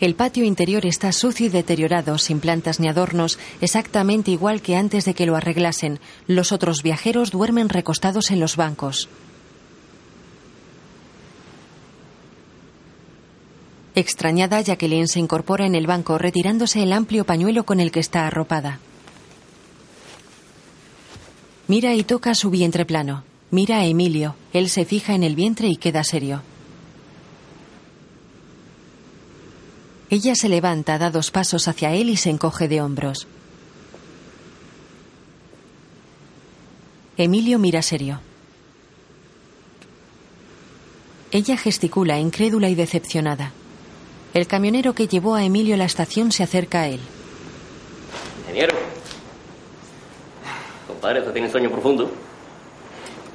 Speaker 2: El patio interior está sucio y deteriorado, sin plantas ni adornos, exactamente igual que antes de que lo arreglasen. Los otros viajeros duermen recostados en los bancos. Extrañada, Jacqueline se incorpora en el banco, retirándose el amplio pañuelo con el que está arropada. Mira y toca su vientre plano. Mira a Emilio. Él se fija en el vientre y queda serio. Ella se levanta, da dos pasos hacia él y se encoge de hombros. Emilio mira serio. Ella gesticula, incrédula y decepcionada. El camionero que llevó a Emilio a la estación se acerca a él.
Speaker 7: Ingeniero. Compadre,
Speaker 9: pues.
Speaker 7: usted tiene sueño profundo.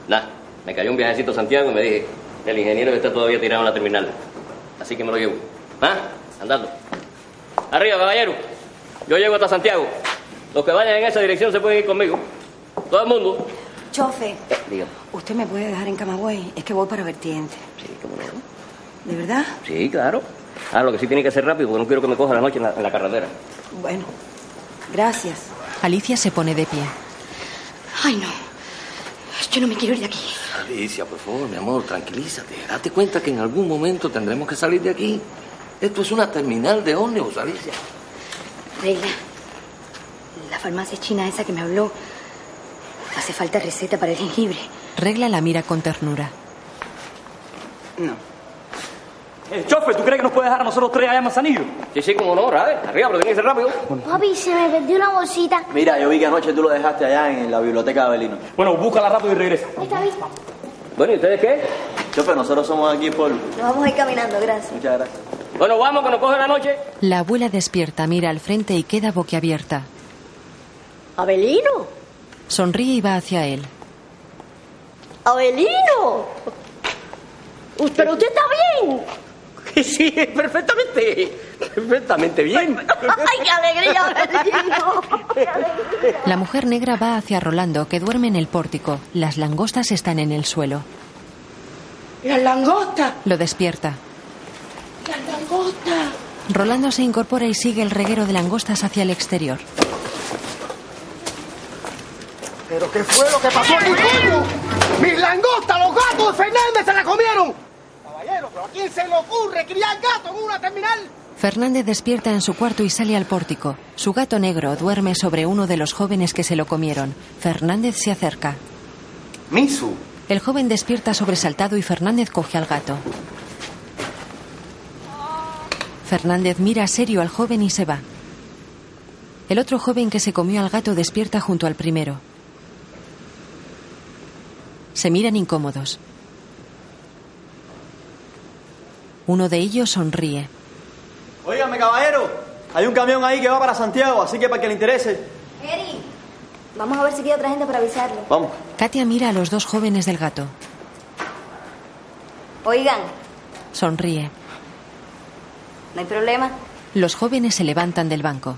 Speaker 7: Nah, me cayó un viajecito a Santiago y me dije, el ingeniero está todavía tirado en la terminal. Así que me lo llevo. ¿Ah? Andando. Arriba, caballero. Yo llego hasta Santiago. Los que vayan en esa dirección se pueden ir conmigo. Todo el mundo.
Speaker 6: Chofe,
Speaker 7: Diga.
Speaker 6: ¿usted me puede dejar en Camagüey? Es que voy para vertiente.
Speaker 7: Sí, cómo no.
Speaker 6: ¿De verdad?
Speaker 7: Sí, claro. Ah, lo que sí tiene que ser rápido porque no quiero que me coja la noche en la, en la carretera.
Speaker 6: Bueno, gracias.
Speaker 2: Alicia se pone de pie.
Speaker 18: Ay, no. Yo no me quiero ir de aquí.
Speaker 7: Alicia, por favor, mi amor, tranquilízate. Date cuenta que en algún momento tendremos que salir de aquí. Esto es una terminal de ómnibus, Alicia.
Speaker 18: Reina, la farmacia china esa que me habló.
Speaker 5: Hace falta receta para el jengibre.
Speaker 2: Regla la mira con ternura.
Speaker 40: Eh, chofer, ¿tú crees que nos puede dejar a nosotros tres allá en Manzanillo?
Speaker 7: Sí, sí, como no, Rabe. Arriba, pero tiene que ser rápido.
Speaker 41: Papi, se me perdió una bolsita.
Speaker 4: Mira, yo vi que anoche tú lo dejaste allá en la biblioteca de Abelino.
Speaker 40: Bueno, búscala rápido y regresa.
Speaker 41: Está bien.
Speaker 7: Bueno, ¿y ustedes qué?
Speaker 4: Chofer, nosotros somos aquí por...
Speaker 5: Nos vamos a ir caminando, gracias.
Speaker 4: Muchas gracias.
Speaker 7: Bueno, vamos, que nos coge la noche.
Speaker 2: La abuela despierta, mira al frente y queda boquiabierta.
Speaker 18: ¿Abelino?
Speaker 2: Sonríe y va hacia él.
Speaker 18: ¡Abelino! Uy, Pero usted está bien.
Speaker 7: Sí, perfectamente. Perfectamente bien.
Speaker 18: ¡Ay, qué alegría, Abelino!
Speaker 2: La mujer negra va hacia Rolando, que duerme en el pórtico. Las langostas están en el suelo.
Speaker 18: ¡Las langostas!
Speaker 2: Lo despierta.
Speaker 18: ¡Las langostas!
Speaker 2: Rolando se incorpora y sigue el reguero de langostas hacia el exterior.
Speaker 42: ¿Pero qué fue lo que pasó aquí, coño? ¡Mis langostas, los gatos de Fernández se la comieron!
Speaker 43: Caballero, ¿pero a quién se le ocurre criar gatos en una terminal?
Speaker 2: Fernández despierta en su cuarto y sale al pórtico. Su gato negro duerme sobre uno de los jóvenes que se lo comieron. Fernández se acerca.
Speaker 44: Misu.
Speaker 2: El joven despierta sobresaltado y Fernández coge al gato. Fernández mira serio al joven y se va. El otro joven que se comió al gato despierta junto al primero. Se miran incómodos. Uno de ellos sonríe.
Speaker 4: Óigame, caballero. Hay un camión ahí que va para Santiago, así que para que le interese.
Speaker 5: Eri, vamos a ver si queda otra gente para avisarlo.
Speaker 4: Vamos.
Speaker 2: Katia mira a los dos jóvenes del gato.
Speaker 5: Oigan,
Speaker 2: Sonríe.
Speaker 5: no hay problema.
Speaker 2: Los jóvenes se levantan del banco.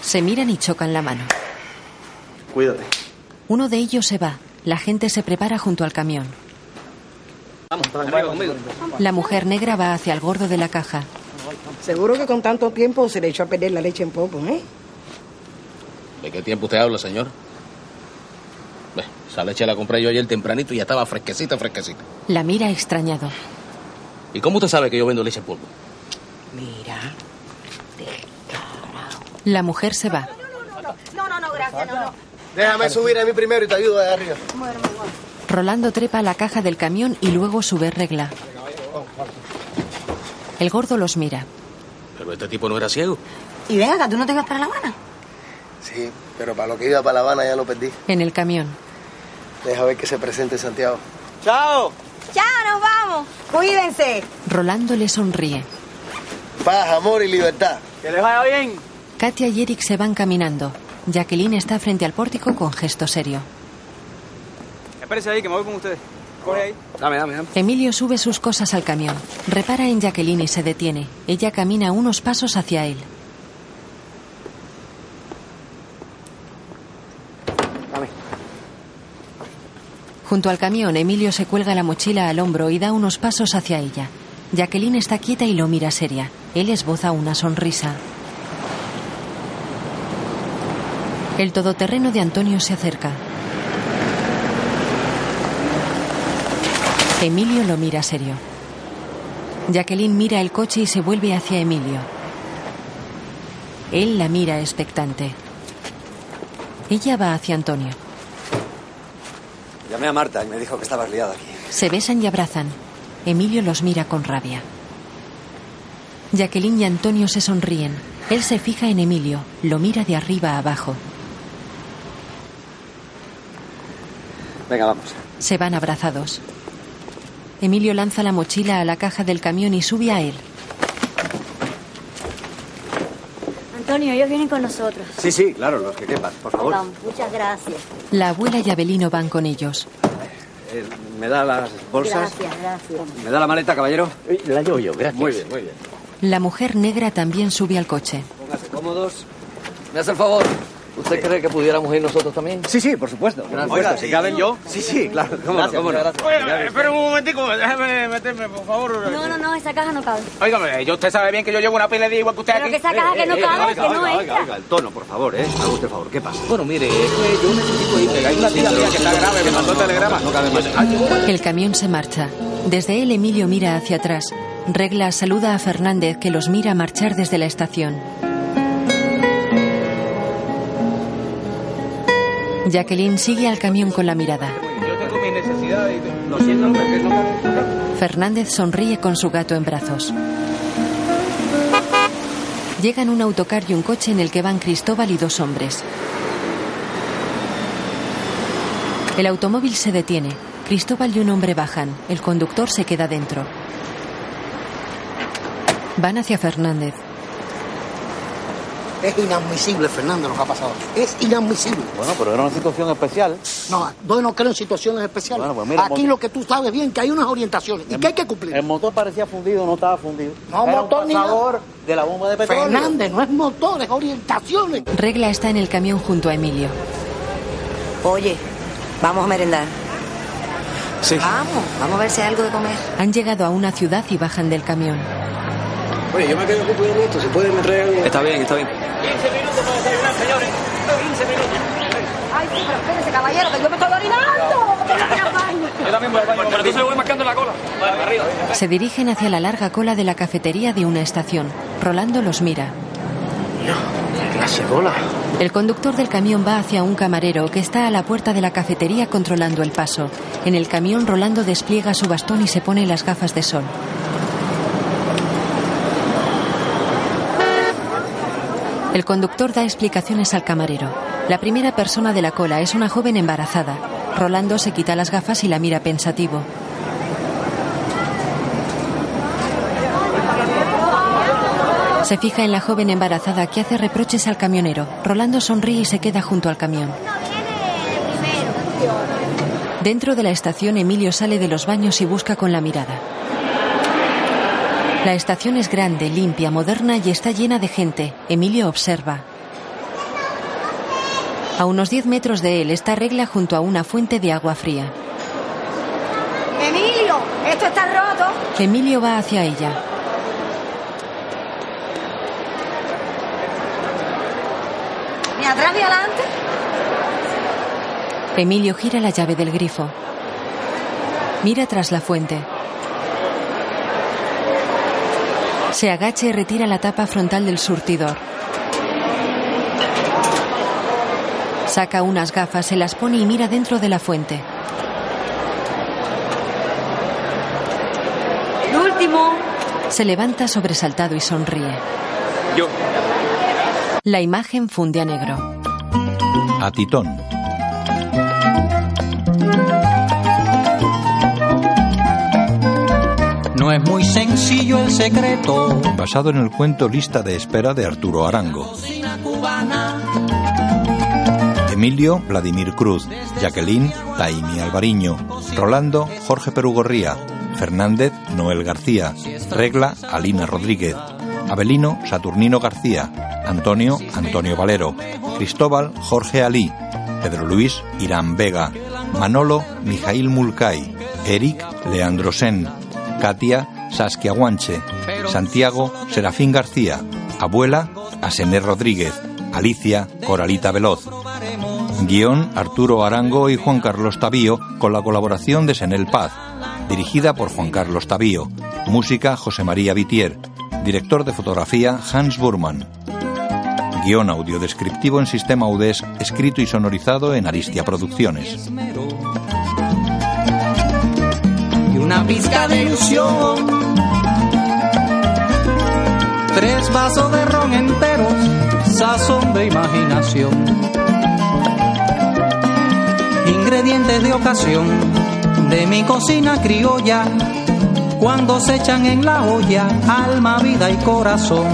Speaker 2: Se miran y chocan la mano.
Speaker 4: Cuídate.
Speaker 2: Uno de ellos se va. La gente se prepara junto al camión.
Speaker 7: Vamos, arriba conmigo.
Speaker 2: La mujer negra va hacia el gordo de la caja.
Speaker 25: Seguro que con tanto tiempo se le echó a perder la leche en popo, ¿eh?
Speaker 45: ¿De qué tiempo usted habla, señor? Ve, esa leche la compré yo ayer tempranito y ya estaba fresquecita, fresquecita.
Speaker 2: La mira extrañado.
Speaker 45: ¿Y cómo usted sabe que yo vendo leche en polvo?
Speaker 25: Mira.
Speaker 2: La mujer se va.
Speaker 6: No, no, no, gracias, no, no.
Speaker 22: Déjame subir a mí primero y te ayudo de arriba.
Speaker 2: Rolando trepa a la caja del camión y luego sube regla. El gordo los mira.
Speaker 45: Pero este tipo no era ciego.
Speaker 6: Y ven acá, ¿tú no te ibas para La Habana?
Speaker 22: Sí, pero para lo que iba para La Habana ya lo perdí.
Speaker 2: En el camión.
Speaker 22: Deja ver que se presente Santiago.
Speaker 4: ¡Chao!
Speaker 6: ¡Chao, nos vamos! ¡Cuídense!
Speaker 2: Rolando le sonríe.
Speaker 22: Paz, amor y libertad.
Speaker 4: Que les vaya bien.
Speaker 2: Katia y Eric se van caminando. Jacqueline está frente al pórtico con gesto serio.
Speaker 4: Espérese ahí, que me voy con ustedes. Coge ahí. Dame, dame, dame.
Speaker 2: Emilio sube sus cosas al camión, repara en Jacqueline y se detiene. Ella camina unos pasos hacia él. Junto al camión, Emilio se cuelga la mochila al hombro y da unos pasos hacia ella. Jacqueline está quieta y lo mira seria. Él esboza una sonrisa. El todoterreno de Antonio se acerca. Emilio lo mira serio. Jacqueline mira el coche y se vuelve hacia Emilio. Él la mira expectante. Ella va hacia Antonio.
Speaker 11: Llamé a Marta y me dijo que estabas liada aquí.
Speaker 2: Se besan y abrazan. Emilio los mira con rabia. Jacqueline y Antonio se sonríen. Él se fija en Emilio, lo mira de arriba a abajo.
Speaker 31: Venga, vamos.
Speaker 2: Se van abrazados. Emilio lanza la mochila a la caja del camión y sube a él.
Speaker 5: Antonio, ellos vienen con nosotros.
Speaker 11: Sí, sí, claro, los que quepan, por favor.
Speaker 18: Ah,
Speaker 5: Vamos, muchas gracias.
Speaker 2: La abuela y Abelino van con ellos.
Speaker 11: Eh, ¿Me da las bolsas?
Speaker 5: Gracias, gracias.
Speaker 11: ¿Me da la maleta, caballero? La llevo yo, gracias. Muy bien, muy bien.
Speaker 2: La mujer negra también sube al coche.
Speaker 10: Póngase cómodos. ¿Me hace el favor? ¿Usted cree que pudiéramos ir nosotros también?
Speaker 11: Sí, sí, por supuesto.
Speaker 10: Oiga,
Speaker 11: si
Speaker 10: sí.
Speaker 11: caben yo. Sí, sí, claro. ¿Cómo
Speaker 10: Gracias,
Speaker 11: no? ¿Cómo no?
Speaker 10: muchas gracias.
Speaker 11: Ya
Speaker 12: Oye,
Speaker 11: ves.
Speaker 12: espera un momentico, déjame meterme, por favor.
Speaker 5: No, no, no, esa caja no cabe.
Speaker 12: Óigame, yo usted sabe bien que yo llevo una pila de igual que usted
Speaker 5: Pero
Speaker 12: aquí.
Speaker 5: que esa caja que no cabe, que no entra.
Speaker 11: Oiga, el tono, por favor, ¿eh? Haga usted el favor, ¿qué pasa?
Speaker 12: Bueno, mire, eh, es que yo necesito ir. que Hay una tía mía que está grave, me mandó el telegrama. No cabe más.
Speaker 2: El camión se marcha. Desde él Emilio mira hacia atrás. Regla saluda a Fernández que los mira marchar desde la estación. Jacqueline sigue al camión con la mirada.
Speaker 12: Yo tengo mis necesidades y lo siento, pero que no.
Speaker 2: Fernández sonríe con su gato en brazos. Llegan un autocar y un coche en el que van Cristóbal y dos hombres. El automóvil se detiene. Cristóbal y un hombre bajan. El conductor se queda dentro. Van hacia Fernández.
Speaker 20: Es inadmisible, Fernando, lo que ha pasado. Es inadmisible.
Speaker 17: Bueno, pero era una situación especial.
Speaker 20: No, yo no creo en situaciones especiales.
Speaker 17: Bueno, pues mira,
Speaker 20: Aquí
Speaker 17: motor-
Speaker 20: lo que tú sabes bien, que hay unas orientaciones y que hay que cumplir.
Speaker 17: El motor parecía fundido, no estaba fundido.
Speaker 20: No,
Speaker 17: Era
Speaker 20: motor
Speaker 17: un
Speaker 20: ni nada.
Speaker 17: pasador de la bomba de petróleo.
Speaker 20: Fernández, no es motores, orientaciones.
Speaker 2: Regla está en el camión junto a Emilio.
Speaker 6: Oye, vamos a merendar.
Speaker 2: Sí.
Speaker 6: Vamos, vamos a ver si hay algo de comer.
Speaker 2: Han llegado a una ciudad y bajan del camión.
Speaker 11: Oye, yo me quedo ocupado de esto. Si pueden, me traen algo.
Speaker 4: Está bien, está bien.
Speaker 7: 15 minutos para desayunar, señores. 15 minutos.
Speaker 6: Ay, sí, pero espérese, caballero, que yo me estoy orinando. Que no tenga baño.
Speaker 7: Yo también voy al baño. Pero tú se lo voy marcando la cola. Para arriba.
Speaker 2: Se dirigen hacia la larga cola de la cafetería de una estación. Rolando los mira.
Speaker 20: Clase bola.
Speaker 2: El conductor del camión va hacia un camarero que está a la puerta de la cafetería controlando el paso. En el camión, Rolando despliega su bastón y se pone las gafas de sol. El conductor da explicaciones al camarero. La primera persona de la cola es una joven embarazada. Rolando se quita las gafas y la mira pensativo. Se fija en la joven embarazada que hace reproches al camionero. Rolando sonríe y se queda junto al camión. Dentro de la estación, Emilio sale de los baños y busca con la mirada. La estación es grande, limpia, moderna y está llena de gente. Emilio observa. A unos 10 metros de él está Regla junto a una fuente de agua fría.
Speaker 6: Emilio, esto está roto.
Speaker 2: Emilio va hacia ella.
Speaker 6: Ni atrás ni adelante.
Speaker 2: Emilio gira la llave del grifo. Mira tras la fuente. Se agacha y retira la tapa frontal del surtidor. Saca unas gafas, se las pone y mira dentro de la fuente.
Speaker 6: El último.
Speaker 2: Se levanta sobresaltado y sonríe.
Speaker 4: Yo.
Speaker 2: La imagen funde a negro.
Speaker 18: A Titón.
Speaker 1: No es muy sencillo el secreto.
Speaker 18: Basado en el cuento Lista de Espera de Arturo Arango.
Speaker 1: Cubana.
Speaker 18: En
Speaker 1: Emilio Vladimir Cruz, Jacqueline Taimi Alvariño, Rolando Jorge Perugorría, Fernández Noel García, Regla Alina Rodríguez, Abelino Saturnino García, Antonio Antonio Valero, Cristóbal Jorge Alí, Pedro Luis Irán Vega, Manolo Mijail Mulcay, Eric Leandro Sen, Katia Saskia Guanche, Santiago Serafín García, Abuela Asené Rodríguez, Alicia Coralita Veloz. Guión Arturo Arango y Juan Carlos Tavío con la colaboración de Senel Paz. Dirigida por Juan Carlos Tavío. Música José María Vitier. Director de fotografía Hans Burman. Guión audiodescriptivo en sistema UDESC, escrito y sonorizado en Aristia Producciones.
Speaker 19: y una pizca de ilusión. Tres vasos de ron enteros, sazón de imaginación. Ingredientes de ocasión de mi cocina criolla, cuando se echan en la olla alma, vida y corazón.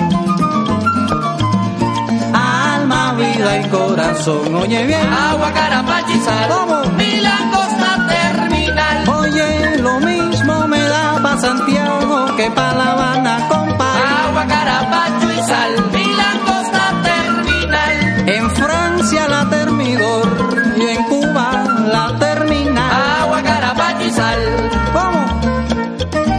Speaker 19: Alma, vida y corazón, oye bien. Agua, carapacha y sal. Mi langosta terminal. Oye, lo mismo me da pa' Santiago que pa' La Habana, compadre. Agua, carapacho y sal. Mi langosta terminal. En Francia la termidor y en Cuba la terminal. Agua, carapacho y sal. Vamos.